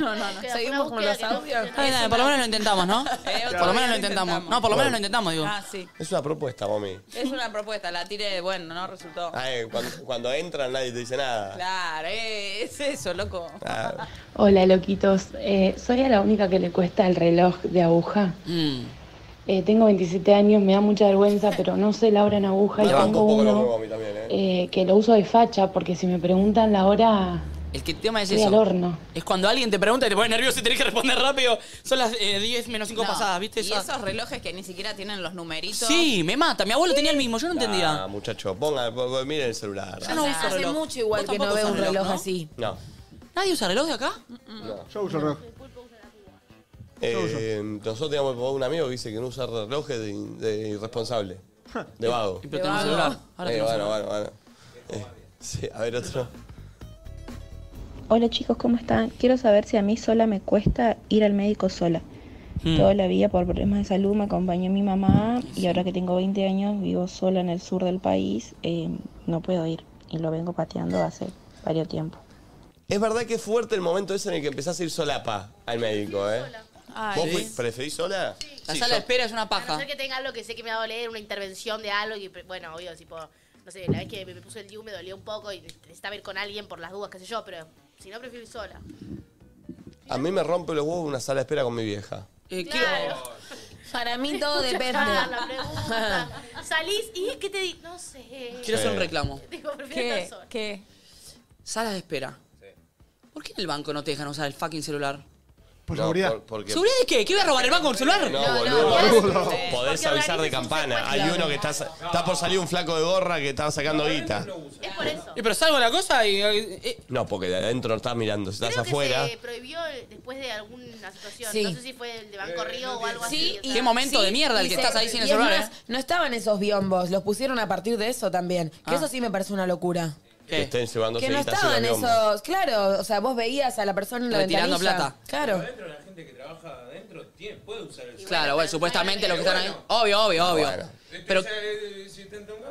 No, no, no. Queda Seguimos una con los búsqueda que no audios. funciona. Está bien, dale, por lo menos lo intentamos, ¿no? Eh, otro Por lo día menos lo intentamos. No, por lo menos lo intentamos, digo. Ah, sí. Es una propuesta, mami. Es una propuesta, la tiré, bueno, no resultó. Ah, eh, cuando, cuando entran nadie te dice nada. Claro, eh, es eso, loco. Ah, Hola, loquitos. Eh, ¿Soy a la única que le cuesta el reloj de aguja? Mm. Eh, tengo 27 años, me da mucha vergüenza, pero no sé la hora en aguja y me banco tengo un poco los uno huevos a mí también, ¿eh? eh, que lo uso de facha porque si me preguntan la hora, El que tema es estoy al eso. horno. Es cuando alguien te pregunta y te pones nervioso y tenés que responder rápido. Son las eh, 10 menos 5 No, pasadas, ¿viste? Y Esa- esos relojes que ni siquiera tienen los numeritos. Sí, me mata. Mi abuelo tenía el mismo, yo no Ah, entendía. muchacho, ponga, po- po- miren el celular. Yo no uso Hace reloj. mucho igual Vos que no tampoco veo usás un reloj, ¿no? así. No. ¿Nadie usa reloj de acá? no. Yo uso el reloj. Eh, nosotros teníamos por un amigo que dice que no usa relojes de, de irresponsable. De vago. Y Pero tenemos celular. Ahora Eh, tenemos bueno, celular. bueno, bueno. Eh, sí, a ver otro. Hola chicos, ¿cómo están? Quiero saber si a mí sola me cuesta ir al médico sola. Mm. Toda la vida por problemas de salud me acompañó mi mamá y ahora que tengo 20 años vivo sola en el sur del país, eh, no puedo ir y lo vengo pateando hace varios tiempo. Es verdad que es fuerte el momento ese en el que empezás a ir solapa al médico, ¿eh? Ay, ¿Vos fui- preferís sola? La Sí, sala yo- de espera es una A no paja. ser que tenga algo que sé que me va a doler, una intervención de algo. Y, pre- bueno, obvio, tipo, no sé, la vez que me, me puse el DIU me dolió un poco y necesitaba ir con alguien por las dudas, qué sé yo, pero si no, prefiero ir sola. A mí me rompe los huevos una sala de espera con mi vieja. Eh, quiero- Claro. Para mí todo depende. Charla, pregunta. Salís y ¿qué te di? No sé. quiero hacer un reclamo. Tipo, prefiero ¿Qué? estar sola. ¿Qué? Salas de espera. ¿Por qué en el banco no te dejan usar el fucking celular? Por seguridad. ¿Seguridad de qué? ¿Qué voy a robar el banco con el celular? No, boludo. Podés avisar de campana. Hay uno que está, sa- está por salir un flaco de gorra que estaba sacando guita. Eh, pero salgo de la cosa y. eh, No, porque de adentro no estás mirando, si estás Creo que afuera. se prohibió después de alguna situación. Sí. No sé si fue el de Eh, Banco Río o algo Sí, así. o sea. Qué momento de mierda el y que se- estás ahí sin el y es celular, ¿eh? más, No estaban esos biombos, los pusieron a partir de eso también. Que Ah. eso sí me parece una locura. Que estén llevándose Que no guita estaban haciendo biombo. esos. Claro, o sea, vos veías a la persona en la Retirando ventanilla. plata. Claro. Adentro, la gente que trabaja adentro tiene, puede usar el Claro, bueno, supuestamente los que están ahí. Obvio, obvio, obvio. Pero,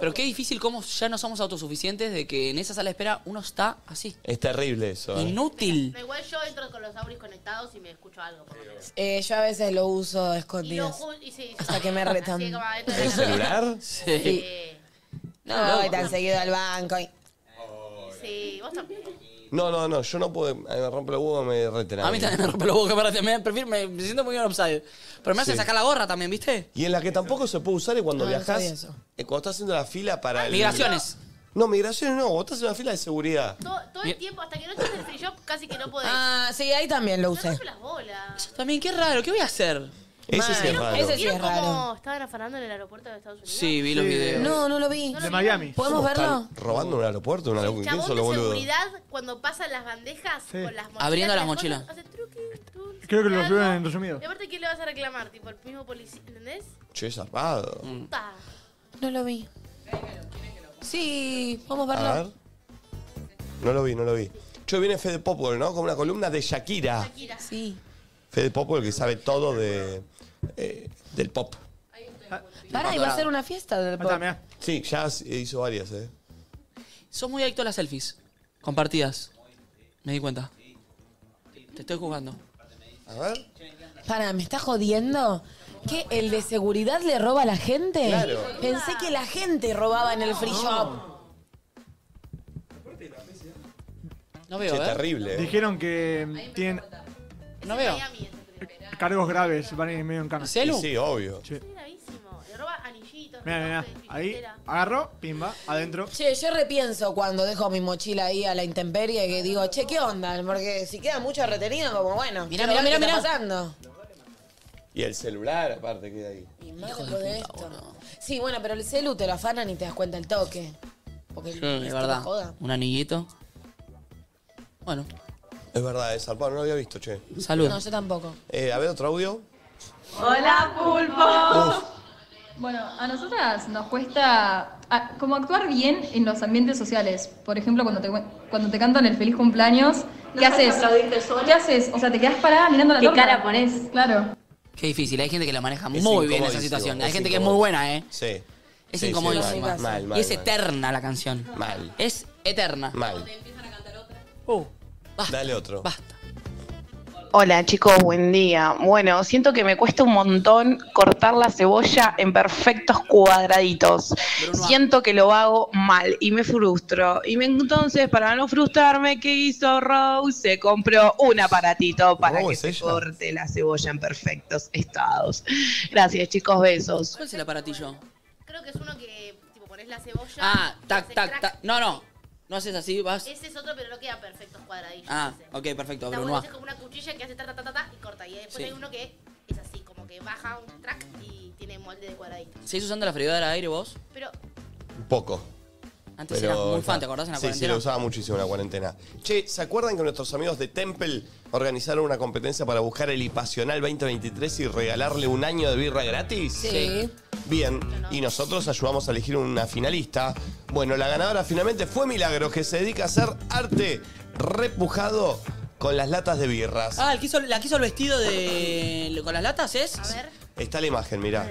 pero qué difícil cómo ya no somos autosuficientes de que en esa sala de espera uno está así. Es terrible eso. ¿eh? Inútil. No, igual yo entro con los auris conectados y me escucho algo. por lo menos. Eh, yo a veces lo uso Y lo escondido. ju- y sí, Hasta que me retan. Así como adentro de ¿El la- celular? Sí. No, No, voy tan no. seguido al banco. y- Sí, vos también. No, no, no, yo no puedo. eh, Me rompe los huevos, me reten. A mí también me rompe los huevos que parece. Me, prefiero- me- me siento muy bien upside. Pero me hace Sí. sacar la gorra también, ¿viste? Y en la que tampoco se puede usar es cuando No, no viajás. sabía eso. eh, Cuando estás haciendo la fila para. el- Migraciones. No, migraciones no, vos estás haciendo la fila de seguridad. Todo, todo el tiempo, hasta que no estés en el free shop, casi que no podés. Ah, sí, ahí también lo usé. las bolas. Yo también, qué raro, ¿qué voy a hacer? Ese sí es raro. Ese sí ¿Vieron es raro. cómo estaban afanando en el aeropuerto de Estados Unidos? Sí, vi los videos. No, no lo vi. De Miami. ¿Podemos Somos verlo? tan- Robando un aeropuerto, una locura. ¿Quién Chabón son de los boludos? seguridad, cuando pasan las bandejas Sí. con las mochilas. Abriendo y las cosas, mochilas. hace truqui, truqui. Creo que lo Claro. subieron en resumido. Y aparte, ¿quién le vas a reclamar? Tipo, el mismo policía, ¿entendés? Che, zarpado. Mm. Ta. No lo vi. Sí, podemos A verlo. ver. No lo vi, no lo vi. Che, viene Fede Popol, ¿no? Con una columna de Shakira. Sí. Fede Popol que sabe todo de. eh, del pop. Pará, iba a ser una fiesta Ah, del pop. Sí, ya s- hizo varias, ¿eh? Sos muy adicto a las selfies. Compartidas. Me di cuenta. Te estoy jugando. A ver. Pará, ¿me está jodiendo? ¿Que el de seguridad le roba a la gente? Claro. Pensé que la gente robaba en el free shop. No Che, veo, ¿eh? terrible. ¿eh? Dijeron que mm, tienen No veo. cargos graves, van en medio en cana. Y Sí, oh? obvio. Sí. Bravísimo. Le roba anillitos. Mira, mira, ahí agarro, pimba, adentro. Che, yo repienso cuando dejo mi mochila ahí a la intemperie que digo, che, ¿qué onda? Porque si queda mucho retenido, como bueno. Mirá, quiero mirá, ver qué mirá, está pasando. Y el celular, aparte, queda ahí. Y más después de esto. Sí, bueno, pero el celu te lo afanan y te das cuenta el toque. Porque Sí, es es verdad. joda. Un anillito. Bueno, Es verdad, es zarpado, no lo había visto, che. salud. No, yo tampoco. Eh, a ver otro audio. Hola, pulpo. Bueno, a nosotras nos cuesta ah, como actuar bien en los ambientes sociales. Por ejemplo, cuando te, cuando te cantan el feliz cumpleaños, ¿qué haces? ¿Qué haces? O sea, te quedas parada mirando la ¿Qué torta. cara pones? Claro. Qué difícil. Hay gente que la maneja Es muy bien esa incomodísimo, situación. Hay es gente que es muy incomodísimo. buena, ¿eh? Sí. Es Sí, sí, incomodísima. mal, mal, mal, y es mal. eterna la canción. Mal. Es eterna. Mal. Uh, Dale otro. Hola chicos, buen día. Bueno, siento que me cuesta un montón cortar la cebolla en perfectos cuadraditos. Siento que lo hago mal y me frustro. Y me- entonces, para no frustrarme, ¿qué hizo Rose? Se compró un aparatito Oh, para Rose, que se ella. corte la cebolla en perfectos estados. Gracias chicos, besos. ¿Cuál es el aparatillo? Creo que es uno que, tipo, pones la cebolla. Ah, y tac, hace tac, crack. tac. No, no. No haces así, vas. Ese es otro, pero no queda perfecto cuadradillo. Ah, ok, perfecto. Está Bruno. bueno, ese es como una cuchilla que hace ta, ta, ta, ta, ta, y corta. Y después Sí. hay uno que es así, como que baja un track y tiene molde de cuadradito. ¿Seguís usando la freidora de aire vos? Pero Un poco. Antes eras muy fan, ¿te acordás en la sí, Sí, cuarentena? lo usaba muchísimo en la cuarentena. Che, ¿se acuerdan que nuestros amigos de Temple organizaron una competencia para buscar el Ipasional 2023 y regalarle un año de birra gratis? Sí. Bien, y nosotros ayudamos a elegir una finalista. Bueno, la ganadora finalmente fue Milagros, que se dedica a hacer arte repujado con las latas de birras. Ah, el que hizo, la que hizo el vestido de. con las latas es. A ver. Está la imagen, mirá.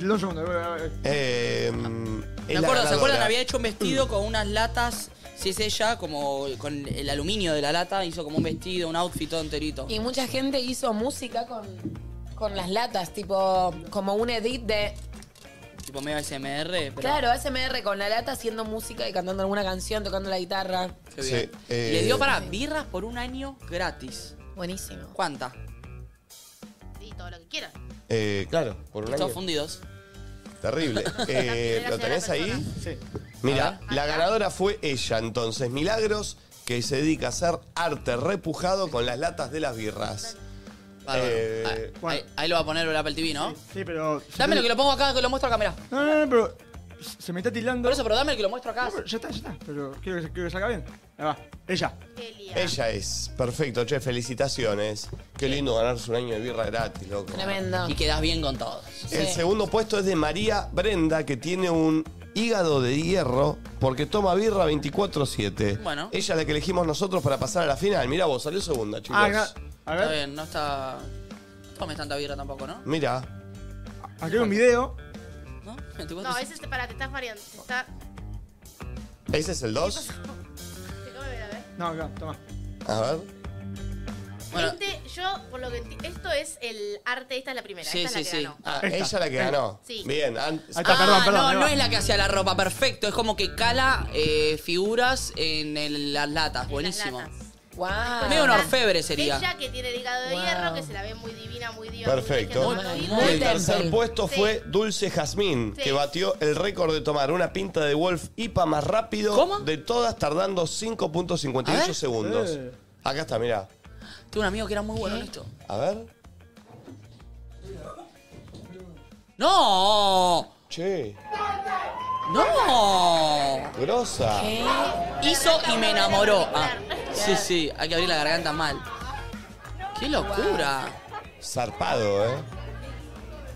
Dos segundos. eh, eh, eh. Eh, es Me la acuerdo, ¿se ganadora. acuerdan? Había hecho un Mm. vestido con unas latas. Si es ella, como con el aluminio de la lata, hizo como un vestido, un outfit todo enterito. Y mucha gente hizo música con, con las latas, tipo, como un edit de. Tipo medio SMR, pero. Claro, ASMR con la lata haciendo música y cantando alguna canción, tocando la guitarra. Qué bien. Sí, eh, Y le dio para birras por un año gratis. Buenísimo. ¿Cuánta? sí, todo lo que quieras. Eh, claro, por un Todos año. fundidos. Terrible. Eh, ¿Lo tenés ahí? Sí. Mira, la ganadora fue ella, entonces, Milagros, que se dedica a hacer arte repujado con las latas de las birras. Eh, Ahí, ahí lo va a poner el Apple TV, ¿no? Sí, pero. Dámelo que lo pongo acá, que lo muestro acá, mirá. No, no, no, pero. Se me está tildando. Por eso, pero dame el que lo muestro acá. ya está, ya está. Pero quiero que, quiero que salga bien. Ahí va. Ella. ella es. Perfecto, che, felicitaciones. Qué lindo ganarse un año de birra gratis, loco. Tremendo. Y quedas bien con todos. El segundo puesto es de María Brenda, que tiene un hígado de hierro porque toma birra 24-7. Bueno. Ella es la que elegimos nosotros para pasar a la final. Mirá vos, salió segunda, chicos. Ah, Está bien, no está. No tomes tanta birra tampoco, ¿no? Mirá. Aquí hay un video. No, ese Este es para, te estás mareando. te está- ¿Ese es el 2? No, acá, toma. A ver. Este, yo, por lo que enti- esto es el arte, esta es la primera. Sí, esta sí, es la que sí. ganó. Ah, ella la que ganó. Sí. Bien. an- ah, no, no es la que hacía la ropa, perfecto. Es como que cala eh, figuras en el- las latas, buenísimo. Wow. Medio un orfebre sería. Ella que tiene el hígado de hierro, que se la ve muy divina, muy diosa. Perfecto. muy Y divina. el tercer puesto Sí. fue Dulce Jazmín, Sí. que batió el récord de tomar una pinta de Wolf IPA más rápido de todas, tardando 5.58 segundos. Eh. Acá está, mirá. Tuve un amigo que era muy bueno en esto. A ver. ¡No! Che. ¡No! Grosa. Hizo y me enamoró. Ah, sí, sí, hay que abrir la garganta mal. ¡Qué locura! Zarpado, ¿eh?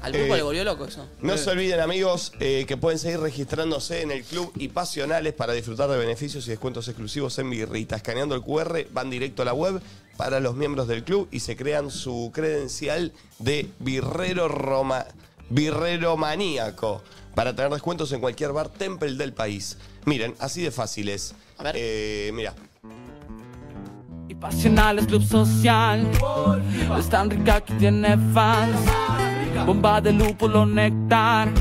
Al pulpo Eh, le volvió loco eso. No se olviden, amigos, eh, que pueden seguir registrándose en el club y pasionales para disfrutar de beneficios y descuentos exclusivos en Birrita. Escaneando el QR, van directo a la web para los miembros del club y se crean su credencial de birrero roma, birrero maníaco para tener descuentos en cualquier bar temple del país. Miren, así de Eh, fáciles. A ver. mira. Pasional es club social. Es tan rica que tiene fans. Bomba de lúpulo néctar.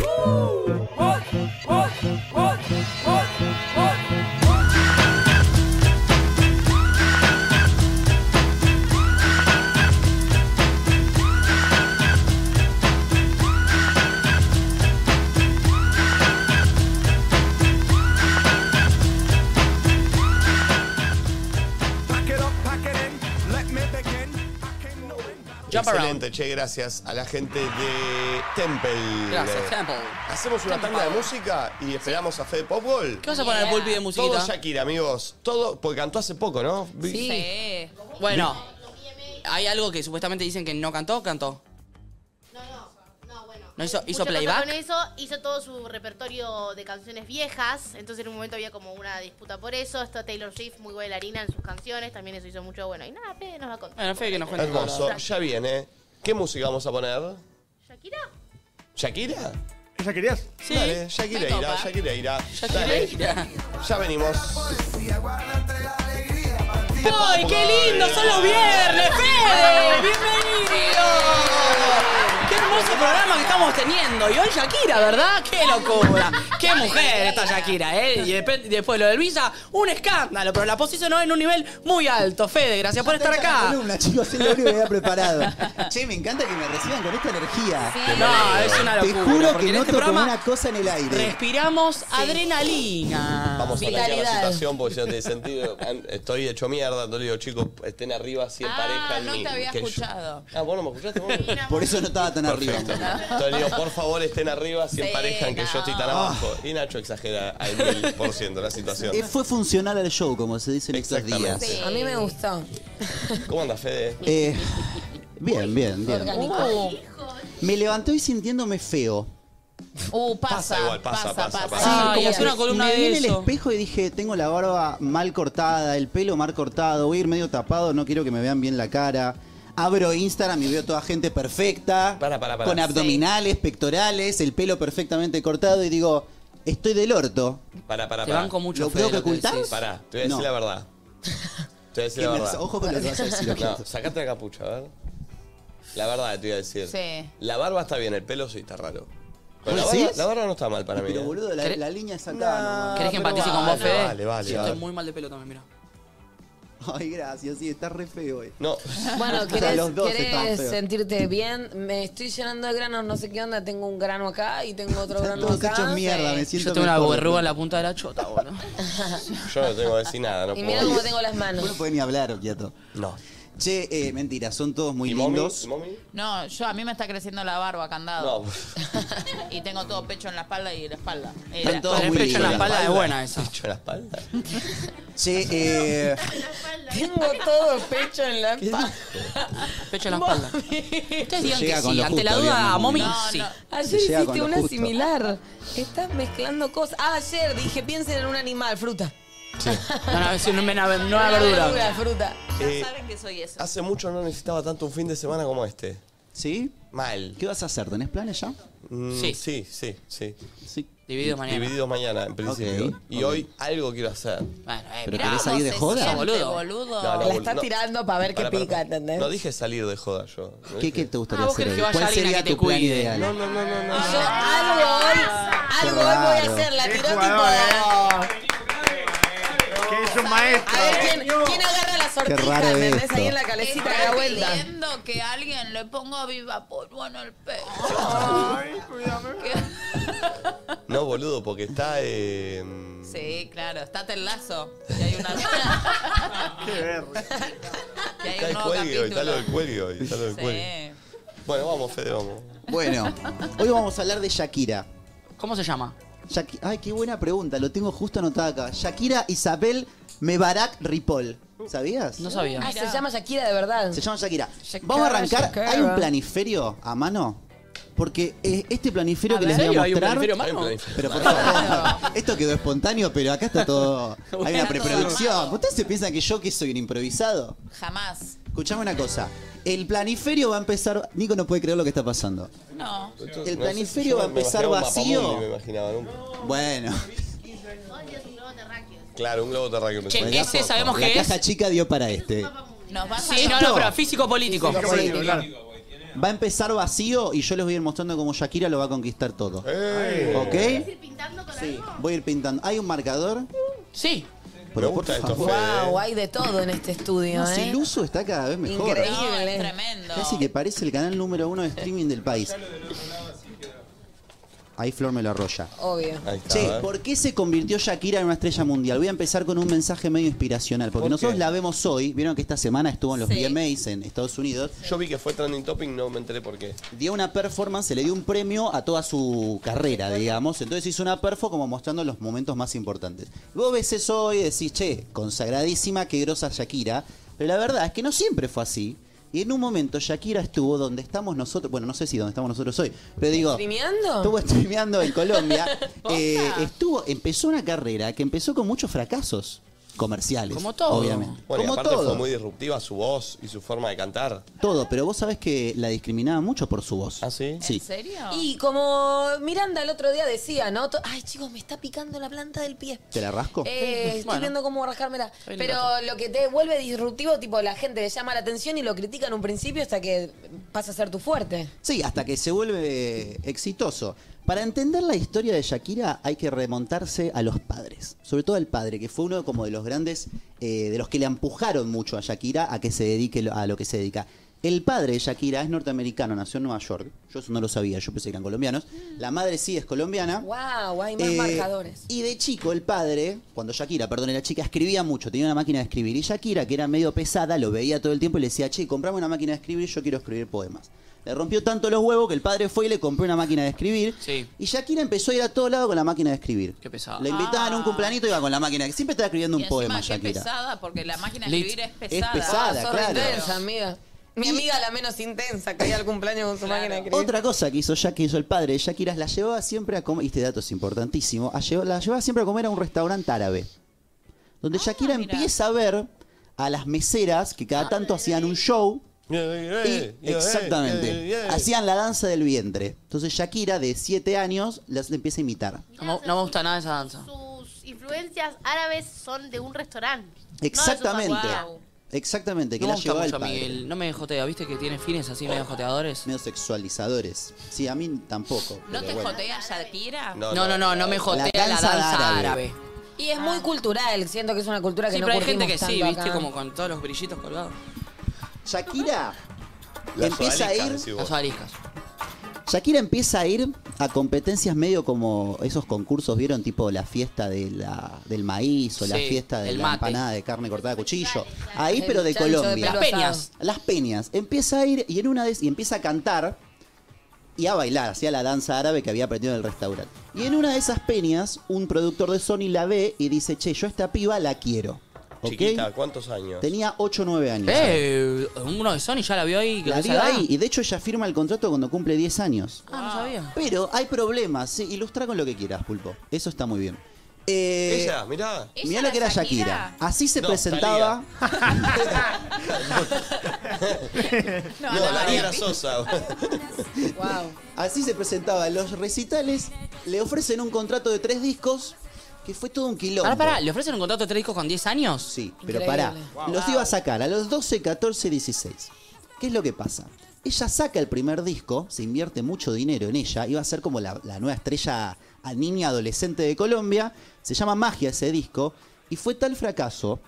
Jump Excelente, che, gracias a la gente de Temple. Gracias, Temple. Hacemos una Temple. tanda de música y esperamos a Fede Popgol. ¿Qué vas a poner, Yeah. Pulpi, de musiquita? Todo Shakira, amigos. Todo, porque cantó hace poco, ¿no? Vi- Sí. Bueno, hay algo que supuestamente dicen que no cantó, cantó. No hizo, Mucho hizo contacto playback. Con eso, hizo todo su repertorio de canciones viejas. Entonces, en un momento había como una disputa por eso. Está Taylor Swift, muy bailarina en sus canciones. También eso hizo mucho bueno. Y nada, Fede nos va a contar. Bueno, Fede que nos cuente todo. Hermoso, ya viene. ¿Qué música vamos a poner? ¿Shakira? ¿Shakira? ¿Esa querías? Sí. Dale, Shakira me irá, copa. Shakira irá. Shakireira. Dale. Ya venimos. ¡Ay, qué lindo! ¡Son los viernes, Fede! ¡Bienvenido! ¡Qué hermoso programa que estamos teniendo! Y hoy Shakira, ¿verdad? ¡Qué locura! ¡Qué mujer esta Shakira, eh! Y después, después lo del Visa, un escándalo, pero la posicionó en un nivel muy alto. Fede, gracias por estar acá. Columna, chicos, es lo único que había preparado. che, me encanta que me reciban con esta energía. No, es una Te locura, juro porque que en noto este como programa una cosa en el aire. Respiramos adrenalina. Vamos a cambiar la situación porque si no tiene sentido. an- Estoy hecho mierda. Entonces digo, chicos, estén arriba, si en pareja en Ah, no mí. te había que yo- escuchado. Ah, vos no me escuchaste. Por eso no estaba tan arriba. Perfecto. Entonces digo, por favor, estén arriba, si en Sí, pareja en que yo estoy tan no. abajo. Y Nacho exagera al mil por ciento la situación. Eh, Fue funcional al show, como se dice en estos días. A mí me gustó. ¿Cómo andas, Fede? Eh, bien, bien, bien. Uh. Orgánico. Me levanté hoy sintiéndome feo. Uh, pasa. Pasa igual, pasa, pasa, pasa. Sí, como es una que columna me de vi en el eso. espejo y dije, tengo la barba mal cortada, el pelo mal cortado, voy a ir medio tapado, no quiero que me vean bien la cara. Abro Instagram y veo toda gente perfecta, para. con abdominales, pectorales, el pelo perfectamente cortado y digo, estoy del orto. Para, para, Te para. banco mucho, ¿Lo Fede, tengo que lo que ocultar? decís. Pará, te voy a decir No. la verdad. Te voy a decir la Que me- verdad. ojo con lo que vas a decir, lo No, siento. sacate la capucha, a ver. La verdad te voy a decir. Sí. La barba está bien, el pelo sí está raro. Pero la, ¿Vos barba, decís? la barba no está mal para mí. Pero ¿eh? boludo, la, ¿Querés- la línea es acá. nomás. ¿Querés que empatice con vos, vale, Fede? vale, Sí, vale. Estoy muy mal de pelo también, mira. Ay, gracias, sí, está re feo eh. hoy. No. Bueno, O sea, ¿querés, los dos querés están feos. sentirte bien? Me estoy llenando de granos, no sé qué onda. Tengo un grano acá y tengo otro grano todos acá. hechos mierda, me Ah, Yo siento tengo una mejor. verruga en la punta de la chota, boludo. Yo no tengo que decir nada, no Y puedo. mira cómo tengo las manos. No puede ni hablar, quieto. No. Che, eh, mentira, son todos muy ¿Y mommy? lindos. ¿Y mommy? pues, No, yo a mí me está creciendo la barba Ah. candado. Y tengo todo pecho en la espalda y la espalda. Eh, Están la- todos con el muy pecho en la lindos. espalda es buena esa. ¿Pecho en la espalda? Che, eh, Tengo todo el pecho en la espalda. Pecho en la espalda. Ustedes digan Llega que con sí. lo Ante la justo, duda, digamos, momi, no, no. sí. Ayer Llega con hiciste lo una justo. similar. Estás mezclando cosas. Ah, ayer dije, piensen en un animal, fruta. No, no, sí, no, me- no, no, Una verdura. fruta. Eh, Saben que soy eso. hace mucho no necesitaba tanto un fin de semana como este. ¿Sí? Mal. ¿Qué vas a hacer? ¿Tenés planes ya? Mm, Sí. Sí, sí, sí. Dividido mañana. Dividido mañana, en principio. Ok, Y ok. hoy algo quiero hacer. Bueno, eh, ¿Pero querés salir de joda? boludo. No, no, La bol- estás no. tirando para ver Pará, qué pará, pica, pará. ¿entendés? No dije salir de joda yo. No ¿Qué, dije- qué te gustaría Ah, vos hacer? querés hoy? que vaya ¿Cuál alguien a sería que te tu plan cuide. ideal? No, no, no, no. no. Yo algo hoy, algo hoy voy a raro. hacer. La Qué tiró tipo. jugadora. de- Que es un maestro. A ver quién, quién agarra la raro sortija, es ¿entendés? esto. Ahí en la calecita de la vuelta. pidiendo que alguien le ponga viva polvo en el pecho. No, boludo, porque está. eh, mm, Sí, claro. Estate el lazo. Y hay una... Qué verga. y hay Está un el nuevo cuelgue hoy, está lo capítulo. del cuelgue hoy. Está lo del cuelgue. Sí. Bueno, vamos, Fede, vamos. Bueno, hoy vamos a hablar de Shakira. ¿Cómo se llama? Shaki- Ay, qué buena pregunta, lo tengo justo anotado acá. Shakira Isabel Mebarak Ripoll. ¿Sabías? No sabía. Ah, se llama Shakira de verdad. Se llama Shakira. Shakira, Vamos a arrancar. Shakira. ¿Hay un planiferio a mano? Porque eh, este planiferio A que ver. les voy a ¿Hay un mostrar. planiferio a mano? Hay un planiferio. Pero por favor, esto quedó espontáneo, pero acá está todo. Hay una Bueno, todo preproducción. armado. ¿Ustedes se piensan que yo que soy un improvisado? Jamás. Escuchame una cosa. El planiferio va a empezar. Nico no puede creer lo que está pasando. No. El No sé, planiferio yo va a me empezar imaginaba un vacío. mapamundi, me imaginaba, ¿no? Bueno, Oh, Dios, un globo terráqueo. Claro, un globo terráqueo. me Che, suena. ese sabemos la que es. caja chica dio para este. eh. Nos vas Sí, a... no, no, pero físico-político. Político, claro. Va a empezar vacío y yo les voy a ir mostrando cómo Shakira lo va a conquistar todo. ¡Ey! ¿Ok? ¿Puedes ir pintando con algo? Voy a ir pintando. Hay un marcador. Sí. Me Pero, gusta por esto, favor. Fede. Wow, hay de todo en este estudio, No, si ¿eh? el uso está cada vez mejor. Increíble. No, es tremendo. Casi que parece el canal número uno de streaming del país. Ahí Flor me lo arrolla. Obvio. Ahí está. Che, ¿eh? ¿por qué se convirtió Shakira en una estrella mundial? Voy a empezar con un mensaje medio inspiracional, porque ¿Por nosotros qué? la vemos hoy, vieron que esta semana estuvo en los Sí. VMAs en Estados Unidos, Yo vi que fue trending topic, no me enteré por qué. dio una performance, se le dio un premio a toda su carrera, digamos. Entonces hizo una perfo como mostrando los momentos más importantes. Vos ves eso hoy y decís, che, consagradísima, qué grosa Shakira. Pero la verdad es que no siempre fue así. Y en un momento Shakira estuvo donde estamos nosotros, bueno, no sé si donde estamos nosotros hoy, pero digo, ¿Streameando? estuvo streameando en Colombia. Eh, estuvo, empezó una carrera que empezó con muchos fracasos comerciales. Como todo. Obviamente. Bueno, y como aparte todo. fue muy disruptiva su voz y su forma de cantar. Todo, pero vos sabés que la discriminaban mucho por su voz. ¿Ah, sí? Sí. ¿En serio? Y como Miranda el otro día decía, ¿no? To- Ay, chicos, me está picando la planta del pie. ¿Te la rasco? Eh, estoy Bueno. viendo cómo rascármela. bien, Pero lo que te vuelve disruptivo, tipo, la gente le llama la atención y lo critica en un principio hasta que pasa a ser tu fuerte. Sí, hasta que se vuelve exitoso. Para entender la historia de Shakira hay que remontarse a los padres, sobre todo al padre, que fue uno como de los grandes, eh, de los que le empujaron mucho a Shakira a que se dedique lo- a lo que se dedica. El padre de Shakira es norteamericano, nació en Nueva York. Yo eso no lo sabía, yo pensé que eran colombianos. La madre sí es colombiana. ¡Wow! Hay más Eh, marcadores. Y de chico, el padre, cuando Shakira, perdón, era chica, escribía mucho, tenía una máquina de escribir. Y Shakira, que era medio pesada, lo veía todo el tiempo y le decía, che, comprame una máquina de escribir, yo quiero escribir poemas. Le rompió tanto los huevos que el padre fue y le compró una máquina de escribir. Sí. Y Shakira empezó a ir a todo lado con la máquina de escribir. Qué pesada. Le invitaban a Ah. un cumpleañito y iba con la máquina. que Siempre estaba escribiendo un Y poema, encima que Shakira. pesada, porque la máquina de Lit. escribir es pesada. pesada, Sos claro. intensa, amiga. Mi amiga la menos intensa, que iba al cumpleaños con su máquina de escribir. Otra cosa que hizo Shak- que hizo el padre de Shakira, es la llevaba siempre a comer, y este dato es importantísimo, a llevar- la llevaba siempre a comer a un restaurante árabe. Donde Ah, Shakira mira. empieza a ver a las meseras que Ah, cada eh, tanto hacían un show. eh, Y, exactamente. Hacían la danza del vientre. Entonces Shakira, de 7 años, las empieza a imitar. No, me- no me gusta nada esa danza. Sus influencias árabes son de un restaurante. no de su Exactamente. familia. Exactamente, que No me la gusta llevaba el mucho a padre. Miguel. No me jotea, ¿viste que tiene fines así medio joteadores? Medio sexualizadores. Sí, a mí tampoco. ¿No pero te bueno. jotea Shakira? No, no, no, no me jotea la danza danza, árabe. árabe. Y es muy cultural, siento que es una cultura que Sí, no pero hay gente que curtimos sí, tanto viste, acá. como con todos los brillitos colgados. Shakira empieza a ir. Las ariscas. Shakira empieza a ir a competencias medio como esos concursos, ¿vieron? Tipo la fiesta de la- del maíz o la Sí, fiesta de el la mate. empanada de carne cortada a cuchillo. Ahí, El pero de chancho de Colombia. pelo Las peñas. asado. Las peñas. Empieza a ir y en una de y empieza a cantar y a bailar. Hacía la danza árabe que había aprendido en el restaurante. Y en una de esas peñas, un productor de Sony la ve y dice, che, yo a esta piba la quiero. ¿Ok? Chiquita, ¿cuántos años? Tenía 8 o 9 años. Eh, uno de Sony ya la vio ahí. La con esa vio edad. ahí y de hecho ella firma el contrato cuando cumple 10 años. Ah, no sabía. Pero hay problemas, sí, ilustra con lo que quieras, Pulpo. Eso está muy bien. Eh, Ella, mirá. Mirá lo que era Shakira. Así se presentaba. No, Daría era Sosa. Así se presentaba en los recitales. Le ofrecen un contrato de tres discos, que fue todo un quilombo. Ahora, pará, ¿le ofrecen un contrato de tres discos con 10 años? Sí, Pero pará, los iba a sacar a los 12, 14, 16. ¿Qué es lo que pasa? Ella saca el primer disco, se invierte mucho dinero en ella, iba a ser como la, la nueva estrella a niña adolescente de Colombia, se llama Magia ese disco, y fue tal fracaso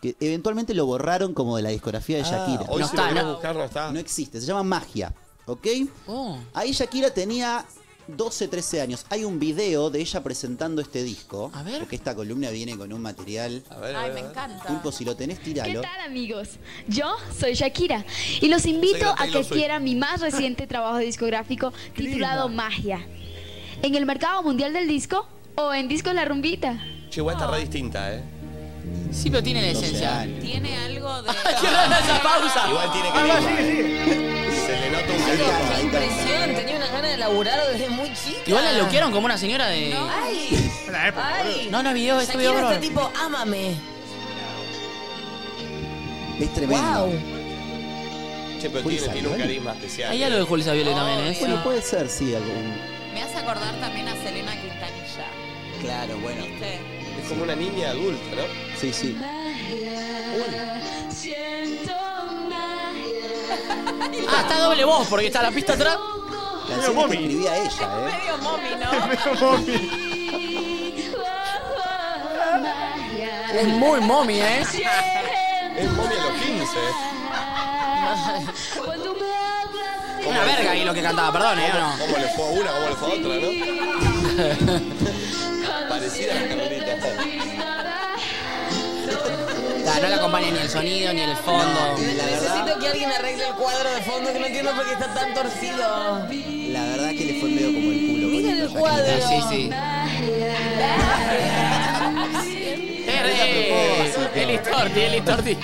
que eventualmente lo borraron como de la discografía de Ah, Shakira. hoy No si lo está, querés no. buscar, No existe, se llama Magia, ¿ok? Oh. Ahí Shakira tenía 12, 13 años. Hay un video de ella presentando este disco, porque esta columna viene con un material... Ay, me encanta. Pulpo, si lo tenés, ¿Qué tíralo. tal, amigos? Yo soy Shakira y los invito Soy la a que Taylor Swift. adquieran mi más reciente trabajo discográfico titulado Magia. En el mercado mundial del disco o en Disco La Rumbita. Che, igual está re distinta, ¿eh? Sí, pero tiene la esencia. Tiene algo de. ¡Qué rara esa pausa! Igual tiene que Ah, ir. sí, Se le nota un Chicos, cariño. qué impresión, tenía unas ganas de laburar desde muy chica. Igual la loquearon como una señora de. Ay, ay. No, no, es video, es Shakira video, está bro. tipo, ámame. Es tremendo. Che, pero Puede tiene, ser, tiene un ¿vale? carisma especial. Hay algo de Julissa Viole también, ¿eh? Bueno, puede ser, sí, algún. Me hace acordar también a Selena Quintanilla. Claro, bueno. ¿Viste? Es como una niña adulta, ¿no? Sí, sí. Ah, está doble voz porque está la pista atrás. Canciones que escribía ella, ¿eh? Medio mommy, ¿no? Es muy mommy, ¿eh? Es momia a los 15. Una verga ahí lo que cantaba, perdón, ¿eh? ¿O no? ¿Cómo le fue a una? ¿Cómo le fue a otra, no? Parecida a la Carolita. Ah, no la acompaña ni el sonido ni el fondo. Necesito que alguien arregle el cuadro de fondo que no entiendo por qué está tan torcido. La verdad que le fue medio como el culo. con Miren el esto, cuadro. Shakira. Eh, eh, Eli Torti, Eli Torti.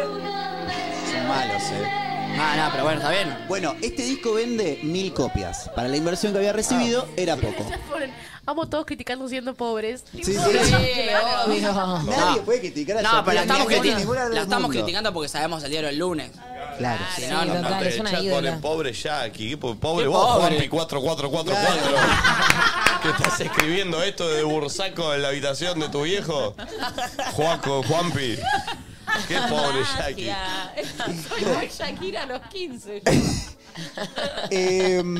Son malos, ¿eh? Ah, no, pero bueno, está bien. Bueno, este disco vende mil copias. Para la inversión que había recibido, era poco. Amo todos criticando siendo pobres. Sí, sí, Nadie puede criticar a No, Shakira, pero la estamos, ninguna, criti- ninguna del la estamos mundo. criticando porque sabemos el diario el lunes. Claro. Sí, no, no, no. Che, pobre, pobre Jackie, qué po- pobre Qué vos, pobre. Juanpi 4444. ¿Qué estás escribiendo esto de bursaco en la habitación de tu viejo? Juaco, Juanpi. Qué pobre Jackie. Soy muy Shakira a los 15. Em,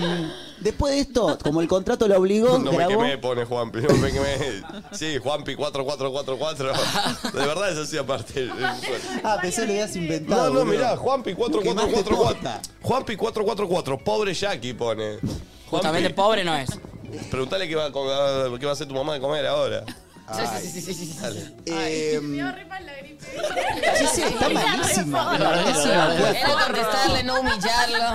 después de esto, como el contrato lo obligó, No me grabó. quemé, pone Juanpi. No me quemé. Sí, Juanpi 4444. De verdad es así aparte. Ah, pensé que lo habías No, inventado. no, boludo. mirá, Juanpi Quemaste 4444. posta. Juanpi 444, pobre Jackie pone. Justamente Juanpi, pobre no es. Preguntale qué va, a co- qué va a hacer tu mamá de comer ahora. Ay. Sí, sí, sí, sí, sí. Dale. Em, Sí, sí, está malísima. Era Malísima. contestarle, no humillarlo.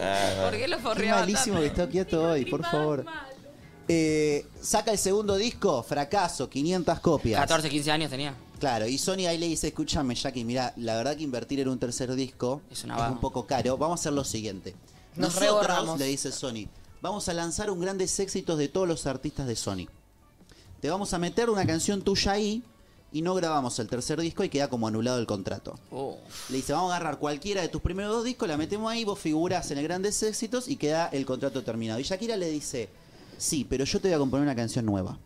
Ah, ¿Por qué lo Qué forreaba malísimo que está quieto hoy, por favor. Eh, saca el segundo disco, fracaso, 500 copias. 14, 15 años tenía. Claro, y Sony ahí le dice, escúchame Jackie, mira, la verdad que invertir en un tercer disco es, un poco caro, vamos a hacer lo siguiente. Nos Nosotros, reborramos. le dice Sony, vamos a lanzar un grandes éxitos de todos los artistas de Sony. Te vamos a meter una canción tuya ahí y no grabamos el tercer disco y queda como anulado el contrato. Le dice, vamos a agarrar cualquiera de tus primeros dos discos, la metemos ahí, vos figuras en el grandes éxitos y queda el contrato terminado. Y Shakira le dice, sí, pero yo te voy a componer una canción nueva.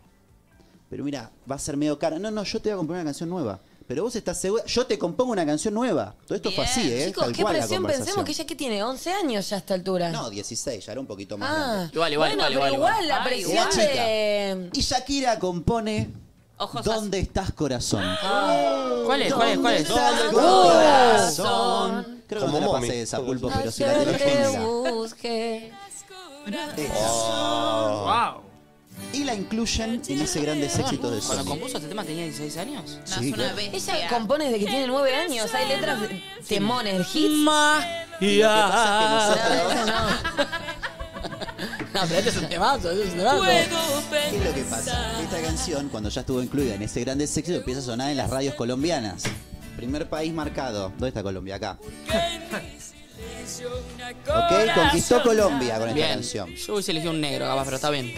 Pero mira, va a ser medio cara. No, no, yo te voy a componer una canción nueva. Pero vos estás segura. Yo te compongo una canción nueva. Todo esto fue así, ¿eh? Chicos, Tal qué cual la presión. conversación. Pensemos que ella que tiene 11 años ya a esta altura. No, 16, ya era un poquito más. Ah, grande. igual, igual, bueno, igual, pero igual, igual. la presión Una chica. de... Y Shakira compone ¿Dónde estás, corazón? Ah. ¿Cuál es? ¿Cuál es? ¿Cuál es? ¿Dónde está ¿Dónde tu está? corazón? Creo que no Como te la Momi. pasé esa pulpo, pero si la Ayer tenés te linda. busqué. Oh. Y la incluyen en ese grandes éxitos de Cuando Sony. compuso este tema tenía 16 años. Sí, claro. Ella compone desde que tiene 9 años. Hay letras de- temones, hits. No, pero este es un temazo, este es un temazo. ¿Qué es lo que pasa? Esta canción, cuando ya estuvo incluida en ese grande éxito, empieza a sonar en las radios colombianas. Primer país marcado. ¿Dónde está Colombia? Acá. Ok, conquistó Colombia con esta Bien. canción. Yo hubiese elegido un negro, capaz, pero está bien.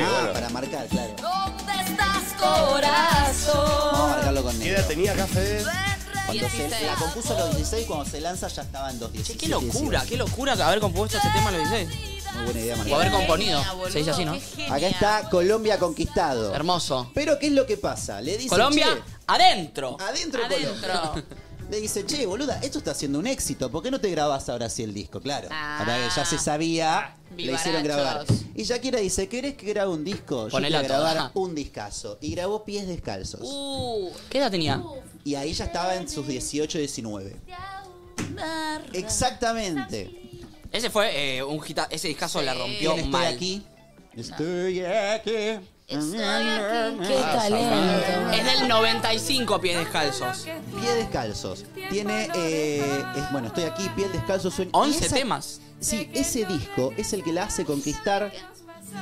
ah, para marcar, claro. ¿Dónde estás, corazón? Vamos a marcarlo con ¿Qué negro. edad tenía acá, Fede? Cuando se, la compuso a los 16, cuando se lanza ya estaba en 2.17. Che, qué locura, qué locura haber compuesto este tema a los 16. Muy buena idea, O Marcelo. haber componido. Se dice así, ¿no? Acá está Colombia conquistado. Hermoso. Pero ¿qué es lo que pasa? Le dice Colombia, adentro. Adentro, Colombia. Le dice, che, boluda, esto está siendo un éxito. ¿Por qué no te grabás ahora sí el disco? Claro. Ahora que ya se sabía, le hicieron grabar. vivarachos. Y Shakira dice, ¿querés que grabe un disco? Yo Ponela quiero grabar toda. Uh, un discazo. Y grabó Pies Descalzos. Uh, ¿Qué edad tenía? Y ahí ya estaba en sus 18, 19. Exactamente. Ese fue eh, un hita, ese discazo la rompió ¿Quién estoy mal. aquí? Estoy aquí. Qué talento. Ah, Es del 95 pies descalzos. Pie descalzos. Tiene. eh, es- bueno, estoy aquí, piel descalzos. Sueño. 11 Y esa- temas. Sí, ese disco es el que la hace conquistar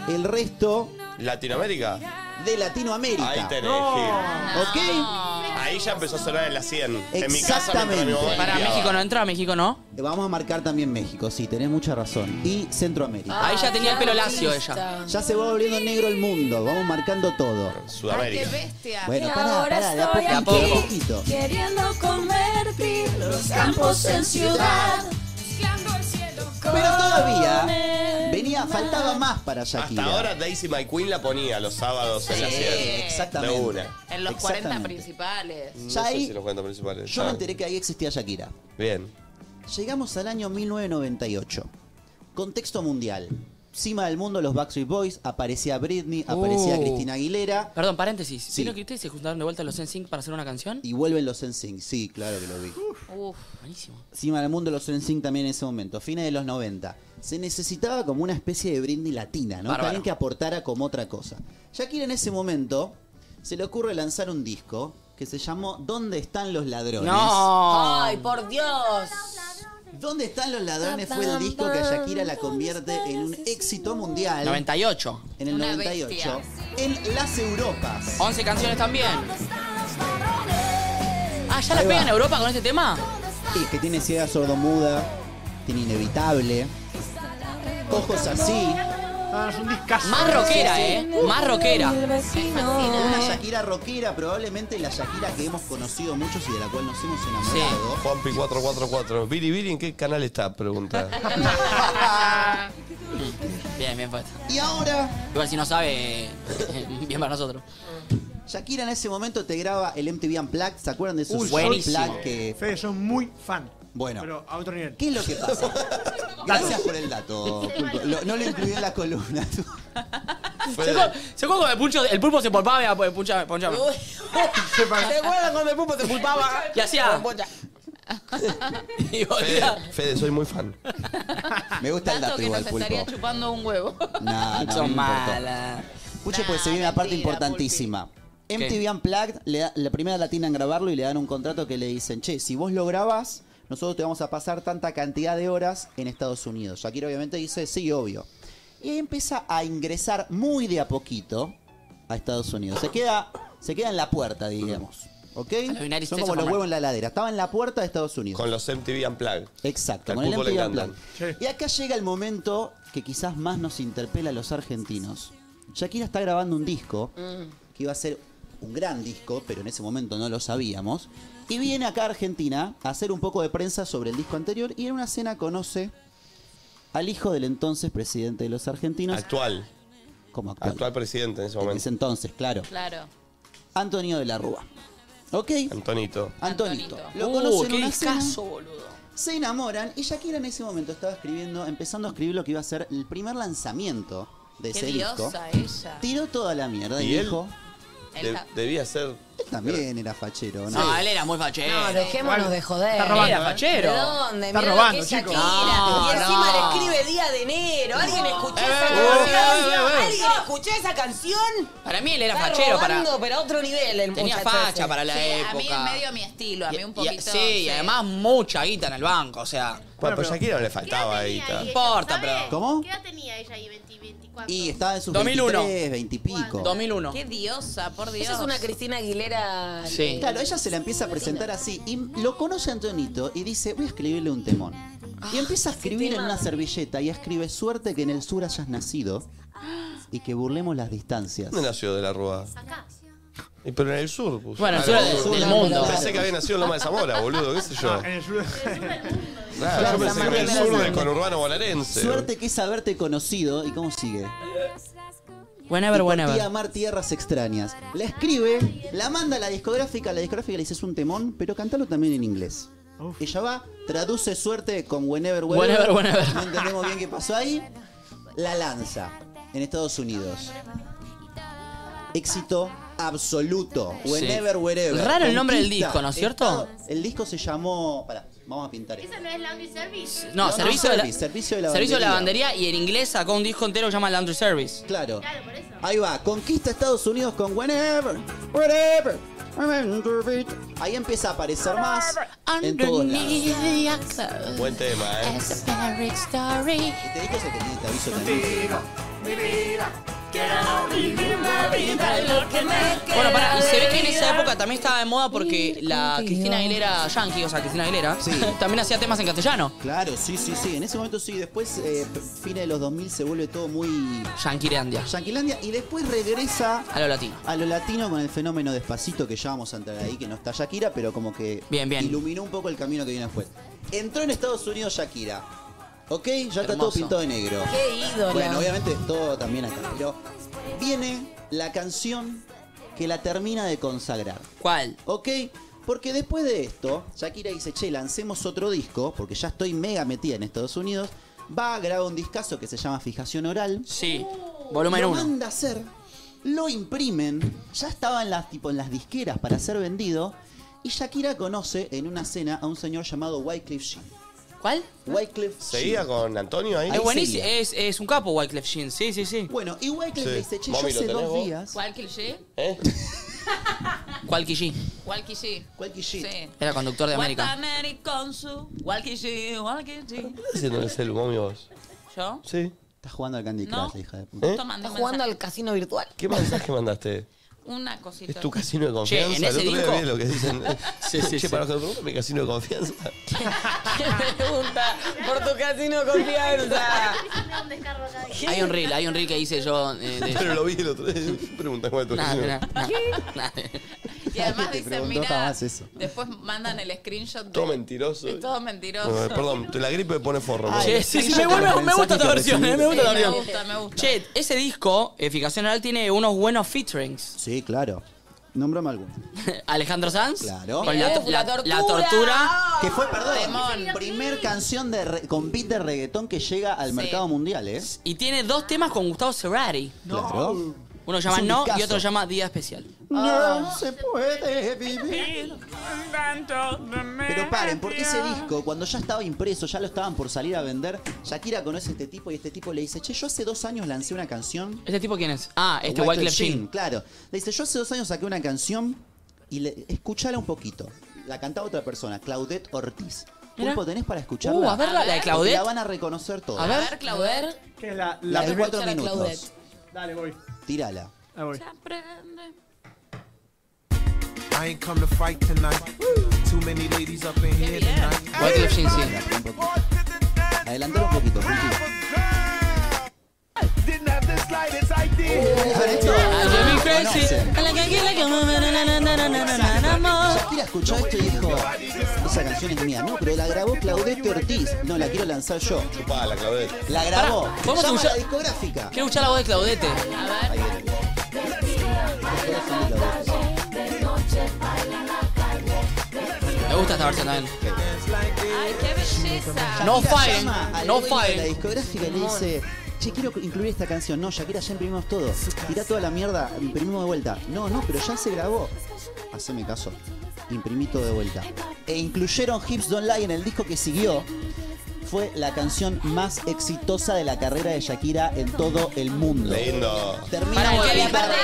el resto Latinoamérica. de Latinoamérica. Ahí tenés, Gil. Ahí ya empezó a sonar en la 100. En mi casa me Exactamente. Para México no entra, México no. Vamos a marcar también México, sí, tenés mucha razón. Y Centroamérica. Ahí ya tenía el pelo lacio ella. Ya se va volviendo negro el mundo, vamos marcando todo. Sudamérica. bestia. Bueno, pará, pará, de a estoy poquito, aquí, de a poquito. Queriendo convertir los campos en ciudad. Pero todavía venía, faltaba más para Hasta Shakira. ahora Daisy My Queen la ponía los sábados en la Sí, 100. exactamente. De una. En los 40 Exactamente. principales. No Ya sé ahí- si los cuentos principales. Yo me Ah, enteré que ahí existía Shakira. Bien. Llegamos al año 1998. Contexto mundial. Cima del mundo los Backstreet Boys, aparecía Britney, aparecía Uh. Oh. Cristina Aguilera Perdón, paréntesis. Sí. ¿Vieron que ustedes se juntaron de vuelta a los NSYNC para hacer una canción? y vuelven los NSYNC. Sí, claro que lo vi. Uf, buenísimo. Cima del mundo los NSYNC también en ese momento, fines de los 90. Se necesitaba como una especie de Britney latina, ¿no? Bárbaro. Alguien que aportara como otra cosa. Shakira en ese momento se le ocurre lanzar un disco que se llamó ¿Dónde están los ladrones? No. Ay, por Dios. ¿Dónde están los ladrones? Fue el disco que a Shakira la convierte en un éxito mundial 98. en el Una 98 bestia. en las Europas. 11 canciones también. Ah, ¿ya la Ahí va. pegan en Europa con este tema? Sí, que tiene ciega sordomuda, tiene inevitable, ojos así. Ah, es un discazo. Más rockera, Sí, eh. sí. eh. Más rockera. Una Shakira rockera, probablemente la Shakira que hemos conocido muchos y de la cual nos hemos enamorado. Juanpi 444. Billy Billy, ¿en qué canal está? Pregunta. Bien, bien puesto. Y ahora, Igual si no sabe, bien para nosotros. Shakira en ese momento te graba el MTV Unplugged. ¿Se acuerdan de Uy, esos buenísimo. Unplugged que... Fede, sos muy fan. Bueno, Pero a otro nivel. ¿qué es lo que pasa? Gracias por el dato. Pulpo. Lo- no lo incluí en la columna. ¿Se acuerdan se acuerdan cuando el, puncho, el pulpo se polpaba? Mira, punchame, ponchame. ¿Qué pasa? acuerdan cuando el pulpo se pulpaba? Y hacía. y Fede, volvía. Fede, soy muy fan. Me gusta el Tanto dato que igual, nos estaría Pulpo. chupando un huevo. No, no, no me Son importó. malas. Escuche, pues se viene una parte importantísima. MTV Unplugged, le da- la primera latina en grabarlo y le dan un contrato que le dicen, che, si vos lo grabás, nosotros te vamos a pasar tanta cantidad de horas en Estados Unidos. Shakira obviamente dice, sí, obvio. Y ahí empieza a ingresar muy de a poquito a Estados Unidos. Se queda, se queda en la puerta, digamos. ¿Ok? los United Son States como of los huevos America. en la heladera. Estaba en la puerta de Estados Unidos. Con los MTV Unplugged. Exacto, Al con el fútbol le MTV encantan. Unplugged. Y acá llega el momento que quizás más nos interpela a los argentinos. Shakira está grabando un disco Mm. Mm. que iba a ser un gran disco, pero en ese momento no lo sabíamos. Y viene acá a Argentina a hacer un poco de prensa sobre el disco anterior y en una cena conoce al hijo del entonces presidente de los argentinos Actual. como actual. Actual presidente en ese En momento. ese entonces, claro. Claro. Antonio de la Rúa. Ok. Antonito. Antonito. Lo Uh, conocen qué en una cena, discazo, boludo. se enamoran y Shakira en ese momento estaba escribiendo, empezando a escribir lo que iba a ser el primer lanzamiento de Qué ese disco. diosa ella. Tiró toda la mierda y, ¿Y él? dijo, Él De- ta- debía ser. también era fachero, ¿no? No, él era muy fachero. No, dejémonos de joder. Está robando, Era fachero. ¿De dónde? Está Mirá lo que robando, es chicos. Shakira. No, y encima no. le escribe Día de Enero. ¿Alguien escuchó Eh, esa eh, canción? eh, eh, eh. ¿Alguien escuchó esa canción? Para mí él era Está fachero, para- Robando, pero a otro nivel el Tenía muchacho facha ese. para la Sí, época. a mí es medio mi estilo, a mí un Y- poquito. sí, y además mucha guita en el banco, o sea. Bueno, pero Shakira no le faltaba ahí. Tenía ta. ahí, importa, ¿sabes? pero- ¿Cómo? ¿Qué edad tenía ella ahí? 20, 24. Y estaba en sus 2001. 23, 20 y pico. 2001. Qué diosa, por Dios. Esa es una Cristina Aguilera. Sí. Claro, ella se la empieza a presentar así y lo conoce Antonito y dice, voy a escribirle un temón. Y empieza a escribir en tema. una servilleta y escribe, suerte que en el sur hayas nacido y que burlemos las distancias. ¿Dónde nació de la Rúa? Acá. Y pero en el sur, puso. Bueno, en el Ah, sur del no, mundo. Pensé que había nacido en Loma de Zamora, boludo, qué sé yo. Ah, En el sur- Claro, yo pensé que en el sur del conurbano bonaerense. Suerte que es haberte conocido. ¿Y cómo sigue? Whenever, Y partí whenever. a amar tierras extrañas. La escribe, la manda a la discográfica, la discográfica le dice es un temón, pero cántalo también en inglés. Ella va, traduce suerte con whenever, whenever. Whenever, whenever. No entendemos bien qué pasó ahí. La lanza en Estados Unidos. Éxito absoluto. Sí. Whenever, wherever. Raro el nombre del Conquista. disco, ¿no es cierto? Estado- El disco se llamó. Pará, vamos a pintar esto. Esa no es Laundry Service. No, No, servicio, no, de la, service, servicio de lavandería. servicio de lavandería y en inglés sacó un disco entero que se llama Laundry Service. Claro. Claro, por eso. Ahí va, conquista Estados Unidos con Whenever, Whenever. Ahí empieza a aparecer más en todos lados. Buen tema, eh. Este disco es el que tiene este aviso también. Bueno, pará, y se ve que en esa época también estaba de moda porque la Cristina Aguilera Yankee, o sea, Cristina Aguilera, también hacía temas en castellano. Claro, sí, sí, sí. En ese momento sí. Después, eh, fines de los 2000, se vuelve todo muy Yanquilandia, Yanquilandia. Y después regresa a lo latino. a lo latino con el fenómeno Despacito, que ya vamos a entrar ahí, que no está Shakira, pero como que Bien, bien. iluminó un poco el camino que viene después. Entró en Estados Unidos Shakira. ¿Ok? Ya está todo Hermoso. pintado de negro. Qué ídola. Bueno, obviamente todo también acá. Pero viene la canción que la termina de consagrar. ¿Cuál? ¿Ok? Porque después de esto, Shakira dice, che, lancemos otro disco, porque ya estoy mega metida en Estados Unidos. Va, graba un discazo que se llama Fijación Oral. Sí, volumen lo 1. manda a hacer, lo imprimen, ya estaba en las, tipo, en las disqueras para ser vendido. Y Shakira conoce en una cena a un señor llamado Wycliffe Jean. ¿Cuál? Wycliffe ¿Seguía Jean. con Antonio ahí? Ahí Es buenísimo, seguía. es, es un capo Wyclef Jean, sí, sí, sí. Bueno, y Wycliffe Sí. le dice, che, yo Mami, ¿lo hace tenés dos vos? días... Walkie G. ¿Eh? Walkie Jean, Walkie G. Wycliffe Jean. Sí. era conductor de What América. American Zoo. Walkie G, Walkie G. ¿Estás haciendo en el celu, mami, vos? ¿Yo? Sí. Está jugando al Candy Crush, No. la hija de puta. ¿Eh? Tomando Está un jugando mensaje. al casino virtual. ¿Qué mensaje mandaste? Una cosita. ¿Es tu casino de Che, ¿en confianza? El ese otro día disco? vi lo que dicen. Sí, sí, che, sí. para los que preguntan, mi casino de confianza. Pregunta por tu casino confianza. No, un descargo acá. Hay un reel, hay un reel que hice yo. eh, de- Pero lo vi el otro día. Pregunta cuál es tu Nah, casino. nah, nah, nah. Y además Nadie te dicen, preguntó mira, jamás eso". después mandan el screenshot de... Todo mentiroso. Es todo mentiroso. Bueno, perdón, la gripe pone forro. Ay, vos. Che, sí, sí, Yo me, tengo vuelve- un me mensaje gusta esta que versión, eh, me recibí. gusta esta Sí, me versión. gusta, me gusta. Che, ese disco, eh, Fijación Oral, tiene unos buenos featurings. Sí, claro. Nómbrame alguno. Alejandro Sanz. Claro. Con la, Uf, la- la Ah, la tortura. tortura. Que fue, perdón, Temón. primer canción de re- con beat de reggaetón que llega al Sí. mercado mundial, ¿eh? Y tiene dos temas con Gustavo Cerati. Claro. Uno llama Es un No y discazo. otro llama Día Especial. No se puede vivir. Pero Ah, paren, porque ese disco, cuando ya estaba impreso, ya lo estaban por salir a vender, Shakira conoce a este tipo y este tipo le dice, che, yo hace dos años lancé una canción. ¿Este tipo quién es? Ah, este Wyclef Wyclef Jean, Jean. Claro. Le dice, yo hace dos años saqué una canción y le, escuchala un poquito. La cantaba otra persona, Claudette Ortiz. Mirá. Pulpo, tenés para escucharla? Uh, a ver la, la de Porque Claudette. La van a reconocer todos. A A ver. ver, Clauder. que es la, la La de primera- cuatro Escuchar a minutos. Claudette. Dale, voy. Tírala. Ahí voy. Aprende. I ain't come to fight tonight. Too many ladies up in here tonight. Wyclef Jean, sí. Un poquito. Adelantalo un poquito, Ah, Ricky. Didn't have the slightest idea. Ah, Jimmy Crazy. Conocen. Claro, Shakira escuchó esto y dijo, esa canción es mía, no, pero la grabó Claudette Ortiz, no, la quiero lanzar yo. Chupala, la Claudette. La grabó, Pará, llama a ¿podemos la escuchar? discográfica. Quiero escuchar la voz de Claudete. Ahí viene. Discográfica Claudette. Me gusta esta versión también. ¡Ay, qué belleza! No Shakira firen, llama al no dueño de firen. La discográfica y le dice, che, quiero incluir esta canción. No, Shakira, ya imprimimos todo. Tirá toda la mierda, imprimimos de vuelta. No, no, pero ya se grabó. Haceme caso. Imprimí todo de vuelta. E incluyeron Hips Don't Lie en el disco que siguió. Fue la canción más exitosa de la carrera de Shakira en todo el mundo. Lindo. Termina Pará, con que la aparte,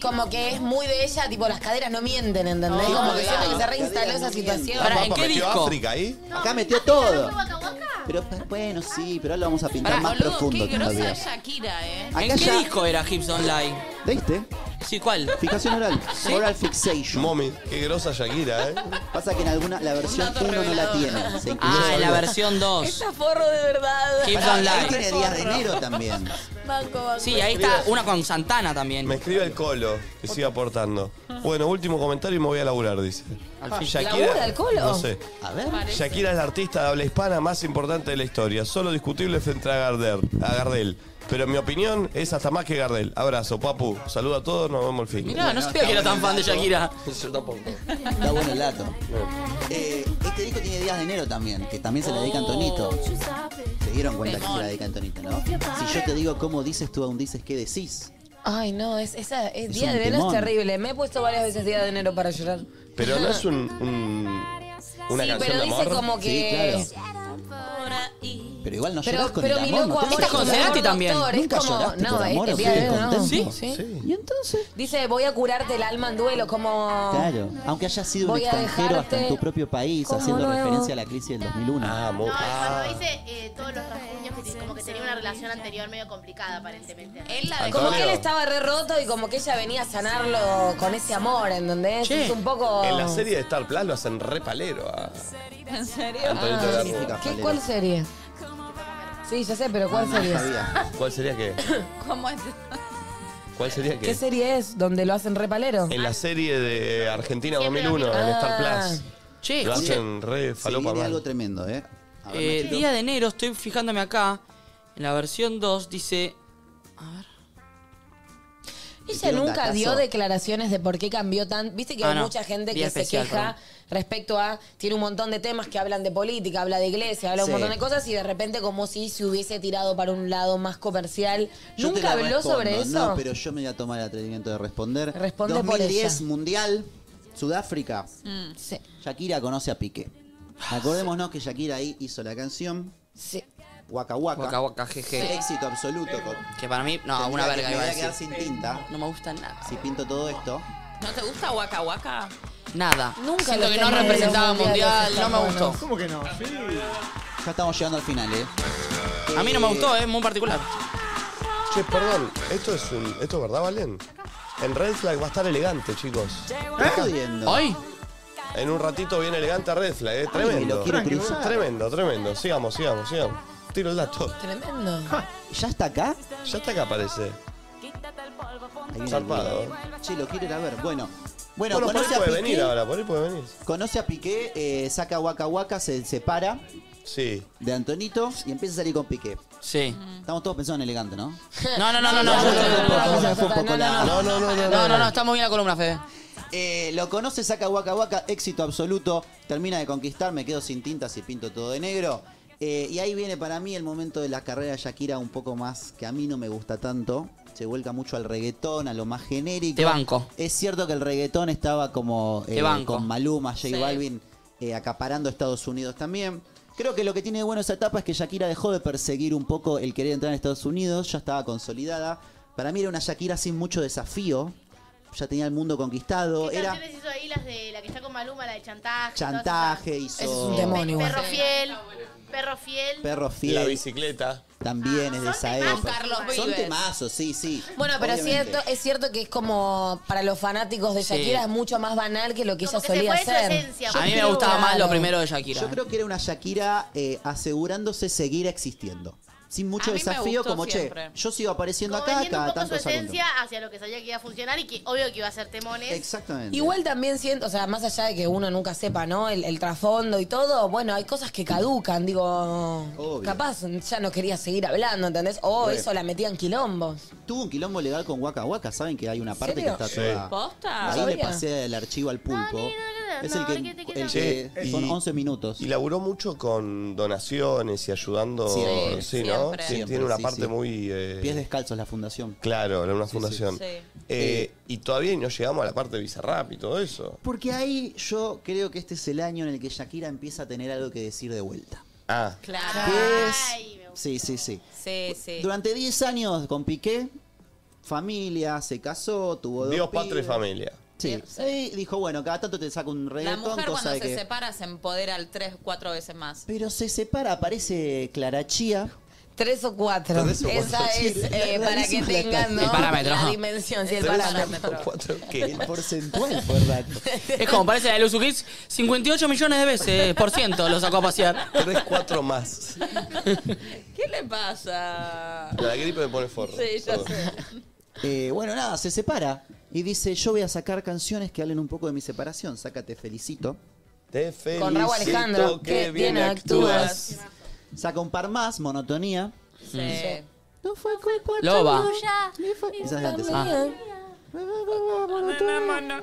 como que es muy de ella, tipo las caderas no mienten, ¿entendés? No, como que claro. siento que se reinstaló esa situación. Papá, metió África ahí? Acá metió todo. Pero pa- bueno, sí, pero ahora lo vamos a pintar Pará, más boludo, profundo qué todavía. grosa es Shakira, eh. ¿En qué disco era Hips Online? ¿De este? Sí, ¿cuál? Fijación oral. Sí. Oral fixation. Mommy, qué grosa Shakira, ¿eh? Pasa que en alguna, la versión 1 no la tiene. Se incluyó Ah, en la solo. versión 2. Forro de verdad. Hips Pará, Online. ahí tiene Días de Enero también. Banco, banco. Sí, ahí está una con Santana también. Me escribe el colo, que sigue aportando. Bueno, último comentario y me voy a laburar, dice. Al fin. ¿Labura el Colo? No sé. A ver. Shakira es la artista de habla hispana más importante de la historia. Solo discutible frente a Gardel. A Gardel. Pero en mi opinión es hasta más que Gardel. Abrazo, papu. Saludo a todos, nos vemos el fin. Mirá, no sabía que era tan fan de Shakira. Yo tampoco. Está bueno el dato. Eh, este disco tiene Días de Enero también, que también se la dedica a Antonito. Se dieron cuenta que se la dedica a Antonito, ¿no? Si yo te digo cómo dices, tú aún dices qué decís. Ay, no, es, esa, es Es Día un de Enero es temón. terrible. Me he puesto varias veces Día de Enero para llorar. Pero no es un, un- una Sí, canción pero de dice amor. como que- Sí, claro. Pero igual no Pero- lloras con pero el mi amor. loco no te hagas amor llorar. es como un doctor, es Nunca como- lloraste no, por eh, amor, eh, o Día de fuiste Enero, contento. ¿no? Sí, sí. ¿Y entonces? Dice, voy a curarte el alma en duelo, como. Claro, aunque hayas sido un Voy a extranjero hasta en dejarte tu propio país, como haciendo nuevo. referencia a la crisis del 2001. Ah, mo- Cuando dice eh, todos los rasguños que tiene- como que tenía una relación anterior medio complicada aparentemente. Él la Como que él estaba re roto y como que ella venía a sanarlo con ese amor, ¿entendés? Che, Es un poco. En la serie de Star Plus lo hacen re palero. a- ¿En serio? Ah, Antonio Tarantino. ¿Qué, ¿Cuál serie? Sí, ya sé, pero ¿cuál serie es? ¿Cuál sería qué? ¿Cómo es? ¿Cuál sería qué? ¿Qué serie es donde lo hacen repalero? En la serie de Argentina 2001, en Ah. Star Plus. Che, lo escuche. hacen re Se falopa viene mal. algo tremendo, ¿eh? A ver, Eh, Nachito. día de enero, estoy fijándome acá. En la versión 2 dice. A ver. Ella ¿Tiene un nunca datazo? dio declaraciones de por qué cambió tan. Viste que Ah, hay no. mucha gente que Día se especial, queja respecto a. Tiene un montón de temas que hablan de política, habla de iglesia, habla Sí. un montón de cosas y de repente, como si se hubiese tirado para un lado más comercial. Yo te ¿Nunca la habló respondo, sobre eso? No, pero yo me voy a tomar el atrevimiento de responder. Responde por 2010 ella. Mundial, Sudáfrica. Mm, sí. Shakira conoce a Piqué. Acordémonos que Shakira ahí hizo la canción. Sí. Waka Waka. Waka Waka, jeje. Éxito absoluto. Que para mí, no, Tendría una que- verga me iba a voy a quedar decir. sin tinta. No me gusta nada. Si pinto todo esto. ¿No te gusta Waka Waka? Nada. Nunca Siento los que no temas de los representaba mundiales mundial, no me están gustó. buenos. ¿Cómo que no? Ya estamos llegando al final, ¿eh? A mí no me gustó, ¿eh? es muy particular. Che, perdón, esto es un. ¿Esto es verdad, Valen? En Red Flag va a estar elegante, chicos. ¿Hoy? En un ratito viene elegante a Red Flag, eh. lo Tremendo. quiero cruzar. tremendo, tremendo. Sigamos, sigamos, sigamos. Tiro el dato. Tremendo. ¿Ya está acá? Ya está acá, parece. Ahí viene Zarpado. el video. Che, lo quiero ir a ver. Bueno. Bueno, Bueno, por ahí conoce a puede Piqué, venir ahora, por ahí puede venir. Conoce a Piqué, eh, saca Waka Waka, se separa Sí. de Antonito y empieza a salir con Piqué. Sí. Estamos todos pensando en elegante, ¿no? No, no, no, no, no. yo estoy- No, no, no, No, no, no, está muy bien la columna, Fede. Eh, lo conoce, saca Waka Waka, éxito absoluto, termina de conquistar, me quedo sin tintas y pinto todo de negro. Eh, y ahí viene para mí el momento de la carrera de Shakira un poco más que a mí no me gusta tanto. Se vuelca mucho al reggaetón, a lo más genérico. Te banco. Es cierto que el reggaetón estaba como eh, Te banco. con Maluma, J Sí. Balvin, eh, acaparando Estados Unidos también. Creo que lo que tiene de bueno esa etapa es que Shakira dejó de perseguir un poco el querer entrar en Estados Unidos, ya estaba consolidada. Para mí era una Shakira sin mucho desafío, ya tenía el mundo conquistado, ¿Qué era canciones hizo ahí las de la que está con Maluma, la de chantaje? chantaje, hizo todas esas? Perro Ah, fiel. Perro fiel. perro fiel. La bicicleta. También es de esa Ah, temazos, época. Carlos Son Vives. temazos, sí, sí. Bueno, pero Obviamente. cierto, es cierto que es como para los fanáticos de Sí. Shakira es mucho más banal que lo que ella se solía fue su hacer. esencia, A mí me creo- gustaba más lo primero de Shakira. Yo creo que era una Shakira eh, asegurándose seguir existiendo. sin mucho A mí me desafío, gustó como siempre. che, yo sigo apareciendo Como acá, vendiendo un cada poco su tanto saco un esencia hacia lo que sabía que iba a funcionar y que obvio que iba a ser temones. Exactamente. Igual también siento, o sea, más allá de que uno nunca sepa, ¿no? El, el trasfondo y todo, bueno, hay cosas que caducan, digo, capaz ya no quería seguir hablando, ¿entendés? O Re. eso la metían quilombos. Tuvo un quilombo legal con Waka Waka, saben que hay una parte serio? que está Sí. toda. ¿Posta? Ahí No le sabía. pasé el archivo al pulpo. Es el que, el que- Sí, son y- 11 minutos. Y laburó mucho con donaciones y ayudando. Siempre, sí, ¿no? siempre. Sí, Siempre, tiene una sí, parte sí. muy. eh, Pies descalzos la fundación. Claro, era una Sí, fundación. sí. Sí. Eh, y todavía no llegamos a la parte de Bizarrap y todo eso. Porque ahí yo creo que este es el año en el que Shakira empieza a tener algo que decir de vuelta. Ah. Claro. ¿Qué es? Sí, sí, sí. Sí, sí. Durante 10 años con Piqué, familia, se casó, tuvo dos Dios, patria y pibes. familia. Sí. Sí, dijo, bueno, cada tanto te saco un La reggaetón, mujer cosa cuando de se que... separa se empodera al tres, cuatro veces más. Pero se separa, aparece Clara Chía. Tres o cuatro. Tres o cuatro, Esa sí, es, la- eh, la- para la- que la- tengan, ¿no? el parámetro. La dimensión, sí, el Tres o parámetro. cuatro, El porcentual fue raro. Es como parece la de Luzu Kids, 58 millones de veces por ciento lo sacó a pasear. 3, 4 más. ¿Qué le pasa? La gripe me pone forro. Sí, ya Todo. sé. Eh, bueno, nada, se separa. Y dice, yo voy a sacar canciones que hablen un poco de mi separación. Sácate, felicito. Te felicito. Raúl Alejandro, que bien actúas. Saca un par más, monotonía. Sí. No fue culpa Loba. Esa es de antes.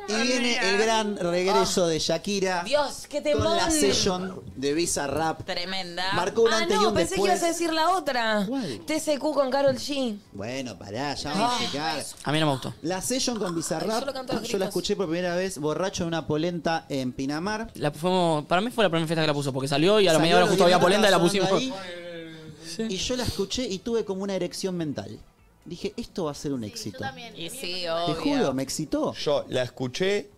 Y viene el gran regreso de Shakira Dios, qué con temón. la session de Visa Rap. Tremenda. Marcó un ah, antes y no, un pensé que después. ibas a decir la otra. TCQ con Carol G. Bueno, pará, ya vamos a Ay, llegar. A mí no me gustó. La session con Bizarrap, solo canto los yo, la gritos. escuché por primera vez borracho en una polenta en Pinamar. La fuimos- para mí fue la primera fiesta que la puso, porque salió y a la Salió media hora lo justo había divino, polenta y la estaba pusimos. sonando ahí. Y yo la escuché y tuve como una erección mental. Dije, esto va a ser un éxito. Y sí, Te obvio. juro, me excitó. Yo la escuché,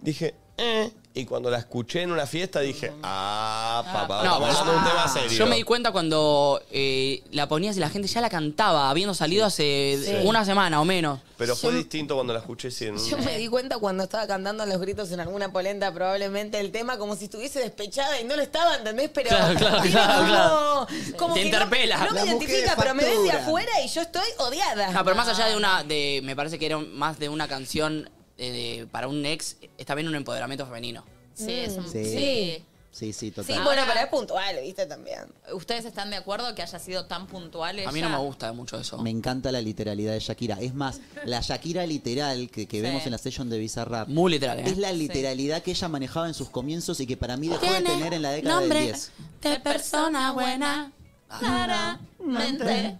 dije, eh. Y cuando la escuché en una fiesta dije, ah, papá, No, estamos hablando de un tema serio. Yo me di cuenta cuando eh, la ponías y la gente ya la cantaba, habiendo salido hace Sí. una semana o menos. Pero fue Yo- distinto cuando la escuché sin. Yo me di cuenta cuando estaba cantando los gritos en alguna polenta, probablemente el tema, como si estuviese despechada y no lo estaba, ¿entendés? Pero Claro, claro, tiene claro, como- claro. como Te que no- interpela. No, La me mujer identifica, pero me ves de factura. afuera y yo estoy odiada. No, Ah, pero más allá de una, de, me parece que era un- más de una canción eh, de- para un ex, es también un empoderamiento femenino. Sí, es un... Sí. sí. Sí, sí, Sí, total. bueno, pero es puntual, viste también. ¿Ustedes están de acuerdo que haya sido tan puntual ella? A mí no me gusta mucho eso. Me encanta la literalidad de Shakira. Es más, la Shakira literal que, que Sí. vemos en la session de Bizarrap. Muy literal, ¿eh? Es la Sí. literalidad que ella manejaba en sus comienzos y que para mí dejó de Tiene tener en la década nombre. del 10. De persona buena. Claramente.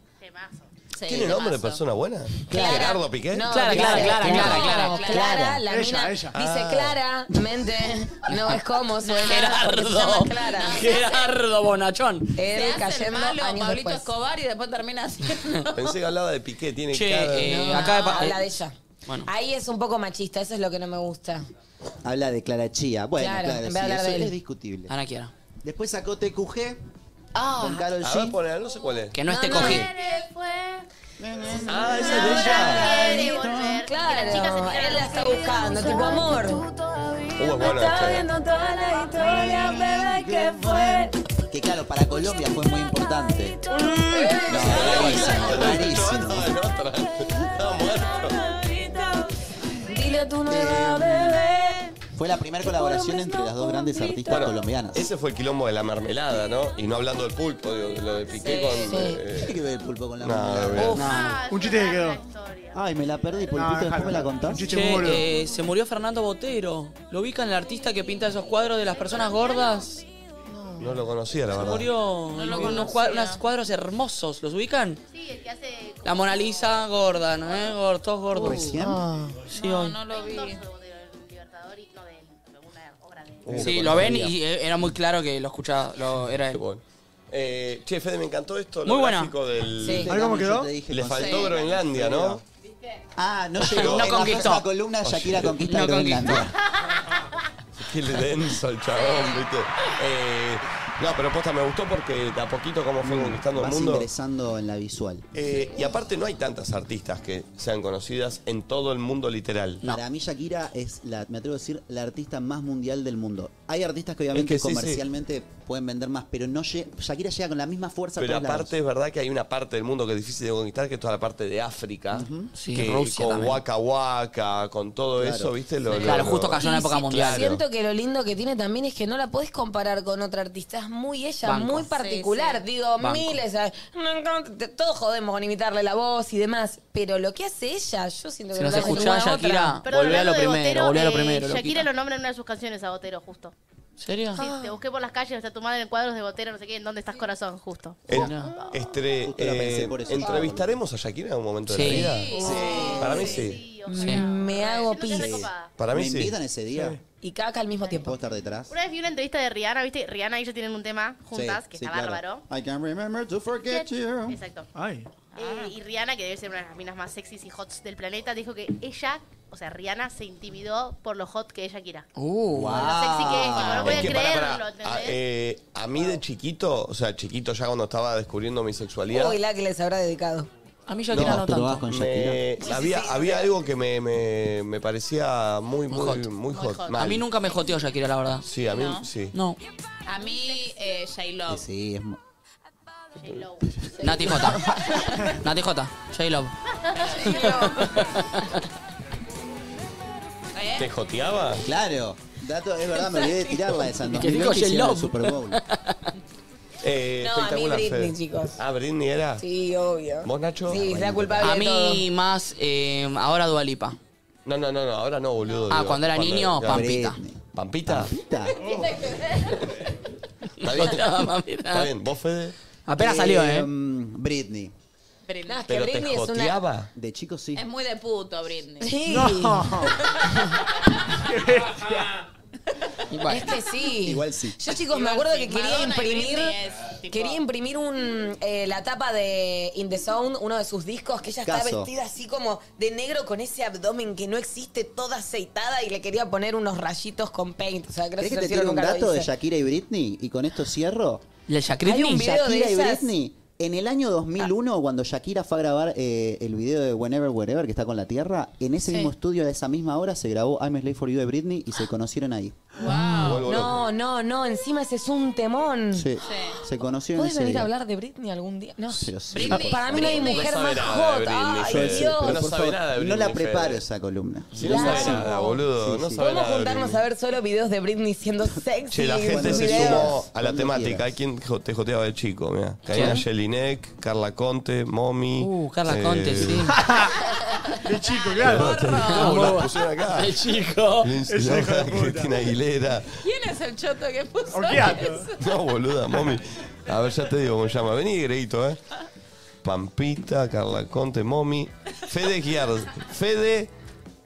Sí, ¿Tiene temazo. nombre de persona buena? Clara. ¿Gerardo Piqué? No, Clara, Clara, Clara, no, Clara, Clara, Clara. la Ella, mina ella. dice Ah. claramente, no es como suena. porque se llama Gerardo. Clara. Gerardo Bonachón. Él Se hace el cayendo malo años Pablito después. Escobar y después termina haciendo... Pensé que hablaba de Piqué, tiene Che, cara eh, No, acá de pa- habla Ah, de ella. Bueno. Ahí es un poco machista, eso es lo que no me gusta. Habla de Clara Chía. Bueno, Claro, claro, en vez de sí, hablar eso de él. es discutible. Ahora quiero. Después sacó TQG con Ah, Carol A ver, G. ponela, no sé cuál es. Que no, esté no. cogido. Ah, esa es de ella. Claro, él la está buscando, tipo amor. Uh, es bueno este. toda la historia, bebé, que fue. Que claro, para Colombia fue muy importante. Dile a tu nueva bebé. Fue la primera colaboración entre las dos grandes artistas Bueno, colombianas. Ese fue el quilombo de la mermelada, ¿no? Y no hablando del pulpo, digo, de lo de Piqué Sí, con. sí. eh, ¿Qué tiene que ver el pulpo con la No, mermelada? no, Uf. Un chiste que quedó. Ay, me la perdí, pulpito, No, después déjalo. me la contás. Che, eh, se murió Fernando Botero. ¿Lo ubican el artista que pinta esos cuadros de las personas gordas? no lo conocía, la verdad. Murió. lo unos conocía. cua- unos cuadros hermosos. ¿Los ubican? Sí, el que hace. La Mona Lisa gorda, ¿no? ¿Eh? Gor- todos gordos. ¿Recién? Sí, hoy. No lo vi. sí, Uh, lo ven sabía. y eh, era muy claro que lo escuchaba. Lo, era él. Eh, che, Fede, me encantó esto. Muy lo buena. gráfico del. Sí. ¿Ahí cómo quedó? Yo te dije Le con- faltó Sí. Groenlandia, ¿no? Ah, no No llegó. En la conquistó. próxima Oh, columna Ah, Shakira conquista No Groenlandia. Qué le denso el chabón, ¿viste? Eh, No, pero posta, me gustó porque de a poquito como Mm, fue conquistando el Vas mundo. ingresando en la visual. Eh, y aparte no hay tantas artistas que sean conocidas en todo el mundo literal. Para mí Shakira es, la, me atrevo a decir, la artista más mundial del mundo. Hay artistas que obviamente Es que sí, comercialmente pueden vender más, pero no lle- Shakira llega con la misma fuerza a Pero todos lados. aparte es verdad que hay una parte del mundo que es difícil de conquistar, que es toda la parte de África, Sí, que Rusia con también. Waka Waka, con todo Claro. eso, ¿viste? Lo, Sí. lo- Claro, lo- justo cayó en la época Claro. mundial. Siento que lo lindo que tiene también es que no la podés comparar con otra artista. Es muy ella, Banco. muy particular. Sí, sí. Digo, Banco. miles. ah, no, no, te- Todos jodemos con imitarle la voz y demás. Pero lo que hace ella, yo siento que Si no nos la hace escuchás, ninguna Shakira, otra. volvé a lo hablando de primero, volvé a lo eh, primero. Shakira loquita. lo nombra en una de sus canciones a Botero, justo. ¿Serio? Sí, te busqué por las calles, está tu madre en cuadros de Botero, no sé qué, en dónde estás corazón, justo. En- estre- la eh, pensé por eso. ¿Entrevistaremos a Shakira en un momento de la Sí. vida? Sí. Para mí sí. Me hago pis. Para mí ¿Me sí. invitan ese día? Y caca al mismo tiempo. ¿Puedo estar detrás? Una vez vi una entrevista de Rihanna, ¿viste? Rihanna y ella tienen un tema juntas, Sí, que sí, está claro. bárbaro. I can remember to forget you. Exacto. Eh, y Rihanna, que debe ser una de las minas más sexys y hots del planeta, dijo que ella, o sea, Rihanna se intimidó por lo hot que es Shakira. Uh, Lo sexy que es, tipo, no Es podía que, pará, creerlo, pará. ¿entendés? A, eh, a mí de chiquito, o sea, chiquito ya cuando estaba descubriendo mi sexualidad. Uy, la que les habrá dedicado. A mí No, me- había, había algo que me, me- me parecía muy, muy, muy hot. A mí nunca me joteó Shakira, la verdad. Sí, a mí ¿No? sí. No. A mí, eh, J-Lo. Sí, es Nati J. Nati J. J-Love. ¿Te joteaba? Claro. Dato, es verdad, me olvidé de tirarla esa en Y que dijo 2020 hicieron el J-Lo. Super Bowl. Eh, No, a mí espectacular, Britney, Fede. chicos. Ah, Britney era. Sí, obvio. ¿Vos, Nacho? Sí, la culpable A de mí más, eh, ahora Dualipa. No, no, no, no, ahora no, boludo. Ah, digo. cuando era niño, claro. Pampita. ¿Pampita? Oh. ¿Está bien? Joteaba, Pampita. ¿Está bien? ¿Vos, Fede? Apenas salió, ¿eh? mm, Britney. Britney. ¿Pero te Britney es una- joteaba? De chico sí. Es muy de puto, Britney. Sí. Igual. Es que este sí. Igual sí. Yo chicos me Igual acuerdo sí. que quería Madonna y imprimir Britney es, tipo- quería imprimir un eh, la tapa de In the Sound, uno de sus discos que ella está Caso. vestida así como de negro con ese abdomen que no existe, toda aceitada y le quería poner unos rayitos con paint, o sea, creo que ¿Crees que se te lo hicieron, tire un nunca lo dato de hice. Shakira y Britney? Y con esto cierro. ¿La Shakira Hay un video de Shakira y ellas. Britney. En el año 2001, cuando Shakira fue a grabar eh, el video de Whenever, Wherever, que está con la Tierra, en ese Sí. mismo estudio, a esa misma hora, se grabó I'm a Slave for You de Britney y se conocieron ahí. No, no, no, encima ese es un temón. Sí. Se conocieron ¿Puedes ese venir a día. hablar de Britney algún día? No. Pero sí. Britney, Ah, Para mí no hay Britney. mujer No sabe más nada de hot. Britney, Ay, Fede. Dios. Pero Pero no por sabe favor, nada de no Britney, la Fede. preparo esa columna. Si no sabe Sí, nada, boludo. No sabe Podemos nada. de juntarnos Britney. a ver solo videos de Britney siendo sexy. Che, la gente con se videos. sumó a la Cuando temática. quieras. Hay quien jo- te joteaba de chico, mira. Karina ¿Quién? Jelinek, Carla Conte, Momi. Eh, Uh, Carla Conte, sí. Qué chico, Claro, claro. las pusieron acá. De chico. Lindsay Ese hijo de Lohan, Cristina Aguilera. ¿Quién es el choto que puso Orquiato. eso? No, boluda, Momi. A ver, ya te digo cómo se llama. Vení, Greguito, eh. Pampita, Carla Conte, Momi. Fede Giar. Fede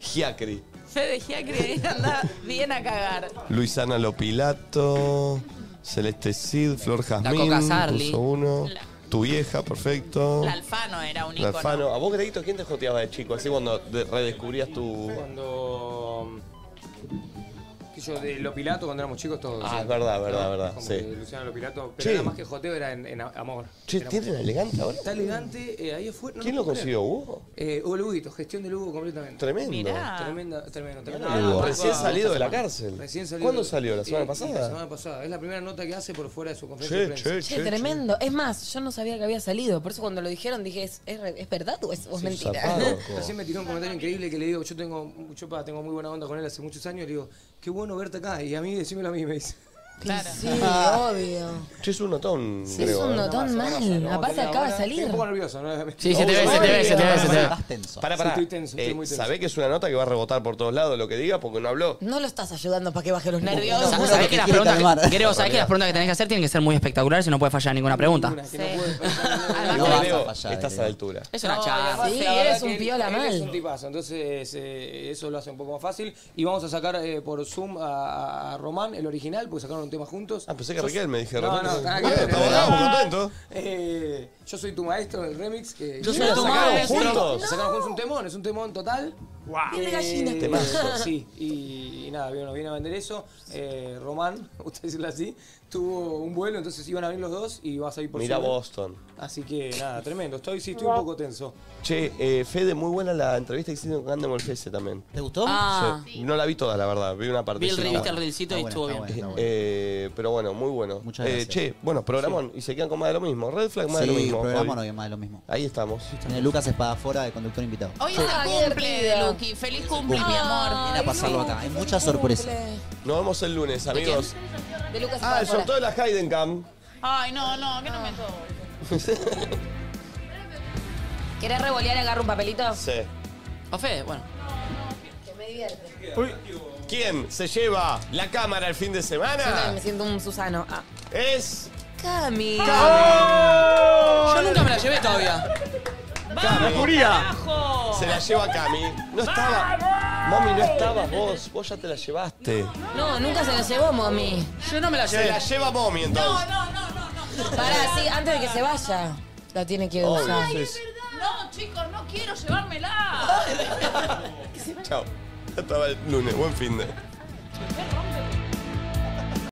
Giacri. Fede Giacri anda bien a cagar. Luisana Lopilato, Celeste Cid, Flor Jazmín, Coca Sarli. puso uno. Tu vieja, perfecto. La Alfano era un La ícono. Alfano. ¿A vos, Greguito, quién te joteaba de chico? Así cuando de- redescubrías tu... Cuando. Que yo, de Lo Pilato, cuando éramos chicos, todos. Ah, es verdad, verdad, verdad, Como sí. que Luciano Lo Pilato. Pero Che. era más que joteo, era en, en a- amor. Che, Era ¿tiene amor. la elegante ahora? Está elegante, eh, ahí afuera. no ¿Quién lo puedo creer. consiguió, Hugo? Eh, Hugo Luguito, gestión de Lugo completamente. Tremendo. Tremenda, Mirá. Tremendo, tremendo, tremendo. Mirá, Hugo. Ah, Recién papá. salido de la cárcel. Recién salido. ¿Cuándo de- salió? ¿La semana Eh, pasada? La semana pasada. Es la primera nota que hace por fuera de su Che, conferencia de prensa. Che, tremendo. Es más, yo no sabía que había salido. Por eso cuando lo dijeron dije, ¿es, es re- ¿es verdad o es, o es mentira? Recién me tiró un comentario increíble que le digo, yo tengo, yo pa, tengo muy buena onda con él hace muchos años, le digo, qué bueno verte acá, y a mí decímelo a mí, me dice. Claro. Sí, obvio. Che, es un notón, Sí, es creo. un ¿eh? notón mal. Aparte acaba de Estoy salir. un poco nervioso, ¿no? Sí, se te ve, se te ve, se te ve, se te ve. Pará, Sí, pará. estoy tenso, estoy Eh, muy tenso. Sabés que es una nota que va a rebotar por todos lados lo que diga porque no habló. No lo estás ayudando para que baje los nervios. Sa- Seguro ¿Sabés que que, las quiere preguntas calmar. que, creo, ¿sabés que las preguntas que tenés que hacer tienen que ser muy espectaculares y no puede fallar ninguna pregunta? No, vas a Leo, fallar, estás a la altura. Es una No, y charla. además, Sí, la verdad eres un que él- piola él mal. Es un tipazo, entonces eh, eso lo hace un poco más fácil. Y vamos a sacar eh, por Zoom a, a Román, el original, porque sacaron un tema juntos. Ah, pensé que Raquel me dije, No, Román, no, no, nada que no, ver. estamos- estamos contentos. Eh, yo soy tu maestro del remix. Que Yo soy tu Sacaron maestro. juntos, Sacaron juntos un temón, es un temón total. Piel de gallina. Eh, Temazo. sí, y, y nada, bueno, viene a vender eso. Eh, Román, usted decirlo así, tuvo un vuelo, entonces iban a venir los dos y vas a ir por Mira Sydney. Boston. Así que nada, tremendo. Estoy, sí, estoy un poco tenso. Che, eh, Fede, muy buena la entrevista que hicieron con Andemol Fese también. ¿Te gustó? Ah. No la vi toda, la verdad. Vi una parte. Vi el reel, viste el reelcito y Está Ah, bueno, estuvo está bien. bueno, está Eh, pero bueno, muy bueno. Muchas Eh, gracias. che, bueno, programón. Y se quedan con más de lo mismo. Red Flag, más Sí, de lo mismo. programón Hoy. hoy, más de lo mismo. Ahí estamos. En el Lucas Espadafora de conductor invitado. Hoy es Ah, el qué cumple de divertido. Luqui. Feliz cumple, mi amor. Viene a pasarlo acá. Hay muchas sorpresas. Nos vemos el lunes, amigos. De Lucas Ah, el sorteo de la Hayden Camp. Ay, no, no, que no me toco. ¿Querés revolear y agarrar un papelito? Sí. O Fede, bueno. Que me divierte. ¿Quién se lleva la cámara el fin de Yo también semana? me siento un Susano. Ah. Es. Cami. Yo nunca me la llevé todavía. Cami. Curia. Se la lleva Cami. No estaba. Mami, no estabas vos. Vos ya te la llevaste. No, nunca se la llevó, mami. Yo no me la Se la lleva Mommy entonces. Pará, sí, antes de que se vaya, la tiene que Obvio, usar. sí, sí. No, chicos, no quiero llevármela. Chao. Hasta el lunes. Buen fin de.